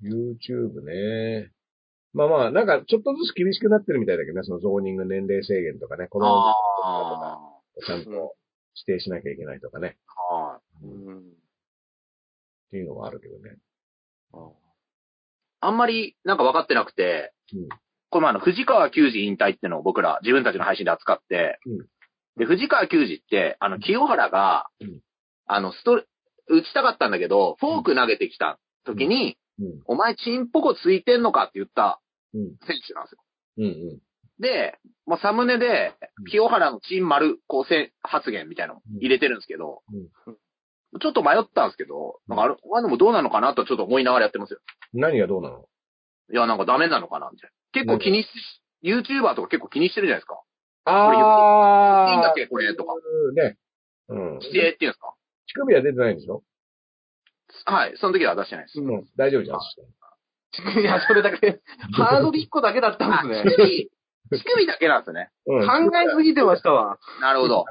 [SPEAKER 3] YouTube ね。まあまあ、なんかちょっとずつ厳しくなってるみたいだけどね、そのゾーニング年齢制限とかね、子供
[SPEAKER 4] あ
[SPEAKER 3] を
[SPEAKER 4] あ。
[SPEAKER 3] ちゃんと指定しなきゃいけないとかね、
[SPEAKER 4] はい。
[SPEAKER 5] うん
[SPEAKER 3] っていうのはあるけどね。
[SPEAKER 4] あんまりなんか分かってなくて、
[SPEAKER 3] うん
[SPEAKER 4] この前あの藤川球児引退ってのを僕ら自分たちの配信で扱って、
[SPEAKER 3] うん
[SPEAKER 4] で、藤川球児って、あの、清原が、
[SPEAKER 3] うん
[SPEAKER 4] あの、ストレ、打ちたかったんだけど、フォーク投げてきた時に、
[SPEAKER 3] うん。
[SPEAKER 4] お前チンポコついてんのかって言った
[SPEAKER 3] うん
[SPEAKER 4] 選手なんですよ。
[SPEAKER 3] うんうん。
[SPEAKER 4] で、もうサムネで
[SPEAKER 3] うん、
[SPEAKER 4] 清原のチン丸構成発言みたいなの入れてるんですけど、ちょっと迷ったんですけど、なんかあれ、あでもどうなのかなとちょっと思いながらやってますよ
[SPEAKER 3] 何がどうなの
[SPEAKER 4] いや、なんかダメなのかなみたいな。結構気にし、YouTuber とか結構気にしてるじゃないですか。
[SPEAKER 3] あ
[SPEAKER 4] いいんだっけこれとか。
[SPEAKER 3] ね。うん。
[SPEAKER 4] 規定っていうんですか
[SPEAKER 3] 乳首は出てないんでしょ
[SPEAKER 4] はい。その時は出してないです。
[SPEAKER 3] うん。大丈夫じゃん。
[SPEAKER 5] いや、それだけ、ハードル1個だけだった
[SPEAKER 4] あ、
[SPEAKER 5] ん
[SPEAKER 4] 乳
[SPEAKER 5] ですね。
[SPEAKER 4] 首、乳首だけなんですね。
[SPEAKER 3] うん。
[SPEAKER 5] 考えすぎてましたわ。
[SPEAKER 4] なるほど。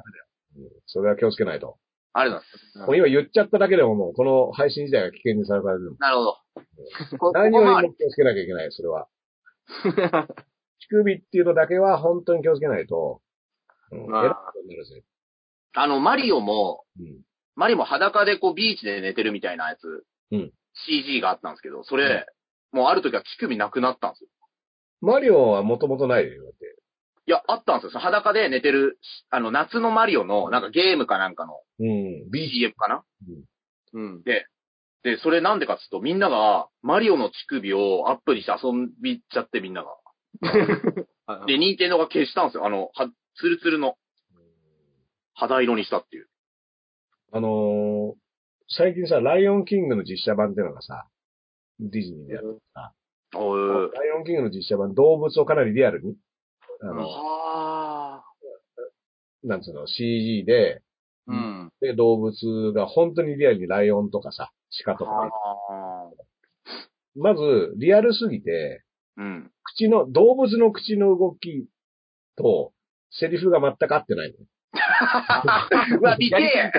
[SPEAKER 3] それは気をつけないと。
[SPEAKER 4] ありがとう
[SPEAKER 3] もう今言っちゃっただけでももう、この配信自体が危険にさらされてるもん
[SPEAKER 4] ございます。なるほど。
[SPEAKER 3] [LAUGHS]
[SPEAKER 4] こここ
[SPEAKER 3] 何よ
[SPEAKER 4] は
[SPEAKER 3] りも気をつけなきゃいけない、それは。乳首っていうのだけは本当に気をつけないと、うん。
[SPEAKER 5] まあ
[SPEAKER 3] 偉いことになるぜ。
[SPEAKER 4] あの、マリオも、
[SPEAKER 3] うん。
[SPEAKER 4] マリオも裸でこうビーチで寝てるみたいなやつ、
[SPEAKER 3] うん、
[SPEAKER 4] CG があったんですけど、それ、もうある時は乳首なくなったんですよ。
[SPEAKER 3] マリオはもともとないよ、だって。
[SPEAKER 4] いや、あったんですよ。その裸で寝てる、あの、夏のマリオの、なんかゲームかなんかの
[SPEAKER 3] うん。ビーチ。
[SPEAKER 4] CM かな
[SPEAKER 5] うん。
[SPEAKER 4] で、それなんでかっつうと、みんなが、マリオの乳首をアップにして遊びちゃってみんなが。で、任天堂が消したんですよ。あの、は、ツルツルの肌色にしたっていう。
[SPEAKER 3] あのー、最近さ、ライオンキングの実写版っていうのがさ、ディズニーでやる。
[SPEAKER 4] お
[SPEAKER 3] ラ
[SPEAKER 4] ー。
[SPEAKER 3] イオンキングの実写版、動物をかなりリアルに、あの、
[SPEAKER 4] あ
[SPEAKER 3] なんつうの、CG で、
[SPEAKER 5] うん。
[SPEAKER 3] で、動物が本当にリアルにライオンとかさ、鹿と
[SPEAKER 4] ー。
[SPEAKER 3] かね。
[SPEAKER 4] あ
[SPEAKER 3] まず、リアルすぎて、
[SPEAKER 4] ー。うん。
[SPEAKER 3] 口の、動物の口の動きと、セリフが全く合ってない
[SPEAKER 5] [LAUGHS]
[SPEAKER 3] の。
[SPEAKER 4] うわ、見てえ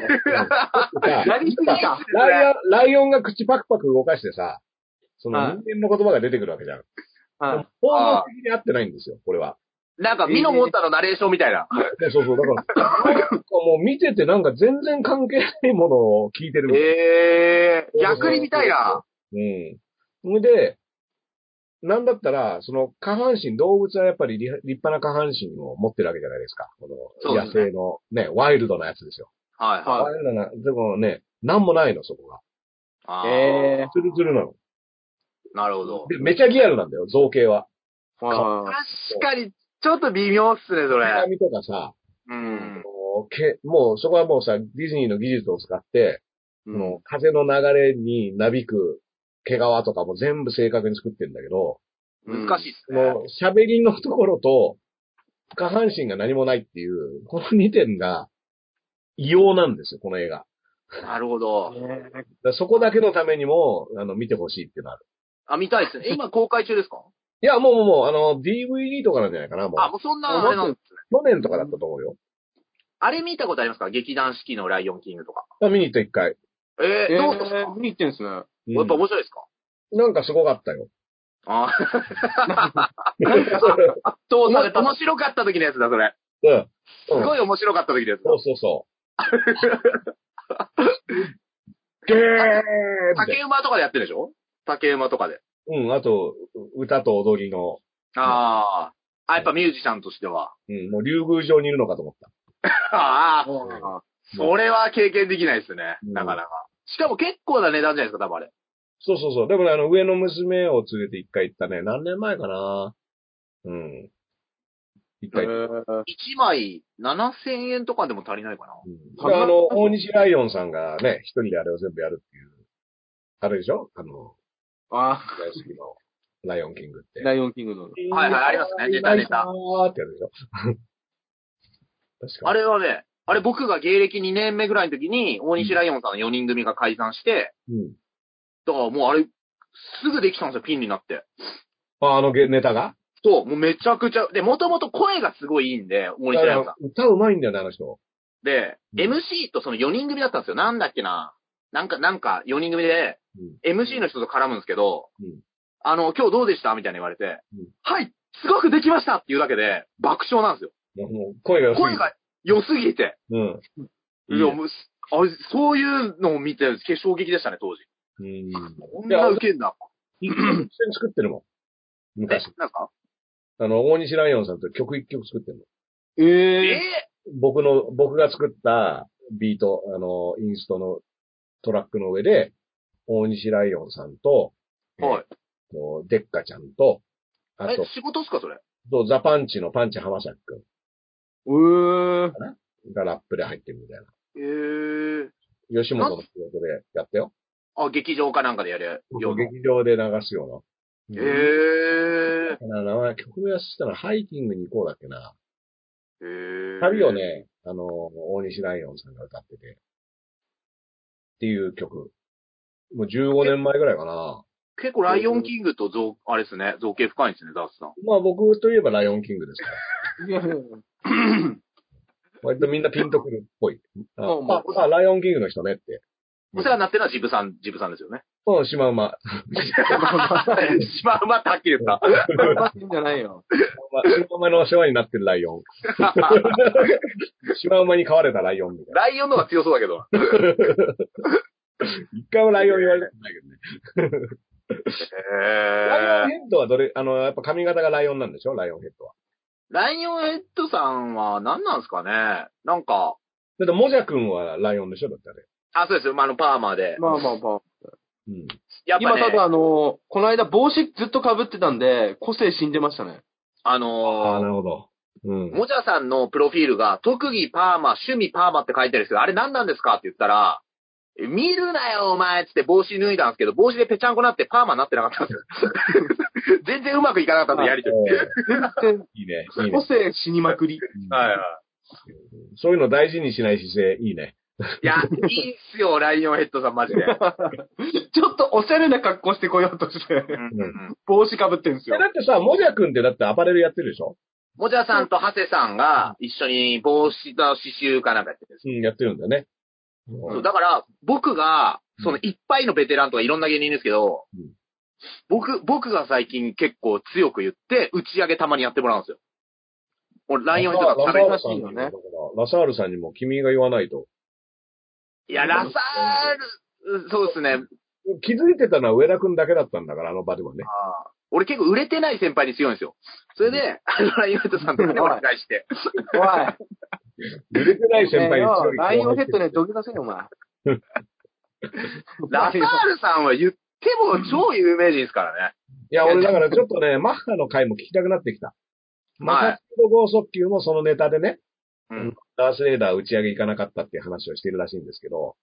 [SPEAKER 5] やりすぎた。
[SPEAKER 3] ライオン、ライオンが口パクパク動かしてさ、そ
[SPEAKER 5] は
[SPEAKER 3] の
[SPEAKER 5] い
[SPEAKER 3] 人間の言葉が出てくるわけじゃん。
[SPEAKER 5] はい
[SPEAKER 3] 方法的に合ってないんですよ、これは。
[SPEAKER 4] なんか、ミノモンタのナレーションみたいな。
[SPEAKER 3] ねそうそう、だから、 [LAUGHS] なんかもう見ててなんか全然関係ないものを聞いてるみたい
[SPEAKER 4] えー。逆に見たいな。
[SPEAKER 3] うん。それで、なんだったら、その下半身、動物はやっぱり立立派な下半身を持ってるわけじゃないですか。この
[SPEAKER 4] そうで
[SPEAKER 3] 野
[SPEAKER 4] すね
[SPEAKER 3] 生のねワイルドなやつですよ。
[SPEAKER 4] はいはい。
[SPEAKER 5] は
[SPEAKER 3] ワイルドな、でもね、なんもないの、そこが。
[SPEAKER 4] あ
[SPEAKER 5] い。
[SPEAKER 4] ー
[SPEAKER 5] え
[SPEAKER 3] ツルツルなの。
[SPEAKER 4] なるほど。
[SPEAKER 3] で、めちゃリアルなんだよ、造形は。
[SPEAKER 5] ー。は
[SPEAKER 4] 確かに、ちょっと微妙っすね、それ。
[SPEAKER 3] 鏡とかさ、
[SPEAKER 4] うん。
[SPEAKER 3] こうけもうそこはもうさ、ディズニーの技術を使って、
[SPEAKER 5] い。
[SPEAKER 3] その風の流れになびく毛皮とかも全部正確に作ってるんだけど、
[SPEAKER 5] うん
[SPEAKER 4] 難しいっす
[SPEAKER 3] そ
[SPEAKER 4] ね。
[SPEAKER 3] の喋りのところと、下半身が何もないっていう、この2点が異様なんですよ、この映画。
[SPEAKER 4] なるほど。
[SPEAKER 3] だ
[SPEAKER 5] ね
[SPEAKER 3] からそこだけのためにも、あの、見てほしいっていうのある。
[SPEAKER 4] あ、見たいっすね。え今公開中ですか
[SPEAKER 3] いや、もうもうもう、あの、DVD とかなんじゃないかな、もう。
[SPEAKER 4] あ、もうそんな、あれなんですね。
[SPEAKER 3] 去年とかだったと思うよ。
[SPEAKER 4] あれ見たことありますか劇団四季のライオンキングとか。
[SPEAKER 3] あ見に行った一回。
[SPEAKER 4] え
[SPEAKER 5] え
[SPEAKER 4] ー、どうですか、
[SPEAKER 5] ー、見に行ってんすね。
[SPEAKER 3] うん
[SPEAKER 4] やっぱ面白いですか
[SPEAKER 3] なんかすごかったよ。
[SPEAKER 4] あ
[SPEAKER 5] ど
[SPEAKER 4] ー
[SPEAKER 5] うされた
[SPEAKER 4] 面白かった時のやつだ、それ。
[SPEAKER 3] うん。うん
[SPEAKER 4] すごい面白かった時のやつだ
[SPEAKER 3] そ。うそうそう。ゲーって。
[SPEAKER 4] 竹馬とかでやってるでしょ竹馬とかで。
[SPEAKER 3] うん、あと、う歌と踊りの、
[SPEAKER 4] ああ。あ、やっぱミュージシャンとしては。
[SPEAKER 3] うん、もう竜宮城にいるのかと思った。
[SPEAKER 4] ああ、
[SPEAKER 5] あ
[SPEAKER 4] それは経験できないですね。なかなか。しかも結構な値段じゃないですか、多分あれ。
[SPEAKER 3] そうそうそう。でもね、あの、上の娘を連れて一回行ったね。何年前かなうん。一
[SPEAKER 5] え
[SPEAKER 3] 回行っ
[SPEAKER 5] ー
[SPEAKER 4] 1枚7000円とかでも足りないかな。
[SPEAKER 3] た。うん、であの、大西ライオンさんがね、一人であれを全部やるっていう。あれでしょあの、
[SPEAKER 5] あ
[SPEAKER 3] 大好きの、ライオンキングって
[SPEAKER 5] ー、。ライオンキングの。
[SPEAKER 4] はいはいありますねネタネタ
[SPEAKER 3] あーってやるでしょ [LAUGHS] 確か
[SPEAKER 4] あれはね、あれ僕が芸歴2年目ぐらいの時に、大西ライオンさんの4人組が解散して、
[SPEAKER 3] うん。
[SPEAKER 4] だからもうあれ、すぐできたんですよ、ピンになって。
[SPEAKER 3] あ、あのゲネタが
[SPEAKER 4] そう、もうめちゃくちゃ、で、もともと声がすごいいいんで、大西ライオンさん。
[SPEAKER 3] 歌うまいんだよね、あの人。
[SPEAKER 4] で、
[SPEAKER 3] うん
[SPEAKER 4] MC とその4人組だったんですよ。なんだっけな。なんか、なんか4人組で、MC の人と絡むんですけど、
[SPEAKER 3] うん
[SPEAKER 4] あの、今日どうでしたみたいな言われて、
[SPEAKER 3] うん
[SPEAKER 4] はい、すごくできましたっていうだけで、爆笑なんですよ。
[SPEAKER 3] もうもう声が良すぎ
[SPEAKER 4] 声
[SPEAKER 3] る
[SPEAKER 4] が良すぎて。
[SPEAKER 3] うん。
[SPEAKER 4] いや、もう、あれ、そういうのを見て、結衝撃でしたね、当時。
[SPEAKER 3] うん。
[SPEAKER 4] こんなウケんだ。
[SPEAKER 3] 一曲一緒に作ってるもん。
[SPEAKER 4] え
[SPEAKER 3] 昔。、
[SPEAKER 4] なんか
[SPEAKER 3] あの、大西ライオンさんと曲一曲作ってるの。
[SPEAKER 5] え
[SPEAKER 4] えー
[SPEAKER 5] ー、
[SPEAKER 3] 僕の、僕が作ったビート、あの、インストのトラックの上で、大西ライオンさんと、
[SPEAKER 4] はい
[SPEAKER 3] えーとデッカちゃんと、あ
[SPEAKER 4] え
[SPEAKER 3] と、、
[SPEAKER 4] 仕事っすか、それ。
[SPEAKER 3] とザパンチのパンチ浜崎く
[SPEAKER 5] えー、
[SPEAKER 3] んがラップで入ってるみたい
[SPEAKER 4] えー。
[SPEAKER 3] な。吉本の仕事でやったよ。
[SPEAKER 4] あ、劇場かなんかでやるような。
[SPEAKER 3] 劇場で流すような。え
[SPEAKER 4] えー。
[SPEAKER 3] 名前、曲名忘れしたらハイキングに行こうだっけな。
[SPEAKER 4] えー。
[SPEAKER 3] 旅をね、あの、大西ライオンさんが歌ってて。っていう曲。もう15年前ぐらいかな。
[SPEAKER 4] 結構ライオンキングと造、あれですね、造形深いんですね、ダースさん。
[SPEAKER 3] まあ僕といえばライオンキングですから。
[SPEAKER 5] いやいやいや
[SPEAKER 3] 割とみんなピンとくるっぽい。あ、
[SPEAKER 5] まあまあ
[SPEAKER 3] ああライオンキングの人ねって。
[SPEAKER 4] お世話になってるのはジブさん、ジブさんですよね。
[SPEAKER 3] うん、シマウマ。
[SPEAKER 4] シマウマってはっきり言った。
[SPEAKER 5] おかしいんじゃないよ。
[SPEAKER 3] シマウマの世話になってるライオン。シマウマに飼われたライオンみたいな。
[SPEAKER 4] ライオンの方が強そうだけど。
[SPEAKER 3] 一回もライオン言われたことないけどね。ライオン
[SPEAKER 4] へー
[SPEAKER 3] ヘッドはどれ、あの、やっぱ髪型がライオンなんでしょライオンヘッドは。
[SPEAKER 4] ライオンヘッドさんは何なんですかねなんか、
[SPEAKER 3] だってモジャ君はライオンでしょだってあれ。
[SPEAKER 4] あ、そうですよ、まああの、パーマで。
[SPEAKER 5] まあまあまあ。
[SPEAKER 3] うん。
[SPEAKER 4] やっぱ
[SPEAKER 5] 今
[SPEAKER 4] ね、
[SPEAKER 5] ただあの、この間帽子ずっと被ってたんで、個性死んでましたね。
[SPEAKER 4] あ
[SPEAKER 3] ああ、な
[SPEAKER 4] の
[SPEAKER 3] るほど。うん。
[SPEAKER 4] ー、もじゃさんのプロフィールが、特技パーマ、趣味パーマって書いてあるんですけど、あれ何なんですかって言ったら、見るなよ、お前っつって帽子脱いだんですけど、帽子でぺちゃんこなってパーマになってなかったんですよ。 [LAUGHS] 全然うまくいかなかったんで、やりとり。
[SPEAKER 3] いいね。いい
[SPEAKER 5] 個
[SPEAKER 3] ね。
[SPEAKER 5] 性死にまくり。
[SPEAKER 4] はいはい。
[SPEAKER 3] そういうの大事にしない姿勢、いいね。
[SPEAKER 4] いや、いいっすよ、ライオンヘッドさん、マジで。
[SPEAKER 5] ちょっとおしゃれな格好してこようとして、帽子被ってんすよ
[SPEAKER 3] だ。ってさ、もじゃくんってだってアパレルやってるでしょ
[SPEAKER 4] もじゃさんとハセさんが一緒に帽子の刺繍かなんかやってるんです
[SPEAKER 3] うん、やってるんだよね。
[SPEAKER 4] よ
[SPEAKER 3] う
[SPEAKER 4] そうんだから、僕が、そのいっぱいのベテランとかいろんな芸人いるんですけど
[SPEAKER 3] うん、
[SPEAKER 4] 僕、僕が最近結構強く言って、打ち上げたまにやってもらうんですよ。俺、ライオンヘッドさ
[SPEAKER 3] ラ
[SPEAKER 4] ん、
[SPEAKER 3] サ
[SPEAKER 4] 食べ
[SPEAKER 3] ー
[SPEAKER 4] に
[SPEAKER 3] ルさんにも
[SPEAKER 5] 楽しいよね
[SPEAKER 3] ラサールさんにも君が言わないと。
[SPEAKER 4] いや、ラサール、そうですね。
[SPEAKER 3] 気づいてたのは上田くんだけだったんだから、あの場ではね。
[SPEAKER 4] あー俺結構売れてない先輩に強いんですよ。それで、あのライオンヘッドさんと [LAUGHS] かね、お願いして。
[SPEAKER 5] おい。
[SPEAKER 3] 濡れてない先輩に強い後輩
[SPEAKER 5] ライオンヘッドね、どけ出せよ、お前。
[SPEAKER 4] ラサールさんは言っても超有名人ですからね。
[SPEAKER 3] いや、俺だからちょっとね、マッハの回も聞きたくなってきた。マ
[SPEAKER 4] はい
[SPEAKER 3] ハの剛速球もそのネタでね、
[SPEAKER 4] うん
[SPEAKER 3] ダースレーダー打ち上げ行かなかったっていう話をしてるらしいんですけど、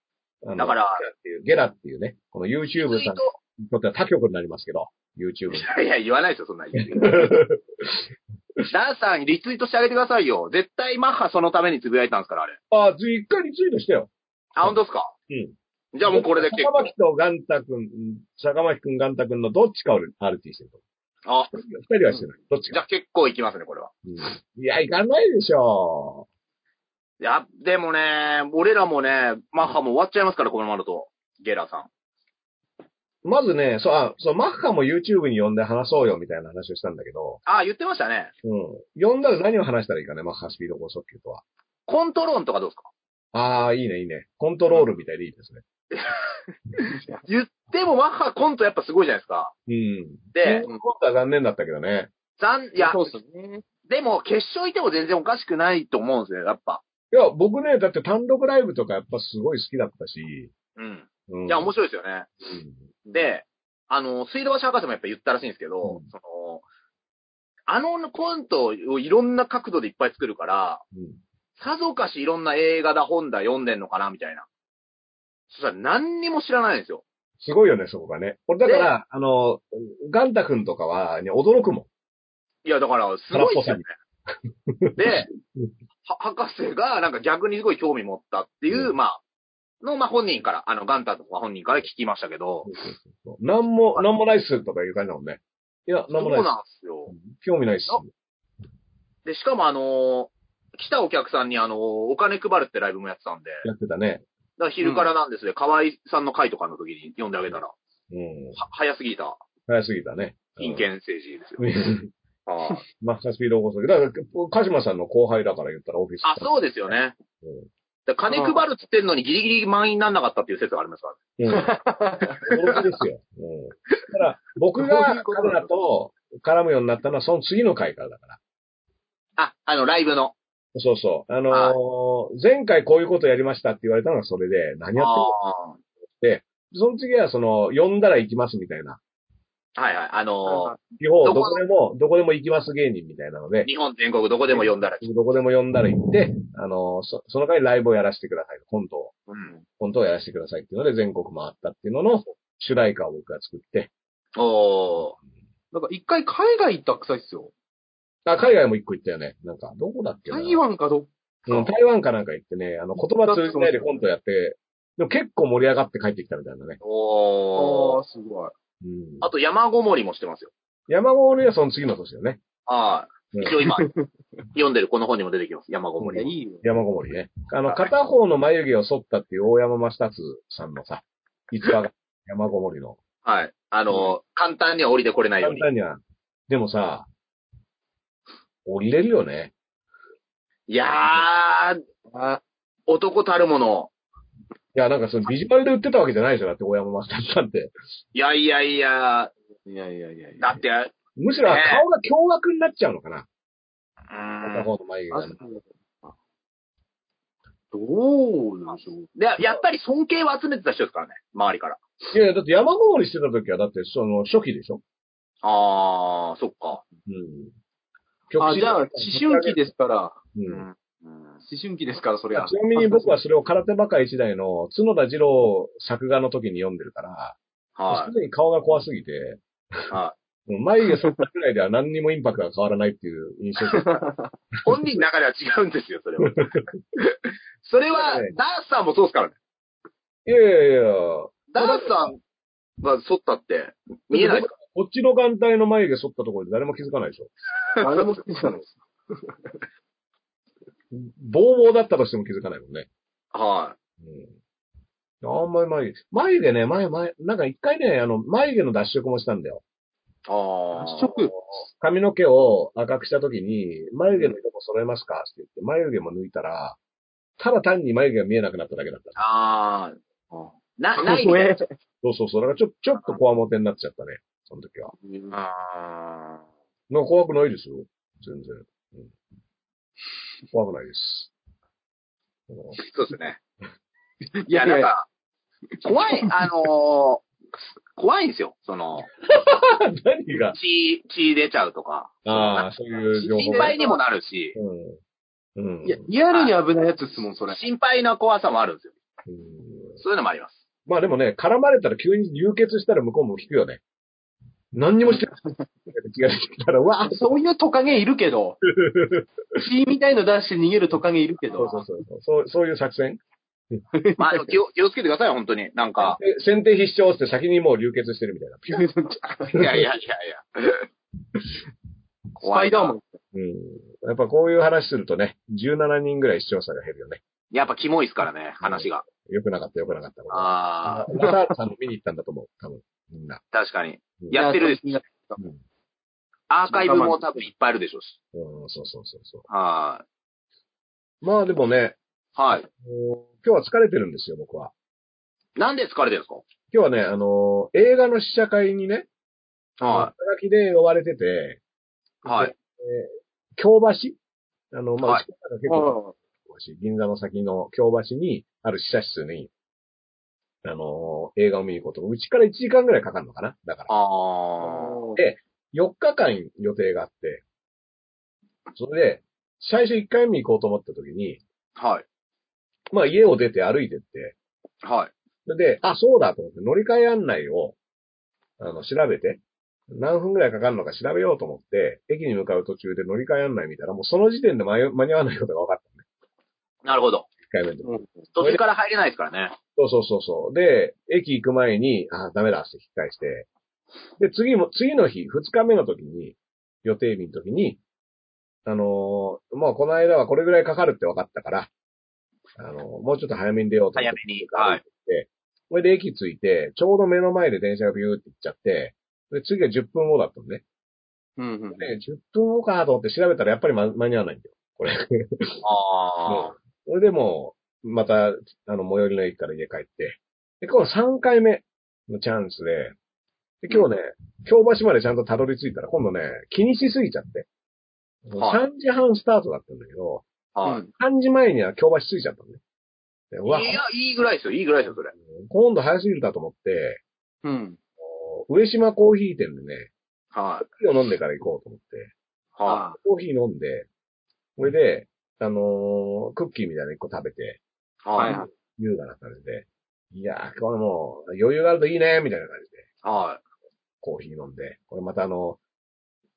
[SPEAKER 3] あの
[SPEAKER 4] だから
[SPEAKER 3] ゲラっていうゲラっていうね、この YouTube
[SPEAKER 4] ツイ
[SPEAKER 3] さ
[SPEAKER 4] ー
[SPEAKER 3] ん
[SPEAKER 4] ト、
[SPEAKER 3] にとっては他局になりますけど、YouTube
[SPEAKER 4] [LAUGHS]
[SPEAKER 3] に。
[SPEAKER 4] いや、言わないですよ、そんな。 [LAUGHS] ダーさん、リツイートしてあげてくださいよ。絶対マッハそのためにつぶやいたんですから、あれ。
[SPEAKER 3] ああ、一回リツイートしたよ。
[SPEAKER 4] あ、本当ですかうん。じ
[SPEAKER 3] じ
[SPEAKER 4] ゃあもうこれで結
[SPEAKER 3] 坂
[SPEAKER 4] 構。
[SPEAKER 3] 巻とガンタ君、坂巻君、ガンタ君のどっちかを RT してると。
[SPEAKER 4] あ、
[SPEAKER 3] 二人はしてない。どっち
[SPEAKER 4] じ
[SPEAKER 3] か。
[SPEAKER 4] ゃあ結構いきますね、これは。
[SPEAKER 3] うんいや、いかないでしょ
[SPEAKER 4] いや、でもね、俺らもね、マッハも終わっちゃいますから、このままだと。ゲラさ
[SPEAKER 3] う。まずね、そう、あ、そう、マッハも YouTube に呼んで話そうよみたいな話をしたんだけど、
[SPEAKER 4] ん。あ、言ってましたね。
[SPEAKER 3] うん。呼んだら何を話したらいいかね、マッハスピード高速球とは。
[SPEAKER 4] コントローンとかどうですか
[SPEAKER 3] ああ、いいね、いいね。コントロールみたいでいいですね。
[SPEAKER 4] 言ってもマッハコントやっぱすごいじゃないですか。
[SPEAKER 3] うん。
[SPEAKER 4] で、
[SPEAKER 3] コントは残念だったけどね。
[SPEAKER 4] 残、
[SPEAKER 5] [LAUGHS]
[SPEAKER 4] いや、
[SPEAKER 5] そうっすね。
[SPEAKER 4] でも決勝いても全然おかしくないと思うんですよ、やっぱ。
[SPEAKER 3] いや、僕ね、だって単独ライブとかやっぱすごい好きだったし、
[SPEAKER 4] うん。
[SPEAKER 3] うん。
[SPEAKER 4] いや、面白いですよね。
[SPEAKER 3] うん
[SPEAKER 4] で、あの、水道橋博士もやっぱ言ったらしいんですけど、
[SPEAKER 3] うん
[SPEAKER 4] その、あのコントをいろんな角度でいっぱい作るから、
[SPEAKER 3] うん
[SPEAKER 4] さぞかしいろんな映画だ本だ読んでんのかな、みたいな。そしたら何にも知らないんですよ。
[SPEAKER 3] すごいよね、そこがね。俺だから、あの、ガンタ君とかは、ね、驚くもん。
[SPEAKER 4] いや、だから、すごいですよね。で、は博士がなんか逆にすごい興味持ったっていう、
[SPEAKER 3] う
[SPEAKER 4] まあ、の、まあ本人から、あの、ガンタとか本人から聞きましたけど、
[SPEAKER 3] なんも、なんもないっすとか言う感じだもんね。いや、
[SPEAKER 4] そ
[SPEAKER 3] なん
[SPEAKER 4] う
[SPEAKER 3] もないっ
[SPEAKER 4] なんですよ。
[SPEAKER 3] す。興味ないっす。
[SPEAKER 4] で、しかもあのー来たお客さんにあのーお金配るってライブもやってたんで、
[SPEAKER 3] やってたね。
[SPEAKER 4] だから昼からなんですね、河合さんの会とかの時に呼んであげたら、は
[SPEAKER 3] うん。
[SPEAKER 4] 早すぎた、
[SPEAKER 3] 早すぎたね。
[SPEAKER 4] 陰険政治ですよ。
[SPEAKER 3] うん。
[SPEAKER 4] あ
[SPEAKER 3] [LAUGHS] マッサスピード高速。だから、鹿島さんの後輩だから言ったらオフィス。
[SPEAKER 4] あ、そうですよね。
[SPEAKER 3] うん
[SPEAKER 4] だから金配るっつってんのにギリギリ満員になんなかったっていう説がありますから、
[SPEAKER 3] うん。驚きですよ。うん。だから、僕が彼らと絡むようになったのは、その次の回からだから。
[SPEAKER 4] あ、あの、ライブの。
[SPEAKER 3] そうそう。あのー前回こういうことやりましたって言われたのがそれで、何やってんの
[SPEAKER 4] あ
[SPEAKER 3] その次は、その、呼んだら行きますみたいな。
[SPEAKER 4] あはいはい。あの
[SPEAKER 3] 地方、
[SPEAKER 4] ど
[SPEAKER 3] ど
[SPEAKER 4] こ
[SPEAKER 3] こでも、どこでも行きます芸人みたいなので
[SPEAKER 4] ー、日本全国どこでも呼んだら、
[SPEAKER 3] どこでも呼んだら行って、あの、そその回ライブをやらせてください。コントを、
[SPEAKER 4] うん。
[SPEAKER 3] コントをやらせてくださいっていうので全国回ったっていうのの主題歌を僕が作って、
[SPEAKER 4] お
[SPEAKER 5] なんか一回海外行ったくさいっすよ。
[SPEAKER 3] あ、海外も一個行ったよね。なんか、どこだっけな
[SPEAKER 5] 台湾かどっ
[SPEAKER 3] うん、台湾かなんか行ってね、あの、言葉通じないでコントやって、でも結構盛り上がって帰ってきたみたいなね。
[SPEAKER 4] ーお
[SPEAKER 5] か
[SPEAKER 4] ー。
[SPEAKER 5] すごい。
[SPEAKER 3] うん。
[SPEAKER 4] あと山ごもりもしてますよ。
[SPEAKER 3] 山ごもりはその次の年だよね。
[SPEAKER 4] は
[SPEAKER 3] う
[SPEAKER 4] い。
[SPEAKER 3] ん
[SPEAKER 4] 一応 [LAUGHS] 今、読んでるこの本にも出てきます。山ごも
[SPEAKER 5] いや、
[SPEAKER 4] り。
[SPEAKER 5] いいよ。
[SPEAKER 3] 山ごもりね。あ
[SPEAKER 4] は
[SPEAKER 3] の、
[SPEAKER 4] い
[SPEAKER 3] 片方の眉毛を剃ったっていう大山正達さんのさ、逸話が、山ごもりの。
[SPEAKER 4] はい。あの、簡単には降りてこれないよう
[SPEAKER 3] 簡
[SPEAKER 4] に。
[SPEAKER 3] 単には。でもさ、降りれるよね。
[SPEAKER 4] いやー、
[SPEAKER 5] あ、
[SPEAKER 4] 男たるもの。
[SPEAKER 3] いや、なんかそのビジュアルで売ってたわけじゃないでしょ、だって大山正達さんって。
[SPEAKER 4] いやいやいや、
[SPEAKER 5] いやいやいやいや。
[SPEAKER 4] だって、う
[SPEAKER 3] むしろ
[SPEAKER 4] ねえ
[SPEAKER 3] 顔が驚愕になっちゃうのかな。片
[SPEAKER 4] ーん。
[SPEAKER 3] 方の眉毛
[SPEAKER 5] あ
[SPEAKER 3] が、ね。
[SPEAKER 5] どうなんでしょう。
[SPEAKER 4] で、やっぱり尊敬を集めてた人ですからね。周りから。
[SPEAKER 3] いやいや、だって山ごもりしてた時は、だってその初期でしょ。
[SPEAKER 4] あー、そっか。
[SPEAKER 3] うん。
[SPEAKER 5] あ、じゃあ、思春期
[SPEAKER 3] で。
[SPEAKER 5] ですから、思
[SPEAKER 3] うん。
[SPEAKER 4] うん
[SPEAKER 5] 春期ですから、そりゃ。
[SPEAKER 3] ちなみに僕はそれを空手バカ一代の角田二郎作画の時に読んでるから、
[SPEAKER 4] は
[SPEAKER 3] すでに顔が怖すぎて、
[SPEAKER 4] い。は
[SPEAKER 3] もう眉毛そったくらいでは何にもインパクトが変わらないっていう印象
[SPEAKER 4] [LAUGHS]
[SPEAKER 3] です。
[SPEAKER 4] い。 [LAUGHS] 本人の中では違うんですよ、それ [LAUGHS] は。それは、ダースさんもそうですからね。
[SPEAKER 3] いやいやいや、
[SPEAKER 4] ダースさんが剃ったって、見えないですか
[SPEAKER 3] こっちの眼帯の眉毛剃ったところで誰も気づかないでしょ。
[SPEAKER 5] あれも好きじゃないです。
[SPEAKER 3] ボーボーだったとしても気づかないもんね。
[SPEAKER 4] は
[SPEAKER 3] うん。あんまり眉毛。眉毛ね、前、前、なんか一回ね、あの、眉毛の脱色もしたんだよ。
[SPEAKER 4] い。あー。
[SPEAKER 5] 脱色
[SPEAKER 3] 髪の毛を赤くした時に、眉毛の色も揃えますかって言って、眉毛も抜いたら、ただ単に眉毛が見えなくなっただけだった。
[SPEAKER 4] あー。
[SPEAKER 5] あ
[SPEAKER 4] な、ないみたい
[SPEAKER 5] え
[SPEAKER 3] そうそうそう。だからちょ、ちょっとこわもてになっちゃったね。その時は。
[SPEAKER 4] あ
[SPEAKER 3] なんか怖くないですよ。全然。うん怖くないです。うん
[SPEAKER 4] ーそうですね。[LAUGHS]
[SPEAKER 5] い
[SPEAKER 4] いや、
[SPEAKER 5] や、
[SPEAKER 4] な
[SPEAKER 5] なんんか、
[SPEAKER 4] か、怖い、あのー怖いんですよ。その、
[SPEAKER 3] [LAUGHS] 何が
[SPEAKER 4] 血、血出ちゃうとか。
[SPEAKER 3] ああ、そういう情報
[SPEAKER 4] 心
[SPEAKER 3] が。
[SPEAKER 4] 配にもなるし、
[SPEAKER 3] うん。うん。
[SPEAKER 5] いやリアルに危ないやつっすもん、それ。
[SPEAKER 4] 心配な怖さもあるんですよ。
[SPEAKER 3] うん
[SPEAKER 4] そういうのもあります。
[SPEAKER 3] まあでもね、絡まれたら急に流血したら向こうも引くよね。何にもしてない。気がしてきたら、うわあ、
[SPEAKER 5] そういうトカゲいるけど。血みたいの出して逃げるトカゲいるけ
[SPEAKER 3] そう
[SPEAKER 5] ど。
[SPEAKER 3] そうそうそう。そうそういう作戦。
[SPEAKER 2] まあでも気を、気をつけてください、本当に。なん
[SPEAKER 3] [LAUGHS]
[SPEAKER 2] か。
[SPEAKER 3] で先手必勝って先にもう流血してるみたいな。ピュッ
[SPEAKER 2] いやいやいやいや。
[SPEAKER 5] スパイダーマン。
[SPEAKER 3] [LAUGHS] うん。やっぱこういう話するとね、17人ぐらい視聴者が減るよね。
[SPEAKER 2] やっぱキモいですからね、話が。
[SPEAKER 3] よくなかった、よくなかった。
[SPEAKER 2] ああ、
[SPEAKER 3] ラサールさんの見に行ったんだと思う。多分、みんな。
[SPEAKER 2] 確かに。
[SPEAKER 3] うん
[SPEAKER 2] やってる、
[SPEAKER 5] いや
[SPEAKER 3] うん
[SPEAKER 2] アーカイブも多分いっぱいあるでしょうし。
[SPEAKER 3] うん、そうそうそうそ
[SPEAKER 2] は
[SPEAKER 3] う。まあでもね、
[SPEAKER 2] い。はい。
[SPEAKER 3] もう今日は疲れてるんですよ、僕は。
[SPEAKER 2] なんで疲れてるんです
[SPEAKER 3] 今日はね、あのー映画の試写会にね、
[SPEAKER 2] かは
[SPEAKER 3] 働きで呼ばれてて、
[SPEAKER 2] い。はい。
[SPEAKER 3] 京橋あの、まあ、
[SPEAKER 2] はいう
[SPEAKER 3] ちから結構多いし、銀座の先の京橋にある試写室に、あのー映画を見ること、うちから1時間ぐらいかかるのかなだから。
[SPEAKER 2] あ
[SPEAKER 5] うん
[SPEAKER 3] 4日間予定があって、それで、最初1回見に行こうと思った時に、
[SPEAKER 2] あ。はい。
[SPEAKER 3] まあ家を出て歩いてって、
[SPEAKER 2] はい。
[SPEAKER 3] それで、あ、そうだと思って乗り換え案内を、あの、調べて、何分ぐらいかかるのか調べようと思って、駅に向かう途中で乗り換え案内見たら、もうその時点で間に合間に合わないことが分かった。
[SPEAKER 2] なるほど。
[SPEAKER 3] 1回目で。
[SPEAKER 2] 途中から入れないですからね。
[SPEAKER 3] そうそうそうそう。で、駅行く前に、あ、ダメだって引き返して、で、次も、次の日、2日目の時に、予定日の時に、あのーもうこの間はこれぐらいかかるって分かったから、あのーもうちょっと早めに出ようと思
[SPEAKER 2] 早
[SPEAKER 3] って
[SPEAKER 2] め、に。はい。
[SPEAKER 3] これで駅着いて、ちょうど目の前で電車がビューって行っちゃって、で、次が10分後だったのね。
[SPEAKER 5] うんうん。
[SPEAKER 3] で、10分後かと思って調べたらやっぱり間間に合わないんだよ。これ。
[SPEAKER 2] ああ。
[SPEAKER 3] それでもう、また、あの、最寄りの駅から家帰って、で、今度3回目のチャンスで、で今日ね、京橋までちゃんとたどり着いたら、今度ね、気にしすぎちゃって。
[SPEAKER 2] はい
[SPEAKER 3] 3時半スタートだったんだけど、
[SPEAKER 2] は
[SPEAKER 5] うん
[SPEAKER 3] 3時前には京橋着いちゃったのね。でうわ
[SPEAKER 2] い。い、や、いいぐらいですよ、いいぐらいですよ、それ。
[SPEAKER 3] 今度早すぎるだと思って、
[SPEAKER 5] うん。
[SPEAKER 3] 上島コーヒー店でね、
[SPEAKER 2] はい。
[SPEAKER 3] コーヒーを飲んでから行こうと思って、
[SPEAKER 2] は
[SPEAKER 3] コーヒー飲んで、それで、あのークッキーみたいなの一個食べて、
[SPEAKER 2] い。
[SPEAKER 5] あ
[SPEAKER 2] は
[SPEAKER 5] はいい。はい。
[SPEAKER 3] 優雅な感じで、いやー、これもう余裕があるといいね、みたいな感じで、
[SPEAKER 2] は
[SPEAKER 3] コーヒー飲んで、これまたあの、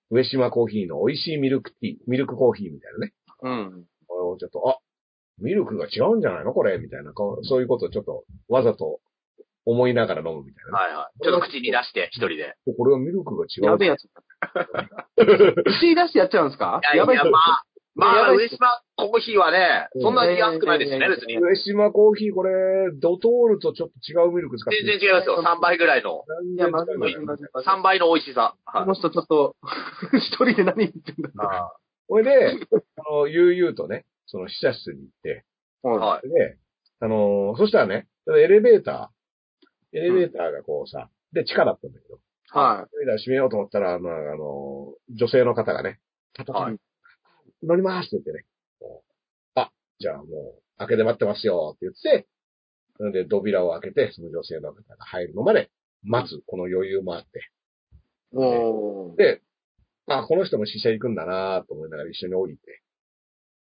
[SPEAKER 3] 上島コーヒーの美味しいミルクティー、ミルクコーヒーみたいなね。
[SPEAKER 5] うん。
[SPEAKER 3] これをちょっと、あ、ミルクが違うんじゃないのこれ、みたいな、こうそういうことをちょっと、わざと思いながら飲むみたい
[SPEAKER 2] い。
[SPEAKER 3] な
[SPEAKER 2] は
[SPEAKER 3] ね。
[SPEAKER 2] い。はい。ちょっと口に出して、一人で。
[SPEAKER 3] これはミルクが違う。
[SPEAKER 5] やべえやつ。口出してやっちゃうんですか
[SPEAKER 2] いやい
[SPEAKER 5] や
[SPEAKER 2] や
[SPEAKER 5] ばいやつ。
[SPEAKER 2] まあ、ま
[SPEAKER 5] や
[SPEAKER 2] あ、
[SPEAKER 5] ばい
[SPEAKER 2] 上
[SPEAKER 5] っす
[SPEAKER 2] 島コーヒーはね、そんなに安くないですよね、
[SPEAKER 5] うん
[SPEAKER 2] 別に。
[SPEAKER 3] 上島コーヒー、これ、ドトールとちょっと違うミルク使って
[SPEAKER 2] 全
[SPEAKER 3] る。
[SPEAKER 2] 然違いますよ。3倍ぐらいの。
[SPEAKER 3] 全
[SPEAKER 5] いや、
[SPEAKER 3] 然
[SPEAKER 5] まず
[SPEAKER 3] 違
[SPEAKER 5] いうま
[SPEAKER 3] か
[SPEAKER 5] ずいま
[SPEAKER 3] ら
[SPEAKER 5] ずいまずい
[SPEAKER 2] 3倍の美味しさ。
[SPEAKER 5] こ
[SPEAKER 2] は
[SPEAKER 5] の人ちょっと、一人で何言ってんだ
[SPEAKER 2] い。
[SPEAKER 3] それで、あの、悠々とね、その試写室に行って、
[SPEAKER 5] は
[SPEAKER 2] はい。
[SPEAKER 3] で、あのーそしたらね、エレベーター、エレベーターがこうさ、で、地下だったんだけど、
[SPEAKER 5] い。は
[SPEAKER 3] エレベーター閉めようと思ったら、まあ、あのー女性の方がね、
[SPEAKER 2] はい
[SPEAKER 3] 乗りますって言ってね、こうあ、じゃあもう、開けて待ってますよって言って、それで、扉を開けて、その女性の方が入るのまで待つ、この余裕もあって。
[SPEAKER 5] い。おー。
[SPEAKER 3] で、あ、この人も試写行くんだなと思いながら一緒に降りて。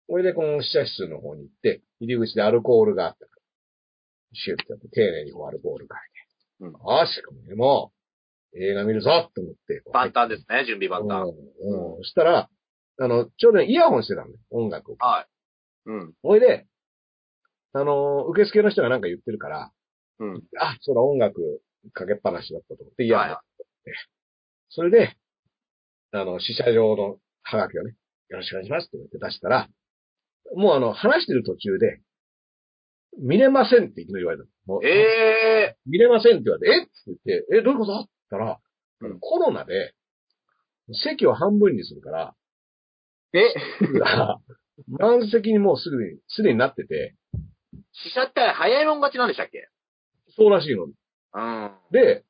[SPEAKER 3] それでこの試写室の方に行って、入り口でアルコールがあったから。シュッてやって、丁寧にこうアルコールかけて。
[SPEAKER 5] うん
[SPEAKER 3] よし、これもう、映画見るぞと思って。こう
[SPEAKER 2] 万端ですね、準備万端。
[SPEAKER 3] うんうん。そしたら、あの、ちょうどイヤホンしてたんだよ、音楽を。
[SPEAKER 2] はい。
[SPEAKER 5] うん。
[SPEAKER 3] ほいで、あのー受付の人がなんか言ってるから、
[SPEAKER 5] うん。
[SPEAKER 3] あ、そうだ、音楽かけっぱなしだったと思って、イヤホ
[SPEAKER 2] は
[SPEAKER 3] ン
[SPEAKER 2] いは
[SPEAKER 3] それで、あの、試写場のハガキをね、よろしくお願いしますって言って出したら、もうあの、話してる途中で、見れませんっていきなり言われたの。もう
[SPEAKER 2] い。ええ
[SPEAKER 3] 見れませんって言われて、えって言って、え、どういうことって言ったら、
[SPEAKER 5] うん
[SPEAKER 3] コロナで、席を半分にするから、
[SPEAKER 5] え、
[SPEAKER 3] [LAUGHS] 満席にもうすぐに、すでになってて、
[SPEAKER 2] 死者って早いもん勝ちなんでしたっけ
[SPEAKER 3] そうらしいの。
[SPEAKER 2] うん。は
[SPEAKER 3] で、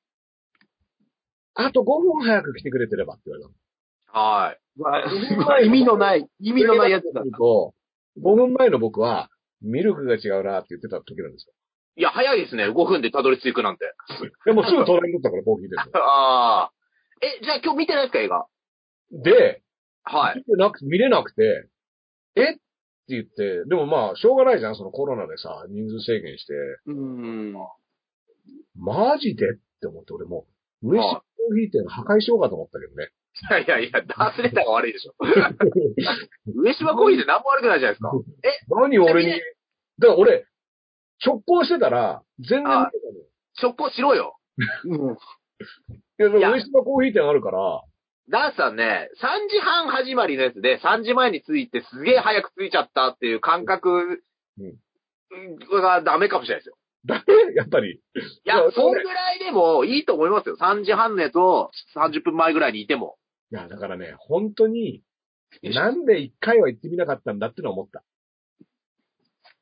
[SPEAKER 3] あと5分早く来てくれてればって言われたの。
[SPEAKER 2] い。
[SPEAKER 5] [LAUGHS] 意味のない、意味のないやつだ
[SPEAKER 3] 見。ると、5分前の僕は、ミルクが違うなって言ってた時なんですよ。
[SPEAKER 2] いや、早いですね、5分でたどり着くなんて。
[SPEAKER 3] でもすぐ隣に乗ったからコーヒーです
[SPEAKER 2] ああ。え、じゃあ今日見てないですか、映画。
[SPEAKER 3] よ。で、
[SPEAKER 2] はい。
[SPEAKER 3] 見てなく見れなくて、えって言って、でもまあ、しょうがないじゃん、そのコロナでさ、人数制限して、
[SPEAKER 5] うん。
[SPEAKER 3] マジでって思って、俺もう、上島コーヒー店破壊しようかと思ったけどね。
[SPEAKER 4] いやいや、ダースレターが悪いでしょ。上島コーヒーで何も悪くないじゃないですか。
[SPEAKER 3] 何俺に、だから俺、直行してたら、全然見てたのよ
[SPEAKER 4] 直行しろよ。
[SPEAKER 5] うん。
[SPEAKER 3] いや、で
[SPEAKER 4] いや
[SPEAKER 3] も上島コーヒー店あるから、
[SPEAKER 4] ダースさんね、3時半始まりのやつで3時前に着いてすげえ早く着いちゃったっていう感覚
[SPEAKER 3] うん
[SPEAKER 4] がダメかもしれないですよ。
[SPEAKER 3] だめやっぱり。
[SPEAKER 4] いや
[SPEAKER 3] いや、
[SPEAKER 4] そんぐらいでもいいと思いますよ。3時半のやつを30分前ぐらいにいても。
[SPEAKER 3] いや、だからね、本当に、なんで一回は行ってみなかったんだってのは思った。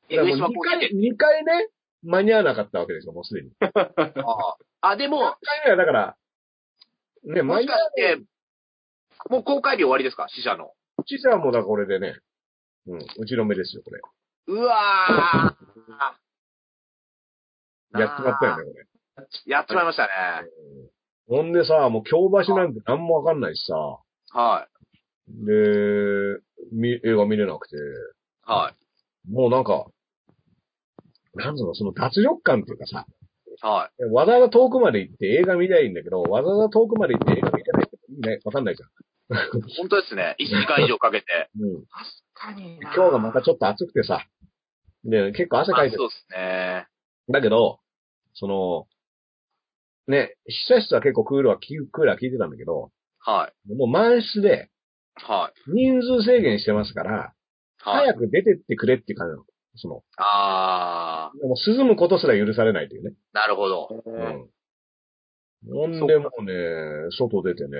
[SPEAKER 4] え
[SPEAKER 3] だから
[SPEAKER 4] 上
[SPEAKER 3] もう
[SPEAKER 4] 島
[SPEAKER 3] 二
[SPEAKER 4] コーヒー
[SPEAKER 3] 回、
[SPEAKER 4] 店
[SPEAKER 3] 二回ね、間に合わなかったわけですよ、もうすでに。一
[SPEAKER 4] あああ、でも、
[SPEAKER 3] 回目はだから、ね、
[SPEAKER 4] も
[SPEAKER 3] 毎
[SPEAKER 4] し
[SPEAKER 3] 日
[SPEAKER 4] かして、もう公開日終わりですか死者の。
[SPEAKER 3] じゃもうだからこれでね、うん、うちの目ですよ、これ。
[SPEAKER 4] うわー
[SPEAKER 3] やっちまったよね、これ。
[SPEAKER 4] やっちまいましたね。
[SPEAKER 3] ほんでさ、もう京橋なんて何もわかんないしさ、
[SPEAKER 4] は
[SPEAKER 3] で、み、映画見れなくて、
[SPEAKER 4] い。はい。
[SPEAKER 3] もうなんか、なんぞその脱力感っていうかさ、
[SPEAKER 4] はい。
[SPEAKER 3] わざわざ遠くまで行って映画見たいいんだけど、わざわざ遠くまで行って映画見てないって意味ないわかんないじゃん。
[SPEAKER 4] 本当ですね。1時間以上か
[SPEAKER 3] [LAUGHS]
[SPEAKER 4] けて。
[SPEAKER 3] うん。
[SPEAKER 5] 確かに
[SPEAKER 3] 今日がまたちょっと暑くてさ、で、結構汗
[SPEAKER 4] あ
[SPEAKER 3] か
[SPEAKER 4] そう
[SPEAKER 3] いてる。
[SPEAKER 4] ですね。
[SPEAKER 3] だけど、その、ね、被写室は結構クールは、キクーラー効いてたんだけど、
[SPEAKER 4] はい。
[SPEAKER 3] もう満室で
[SPEAKER 4] はい。
[SPEAKER 3] 人数制限してますから、
[SPEAKER 4] はい。
[SPEAKER 3] 早く出てってくれっていう感じなの。その、
[SPEAKER 4] あー、
[SPEAKER 3] もう涼むことすら許されないというね。
[SPEAKER 4] なるほど。
[SPEAKER 3] うん。ほんでもうね、外出てね、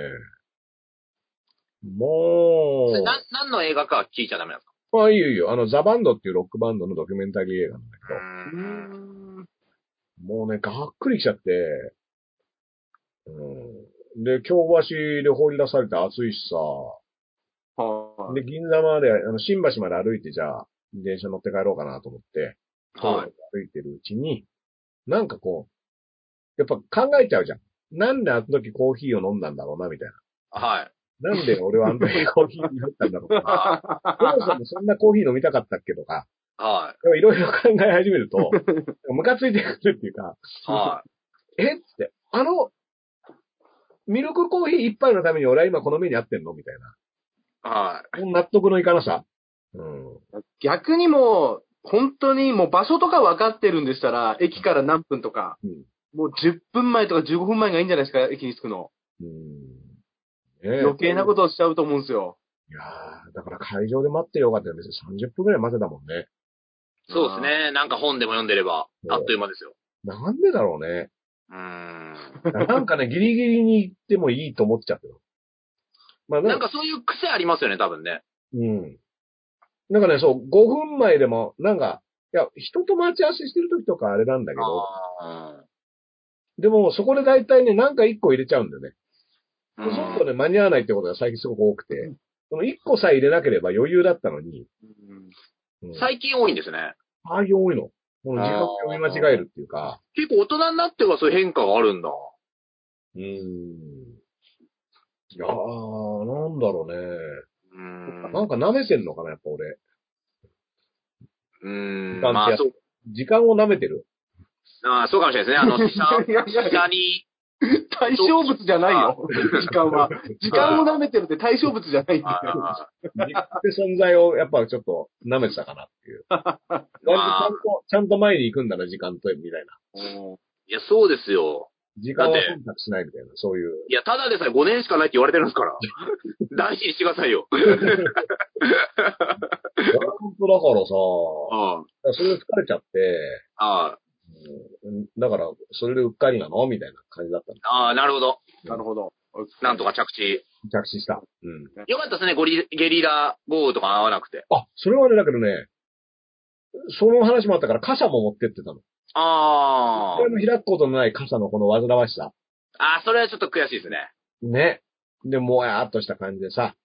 [SPEAKER 3] も
[SPEAKER 4] それ
[SPEAKER 3] う、
[SPEAKER 4] な、何の映画かは聞いちゃダメなんですか
[SPEAKER 3] まあいいよいいよ、あの、ザ・バンドっていうロックバンドのドキュメンタリー映画なんだけど、
[SPEAKER 5] う
[SPEAKER 4] うーん
[SPEAKER 5] ん。
[SPEAKER 3] もうね、がっくりきちゃって、うん。で、京橋で放り出されて暑いしさ、
[SPEAKER 5] はい。
[SPEAKER 3] で、銀座まで、あの、新橋まで歩いて、じゃあ、電車乗って帰ろうかなと思って、
[SPEAKER 4] はい。
[SPEAKER 3] 歩いてるうちに、なんかこう、やっぱ考えちゃうじゃん。なんであの時コーヒーを飲んだんだろうな、みたい
[SPEAKER 4] はい。
[SPEAKER 3] な。なんで俺はあの時コーヒーになったんだろう
[SPEAKER 4] [LAUGHS]
[SPEAKER 3] とか。
[SPEAKER 4] は
[SPEAKER 3] そもそもそんなコーヒー飲みたかったっけとか、[LAUGHS]
[SPEAKER 4] い。はい
[SPEAKER 3] ろいろ考え始める [LAUGHS] と、ムカついてくるっていうか、
[SPEAKER 4] い。は
[SPEAKER 3] えっつって、あの、ミルクコーヒー一杯のために俺は今この目に合ってんのみたい
[SPEAKER 4] い。は
[SPEAKER 3] な。もう納得のいかなさ。うん。
[SPEAKER 5] 逆にもう、本当にもう場所とか分かってるんでしたら、駅から何分とか、
[SPEAKER 3] うん
[SPEAKER 5] もう10分前とか15分前がいいんじゃないですか、駅に着くの。
[SPEAKER 3] うん。ねえ
[SPEAKER 5] 余計なことをしちゃうと思うんですよ。
[SPEAKER 3] いやーだから会場で待ってよかったよ。別に30分くらい待てたもんね。
[SPEAKER 4] い。そうですね。なんか本でも読んでれば、あっという間ですよ。
[SPEAKER 3] なんでだろうね。
[SPEAKER 4] うーん。
[SPEAKER 3] なんかね、 [LAUGHS] ギリギリに行ってもいいと思っちゃってる。まあ、
[SPEAKER 4] な
[SPEAKER 3] なんん
[SPEAKER 4] か
[SPEAKER 3] か、
[SPEAKER 4] そういう癖ありますよね、多分ね。
[SPEAKER 3] うん。なんかね、そう、5分前でも、なんか、いや、人と待ち合わせしてる時とかあれなんだけど、
[SPEAKER 4] あ
[SPEAKER 3] でも、そこで大体ね、なんか1個入れちゃうんだよね。
[SPEAKER 4] ーう
[SPEAKER 3] で
[SPEAKER 4] ん
[SPEAKER 3] そうするとね、間に合わないってことが最近すごく多くて、その1個さえ入れなければ余裕だったのに、うん、
[SPEAKER 4] 最近多いんですね。
[SPEAKER 3] ああいう多いの。この時間を読み間違えるっていうか、
[SPEAKER 4] 結構大人になってはそういう変化があるんだ。
[SPEAKER 3] うーん。いやー、なんだろうね。
[SPEAKER 4] うーん。
[SPEAKER 3] なんか舐めてんのかな、やっぱ俺。
[SPEAKER 4] うー
[SPEAKER 3] 時
[SPEAKER 4] ん。
[SPEAKER 3] 間
[SPEAKER 4] ま
[SPEAKER 3] って
[SPEAKER 4] あ
[SPEAKER 3] やつ
[SPEAKER 4] そう、
[SPEAKER 3] 時間を舐めてる。
[SPEAKER 4] ああそうかもしれないですね。あの、死
[SPEAKER 5] いやいや
[SPEAKER 4] 者、
[SPEAKER 5] い
[SPEAKER 4] 死
[SPEAKER 5] や
[SPEAKER 4] 者に、
[SPEAKER 5] 対象物じゃないよ、時間は。時間を舐めてるって対象物じゃないんだ
[SPEAKER 4] あ
[SPEAKER 5] よ。
[SPEAKER 4] あ
[SPEAKER 3] 自分って存在をやっぱちょっと舐めてたかなって [LAUGHS] いう。割とちゃんと、ちゃんと前に行くんだな、時間と、みたいな。
[SPEAKER 4] いや、そうですよ。
[SPEAKER 3] 時間は選択しないみたいな、そういう。
[SPEAKER 4] いや、ただでさえ5年しかないって言われてるんです [LAUGHS] から。大事にしてくださいよ。
[SPEAKER 3] 本当だからさ、
[SPEAKER 4] あ
[SPEAKER 3] それで疲れちゃって、
[SPEAKER 4] あ、あ
[SPEAKER 3] うんだから、それでうっかりなのみたいな感じだったの。
[SPEAKER 4] あ、ああなるほど。
[SPEAKER 5] なるほど。
[SPEAKER 4] なんとか着地。
[SPEAKER 3] 着地した。うん。
[SPEAKER 4] よかったですね、ゴリゲリラ豪雨とか合わなくて。
[SPEAKER 3] あ、それはね、だけどね、その話もあったから傘も持ってってたの。
[SPEAKER 4] あ
[SPEAKER 3] これも開くことのない傘のこの煩わしさ。
[SPEAKER 4] あ、ああ、それはちょっと悔しいですね。
[SPEAKER 3] ね。で、もやーっとした感じでさ。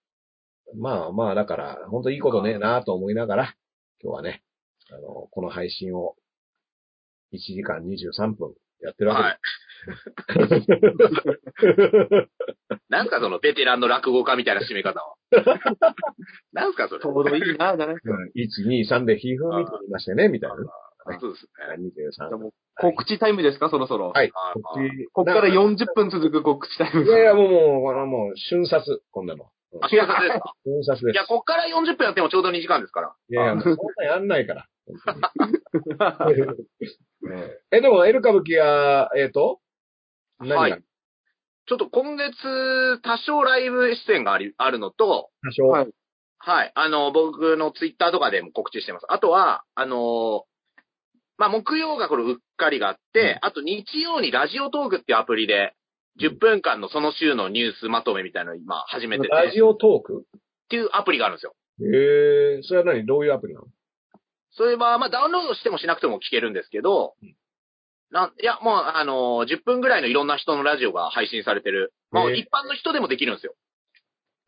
[SPEAKER 3] まあまあ、だから、ほんといいことねえなと思いながら、今日はね、あの、この配信を、1時間23分やってる
[SPEAKER 4] は
[SPEAKER 3] わ [LAUGHS]
[SPEAKER 4] い。なんすかそのベテランの落語家みたいな締め方 [LAUGHS] は。なんすかそれ。
[SPEAKER 5] ちょうどいいな、じゃな
[SPEAKER 3] け
[SPEAKER 5] い
[SPEAKER 3] です。1、2、3でひーふーみと言いましてね、みたいなね。はい
[SPEAKER 6] そうです
[SPEAKER 3] 23
[SPEAKER 5] じゃあもう告知タイムですか、そろそろ。
[SPEAKER 3] はい
[SPEAKER 6] あー
[SPEAKER 3] で
[SPEAKER 5] ここから40分続く告知タイム
[SPEAKER 3] いやいや、もう、もう、これはもう、瞬殺、こんなの。
[SPEAKER 4] あ、瞬殺です [LAUGHS] か
[SPEAKER 3] 瞬殺で
[SPEAKER 4] い
[SPEAKER 3] す
[SPEAKER 4] や、。こっから40分やってもちょうど2時間ですから。
[SPEAKER 3] いやいや、もうそんなやんないから。 [LAUGHS] え、でも、エル歌舞伎は、えっ、と、何が、
[SPEAKER 4] はいちょっと今月、多少ライブ出演があり、あるのと、
[SPEAKER 3] 多少、
[SPEAKER 5] はい
[SPEAKER 4] はい。あの、僕のツイッターとかでも告知してます。あとは、あのーまあ、木曜がこのうっかりがあって、あと日曜にラジオトークっていうアプリで、10分間のその週のニュースまとめみたいなのを今始めてて、
[SPEAKER 3] ラジオトーク
[SPEAKER 4] っていうアプリがあるんですよ。
[SPEAKER 3] ええそれは何どういうアプリなの
[SPEAKER 4] それは、まあ、ダウンロードしてもしなくても聞けるんですけど、なんいや、もう、あのー10分ぐらいのいろんな人のラジオが配信されてる。もう
[SPEAKER 3] へえ
[SPEAKER 4] 一般の人でもできるんですよ。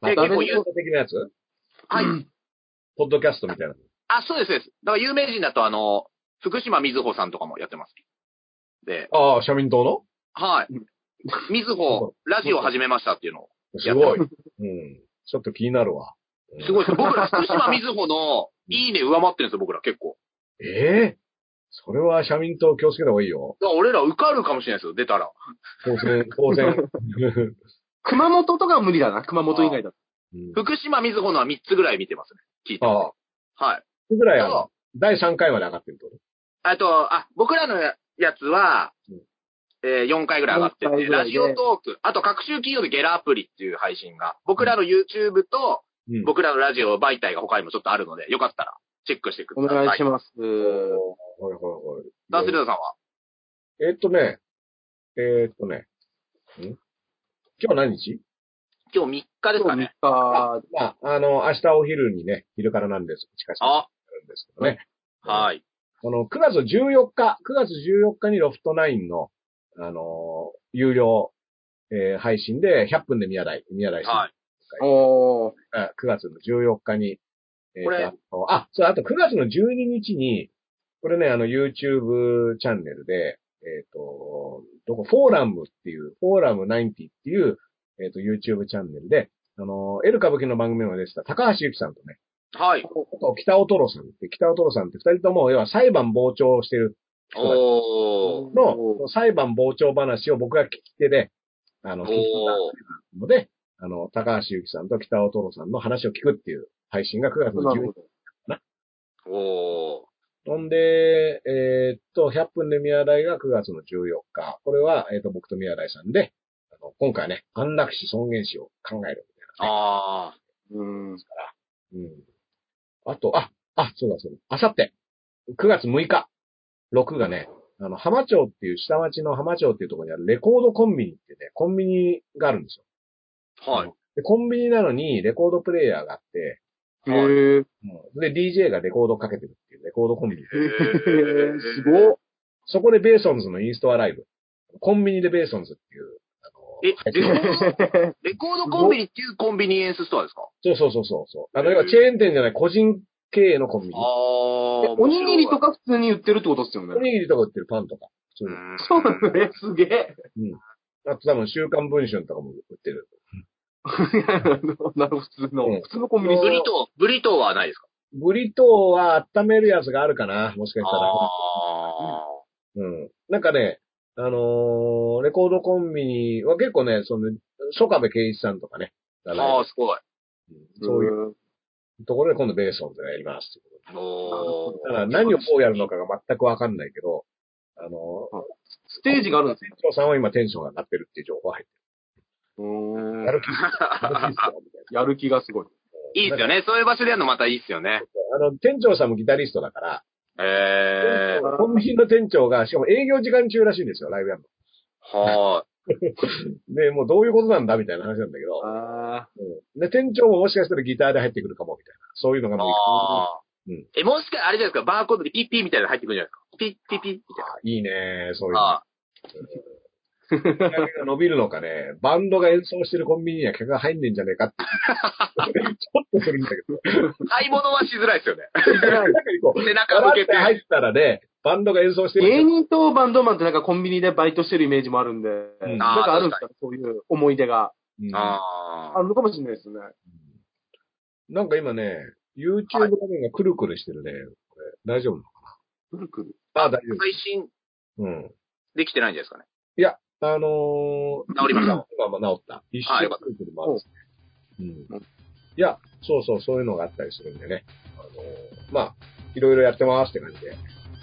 [SPEAKER 3] ま
[SPEAKER 4] で
[SPEAKER 3] た
[SPEAKER 4] 結構
[SPEAKER 3] ネット的なやつ
[SPEAKER 4] はい。
[SPEAKER 3] ポッドキャストみたいな。
[SPEAKER 4] あ、そうです、そうです。だから有名人だと、あの、福島みずほさんとかもやってます。で、
[SPEAKER 3] ああ、社民党の
[SPEAKER 4] はい。みずほ、ラジオ始めましたっていうの。
[SPEAKER 3] すごい。うん。ちょっと気になるわ。
[SPEAKER 4] すごいです。僕ら、福島みずほの、いいね上回ってるんですよ、僕ら結構。
[SPEAKER 3] い。ええそれは社民党気をつけた方がいいよ。
[SPEAKER 4] だから俺ら受かるかもしれないですよ、出たら。
[SPEAKER 3] 当選、当 [LAUGHS] 選。
[SPEAKER 5] [LAUGHS] 熊本とかは無理だな、熊本以外だと。
[SPEAKER 3] うん
[SPEAKER 4] 福島みずほのは3つぐらい見てますね。聞いて。
[SPEAKER 3] ああ、
[SPEAKER 4] はい。
[SPEAKER 3] それぐらいあ
[SPEAKER 4] そ
[SPEAKER 3] の、第3回まで上がってるってこと
[SPEAKER 4] あと、あ、僕らのやつは
[SPEAKER 3] うん、
[SPEAKER 4] えー、4回ぐらい上がって
[SPEAKER 5] 四回
[SPEAKER 4] て、
[SPEAKER 5] ぐら
[SPEAKER 4] ラ
[SPEAKER 5] い
[SPEAKER 4] ジ
[SPEAKER 5] で
[SPEAKER 4] オトーク、あと、各週金曜日ゲラアプリっていう配信が、僕らの YouTube と、
[SPEAKER 3] うん。
[SPEAKER 4] 僕らのラジオ媒体が他にもちょっとあるので、よかったらチェックしてく
[SPEAKER 5] お
[SPEAKER 4] ださい。
[SPEAKER 5] 願いします。
[SPEAKER 3] ほいほい
[SPEAKER 4] ダ
[SPEAKER 3] ほ
[SPEAKER 4] ンス
[SPEAKER 3] い
[SPEAKER 4] リー。ダーさんは
[SPEAKER 3] えーっとね、えーっとね、ん今日何日
[SPEAKER 4] 今日3日ですか
[SPEAKER 5] 今日3
[SPEAKER 4] ね。
[SPEAKER 5] 日、
[SPEAKER 3] まあ、あの、明日お昼にね、昼からなんです。近しくな
[SPEAKER 4] あ、
[SPEAKER 3] るんですけどね。
[SPEAKER 4] はい。
[SPEAKER 3] この9月14日、9月14日にロフト9の、あのー有料、えー配信で100分で宮台、宮台さん
[SPEAKER 4] は
[SPEAKER 5] おー、
[SPEAKER 3] あ9月の14日に、えー
[SPEAKER 4] これ
[SPEAKER 3] あとあ、そう、あと9月の12日に、これね、あの、YouTube チャンネルで、えっ、と、どこ、フォーラムっていう、フォーラム90っていう、えっ、と、YouTube チャンネルで、あの、エル歌舞伎の番組も出てた高橋ゆきさんとね、
[SPEAKER 4] い。はい。
[SPEAKER 3] 北尾トロさんって、北尾トロさんって二人とも、要は裁判傍聴をしてる
[SPEAKER 4] おー。
[SPEAKER 3] の
[SPEAKER 5] おー、
[SPEAKER 3] 裁判傍聴話を僕が聞き手で、あの、
[SPEAKER 4] お
[SPEAKER 3] 聞
[SPEAKER 4] ー
[SPEAKER 3] き手だったので、あの、高橋ゆきさんと北尾トロさんの話を聞くっていう配信が9月の
[SPEAKER 5] な
[SPEAKER 3] 12
[SPEAKER 5] る
[SPEAKER 3] 日
[SPEAKER 5] ほ。ど。
[SPEAKER 4] お
[SPEAKER 3] ほんで、えーっと、100分で宮台が9月の14日。これは、えーっと、僕と宮台さんで、あの今回ね、安楽死尊厳死を考える
[SPEAKER 4] ー。あ
[SPEAKER 5] うん。
[SPEAKER 3] みたいな。うん。あと、あ、あ、そうだそうだ。あさって、9月6日、6がね、あの、浜町っていう、下町の浜町っていうところにあるレコードコンビニってね、コンビニがあるんですよ。
[SPEAKER 4] ー。はい。
[SPEAKER 3] で、コンビニなのにレコードプレイヤーがあって、
[SPEAKER 5] へー。
[SPEAKER 3] うんで、DJ がレコードかけてるっていうレコードコンビニ。
[SPEAKER 4] え
[SPEAKER 5] へーすごっ。
[SPEAKER 3] そこでベーソンズのインストアライブ。コンビニでベーソンズっていう。あの
[SPEAKER 4] え、レコ
[SPEAKER 3] 配信
[SPEAKER 4] [LAUGHS] ード、
[SPEAKER 5] [LAUGHS]
[SPEAKER 4] レコードコンビニっていうコンビニエンスストアですか
[SPEAKER 3] そうそうそうそうそう。あの、要はチェーン店じゃない個人経営のコンビニ。お
[SPEAKER 4] あー。
[SPEAKER 5] おにぎりと
[SPEAKER 4] か。
[SPEAKER 5] か普通に売ってるってことですよね。
[SPEAKER 3] にぎりとか売ってるパンとか。そうういうの
[SPEAKER 4] ん
[SPEAKER 5] そうだね、すげ [LAUGHS] え。
[SPEAKER 3] あと多分週刊文春とかも売ってる。
[SPEAKER 5] なるほど、普通
[SPEAKER 3] うん
[SPEAKER 5] の。普通のコンビニ
[SPEAKER 4] ブリトー、ブリトーはないですか
[SPEAKER 3] ブリトーは温めるやつがあるかなもしかしたら。
[SPEAKER 4] あ
[SPEAKER 3] うん。なんかね、あのーレコードコンビニは結構ね、その、初壁圭一さんとかね。だ
[SPEAKER 4] ー。
[SPEAKER 3] から
[SPEAKER 4] あー、すごい。
[SPEAKER 3] うんそういう
[SPEAKER 5] う。
[SPEAKER 3] ところで今度ベーソンズがやります。
[SPEAKER 4] おー。
[SPEAKER 3] だから何をこうやるのかが全くわかんないけど、あのー
[SPEAKER 5] ステージがあるんです
[SPEAKER 3] 店長さんは今テンションが上がってるっていう情報が入って
[SPEAKER 5] よ
[SPEAKER 3] る。やる気っすよやる気っすよみたいな
[SPEAKER 5] やる気がすごい。
[SPEAKER 4] いいですよね。そういう場所でやるのまたいいですよね。
[SPEAKER 3] あの、店長さんもギタリストだから、
[SPEAKER 4] えー。
[SPEAKER 3] コンビニの店長が、しかも営業時間中らしいんですよ、ライブやる
[SPEAKER 4] はーい。
[SPEAKER 3] の。で、もうどういうことなんだみたいな話なんだけど、
[SPEAKER 5] あ
[SPEAKER 3] うんで、店長ももしかしたらギターで入ってくるかも、みたいな。そういうのが見え
[SPEAKER 4] ああ。
[SPEAKER 3] うん
[SPEAKER 4] え、もしか、あれじゃないですか、バーコードにピッピーみたいなの入ってくるんじゃないですか。ピッピッピッみたい
[SPEAKER 3] あいいねそういう
[SPEAKER 4] な。
[SPEAKER 3] の。
[SPEAKER 4] あ
[SPEAKER 3] 売り上げが伸びるのかね、バンドが演奏してるコンビニには客が入んねんじゃねえかって。ちょっとするんだけど。
[SPEAKER 4] ー買い物はしづらいですよね。
[SPEAKER 3] 中にこう、
[SPEAKER 4] 背中
[SPEAKER 3] ガラ
[SPEAKER 4] 向
[SPEAKER 3] っ
[SPEAKER 4] け
[SPEAKER 3] て
[SPEAKER 4] て。
[SPEAKER 3] 入ったらね、バンドが演奏してるんです
[SPEAKER 5] 芸
[SPEAKER 3] よ。
[SPEAKER 5] 人とバンドマンってなんかコンビニでバイトしてるイメージもあるんで、
[SPEAKER 3] ん
[SPEAKER 5] なんかあるんですかねそういう思い出が。
[SPEAKER 3] うん
[SPEAKER 4] あ
[SPEAKER 5] あるのかもしれないですね。
[SPEAKER 3] なんか今ね、YouTube 画面がくるくるしてるね。これ大丈夫なの
[SPEAKER 5] くるくる。
[SPEAKER 3] あ、大丈夫。
[SPEAKER 4] 配信
[SPEAKER 3] うん。
[SPEAKER 4] できてないんじゃないですかね。
[SPEAKER 3] あのー、
[SPEAKER 4] 治りました。
[SPEAKER 3] 今も治った。一
[SPEAKER 4] あ
[SPEAKER 3] 瞬
[SPEAKER 4] よかっ
[SPEAKER 3] くるくる回るんですね。う
[SPEAKER 4] うん
[SPEAKER 3] ん。いや、そうそう、そういうのがあったりするんでね。あのー、まあ、いろいろやってますって感じで。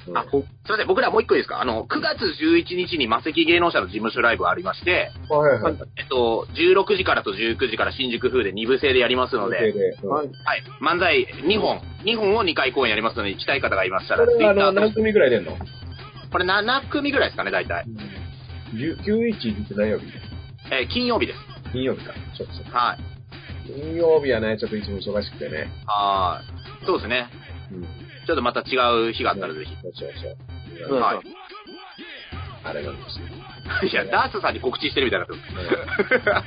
[SPEAKER 3] うん
[SPEAKER 4] あすいません、僕らもう一個いいですかあの、9月11日に魔石芸能者の事務所ライブありまして、
[SPEAKER 3] あはいはい。
[SPEAKER 4] えっと、16時からと19時から新宿風で2部制でやりますので、
[SPEAKER 3] はい。
[SPEAKER 4] はい、漫才2本、2本を2回公演やりますので、行きたい方がいました
[SPEAKER 3] こ
[SPEAKER 4] ら、
[SPEAKER 3] れはあの、
[SPEAKER 4] Twitter
[SPEAKER 3] 何組ぐらい出んの
[SPEAKER 4] これ7組ぐらいですかね、大体。
[SPEAKER 3] ?9、1って何曜日
[SPEAKER 4] えー金曜日です。
[SPEAKER 3] 金曜日か。そうそう。
[SPEAKER 4] はい。
[SPEAKER 3] 金曜日はね、ちょっといつも忙しくてね。
[SPEAKER 4] はい。そうですね。
[SPEAKER 3] うん。
[SPEAKER 4] ちょっとまた違う日があったらぜひ。
[SPEAKER 3] そうそうそう。
[SPEAKER 5] うん
[SPEAKER 4] はい。
[SPEAKER 3] あれなんですよ。
[SPEAKER 4] いや、ダースさんに告知してるみたいになってます。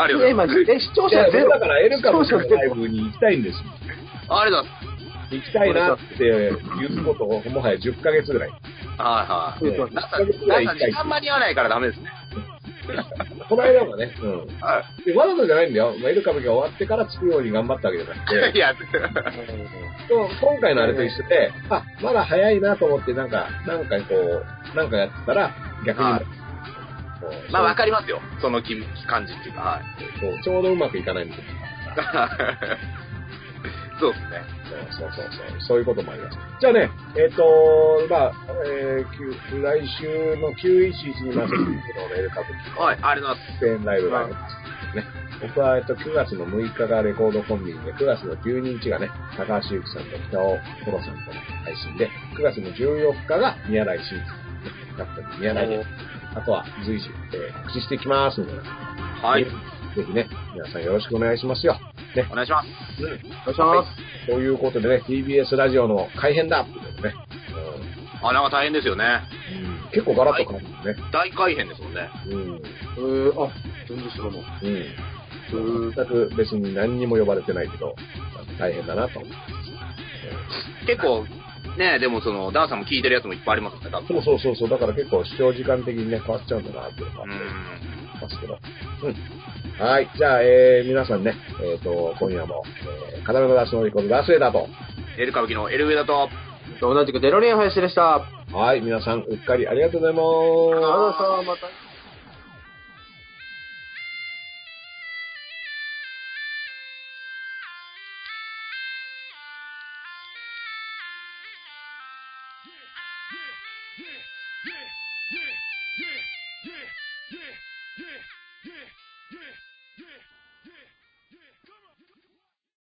[SPEAKER 4] ありがとうござい
[SPEAKER 5] 今、
[SPEAKER 4] ます。
[SPEAKER 5] え、視聴
[SPEAKER 3] いや
[SPEAKER 5] 者ゼロ
[SPEAKER 3] だから、エルカムのライブに行きたいんですよ。
[SPEAKER 4] ありがとうござい
[SPEAKER 3] 行きたいなっていうことを、もはや10ヶ月ぐらい。
[SPEAKER 4] ます。はい
[SPEAKER 5] そうそう
[SPEAKER 4] はい。ダースさん、ダースさん時間間に合わないからダメですね。
[SPEAKER 3] この間はね、うん。
[SPEAKER 4] は
[SPEAKER 3] でわざとじゃないんだよ。まあ、イルカブが終わってから着くように頑張ったわけじゃなくて、
[SPEAKER 4] い。いや、 [LAUGHS]
[SPEAKER 3] でも今回のあれと一緒で、あ、まだ早いなと思って、なんか、なんかこう、なんかやったら、逆に、
[SPEAKER 4] はい
[SPEAKER 3] こう
[SPEAKER 4] まあわかりますよ。その気感じっていうか、はい。
[SPEAKER 3] そうそうちょうどうまくいかないみたいな。
[SPEAKER 4] [LAUGHS] そうですね。
[SPEAKER 3] そうそうそうそう、そういうこともあります。じゃあね、えっ、と、まあ、えーきゅう、来週の911にますのレールカブキ
[SPEAKER 4] はい、ありがとうございます。
[SPEAKER 3] 出演ライブがあります。ね、僕は、えっと、9月の6日がレコードコンビニで、9月の12日がね、高橋由紀さんと北尾コロさんとの配信で、9月の14日が宮台真司さん、ね、だったり宮台です。あとは随時、えー告知していきますので、
[SPEAKER 4] はい
[SPEAKER 3] ぜ、ひね、皆さんよろしくお願いしますよ。
[SPEAKER 4] お願いします。
[SPEAKER 5] お願いしま
[SPEAKER 3] ということでね、TBS ラジオの改編だってことでね、
[SPEAKER 4] あ、なんか大変ですよね。
[SPEAKER 3] うん結構ガラッと変わるんだね。
[SPEAKER 4] 大改変ですもんね。
[SPEAKER 3] うん。
[SPEAKER 5] す。えー、あ、全然知らない。
[SPEAKER 3] うん。全く別に何にも呼ばれてないけど、大変だなと思って。
[SPEAKER 4] 結構、ね、でもその、ダンさんも聞いてるやつもいっぱいありますね、多分。
[SPEAKER 3] そうそうそうそう、だから結構視聴時間的にね、変わっちゃうんだなっていうのがあ
[SPEAKER 4] う
[SPEAKER 3] っ
[SPEAKER 4] ん
[SPEAKER 3] て。ますけど。うん。はい。じゃあ、えー、皆さんね、えっ、と、今夜も、えー、片目の出しのリコーダースエダーと。
[SPEAKER 4] エル歌舞伎のエルウェダと、
[SPEAKER 5] 同じくデロリアン林でした。
[SPEAKER 3] はい。皆さん、うっかりありがとうございます。
[SPEAKER 5] ありがとうございましたまた。
[SPEAKER 7] yeah, yeah, yeah.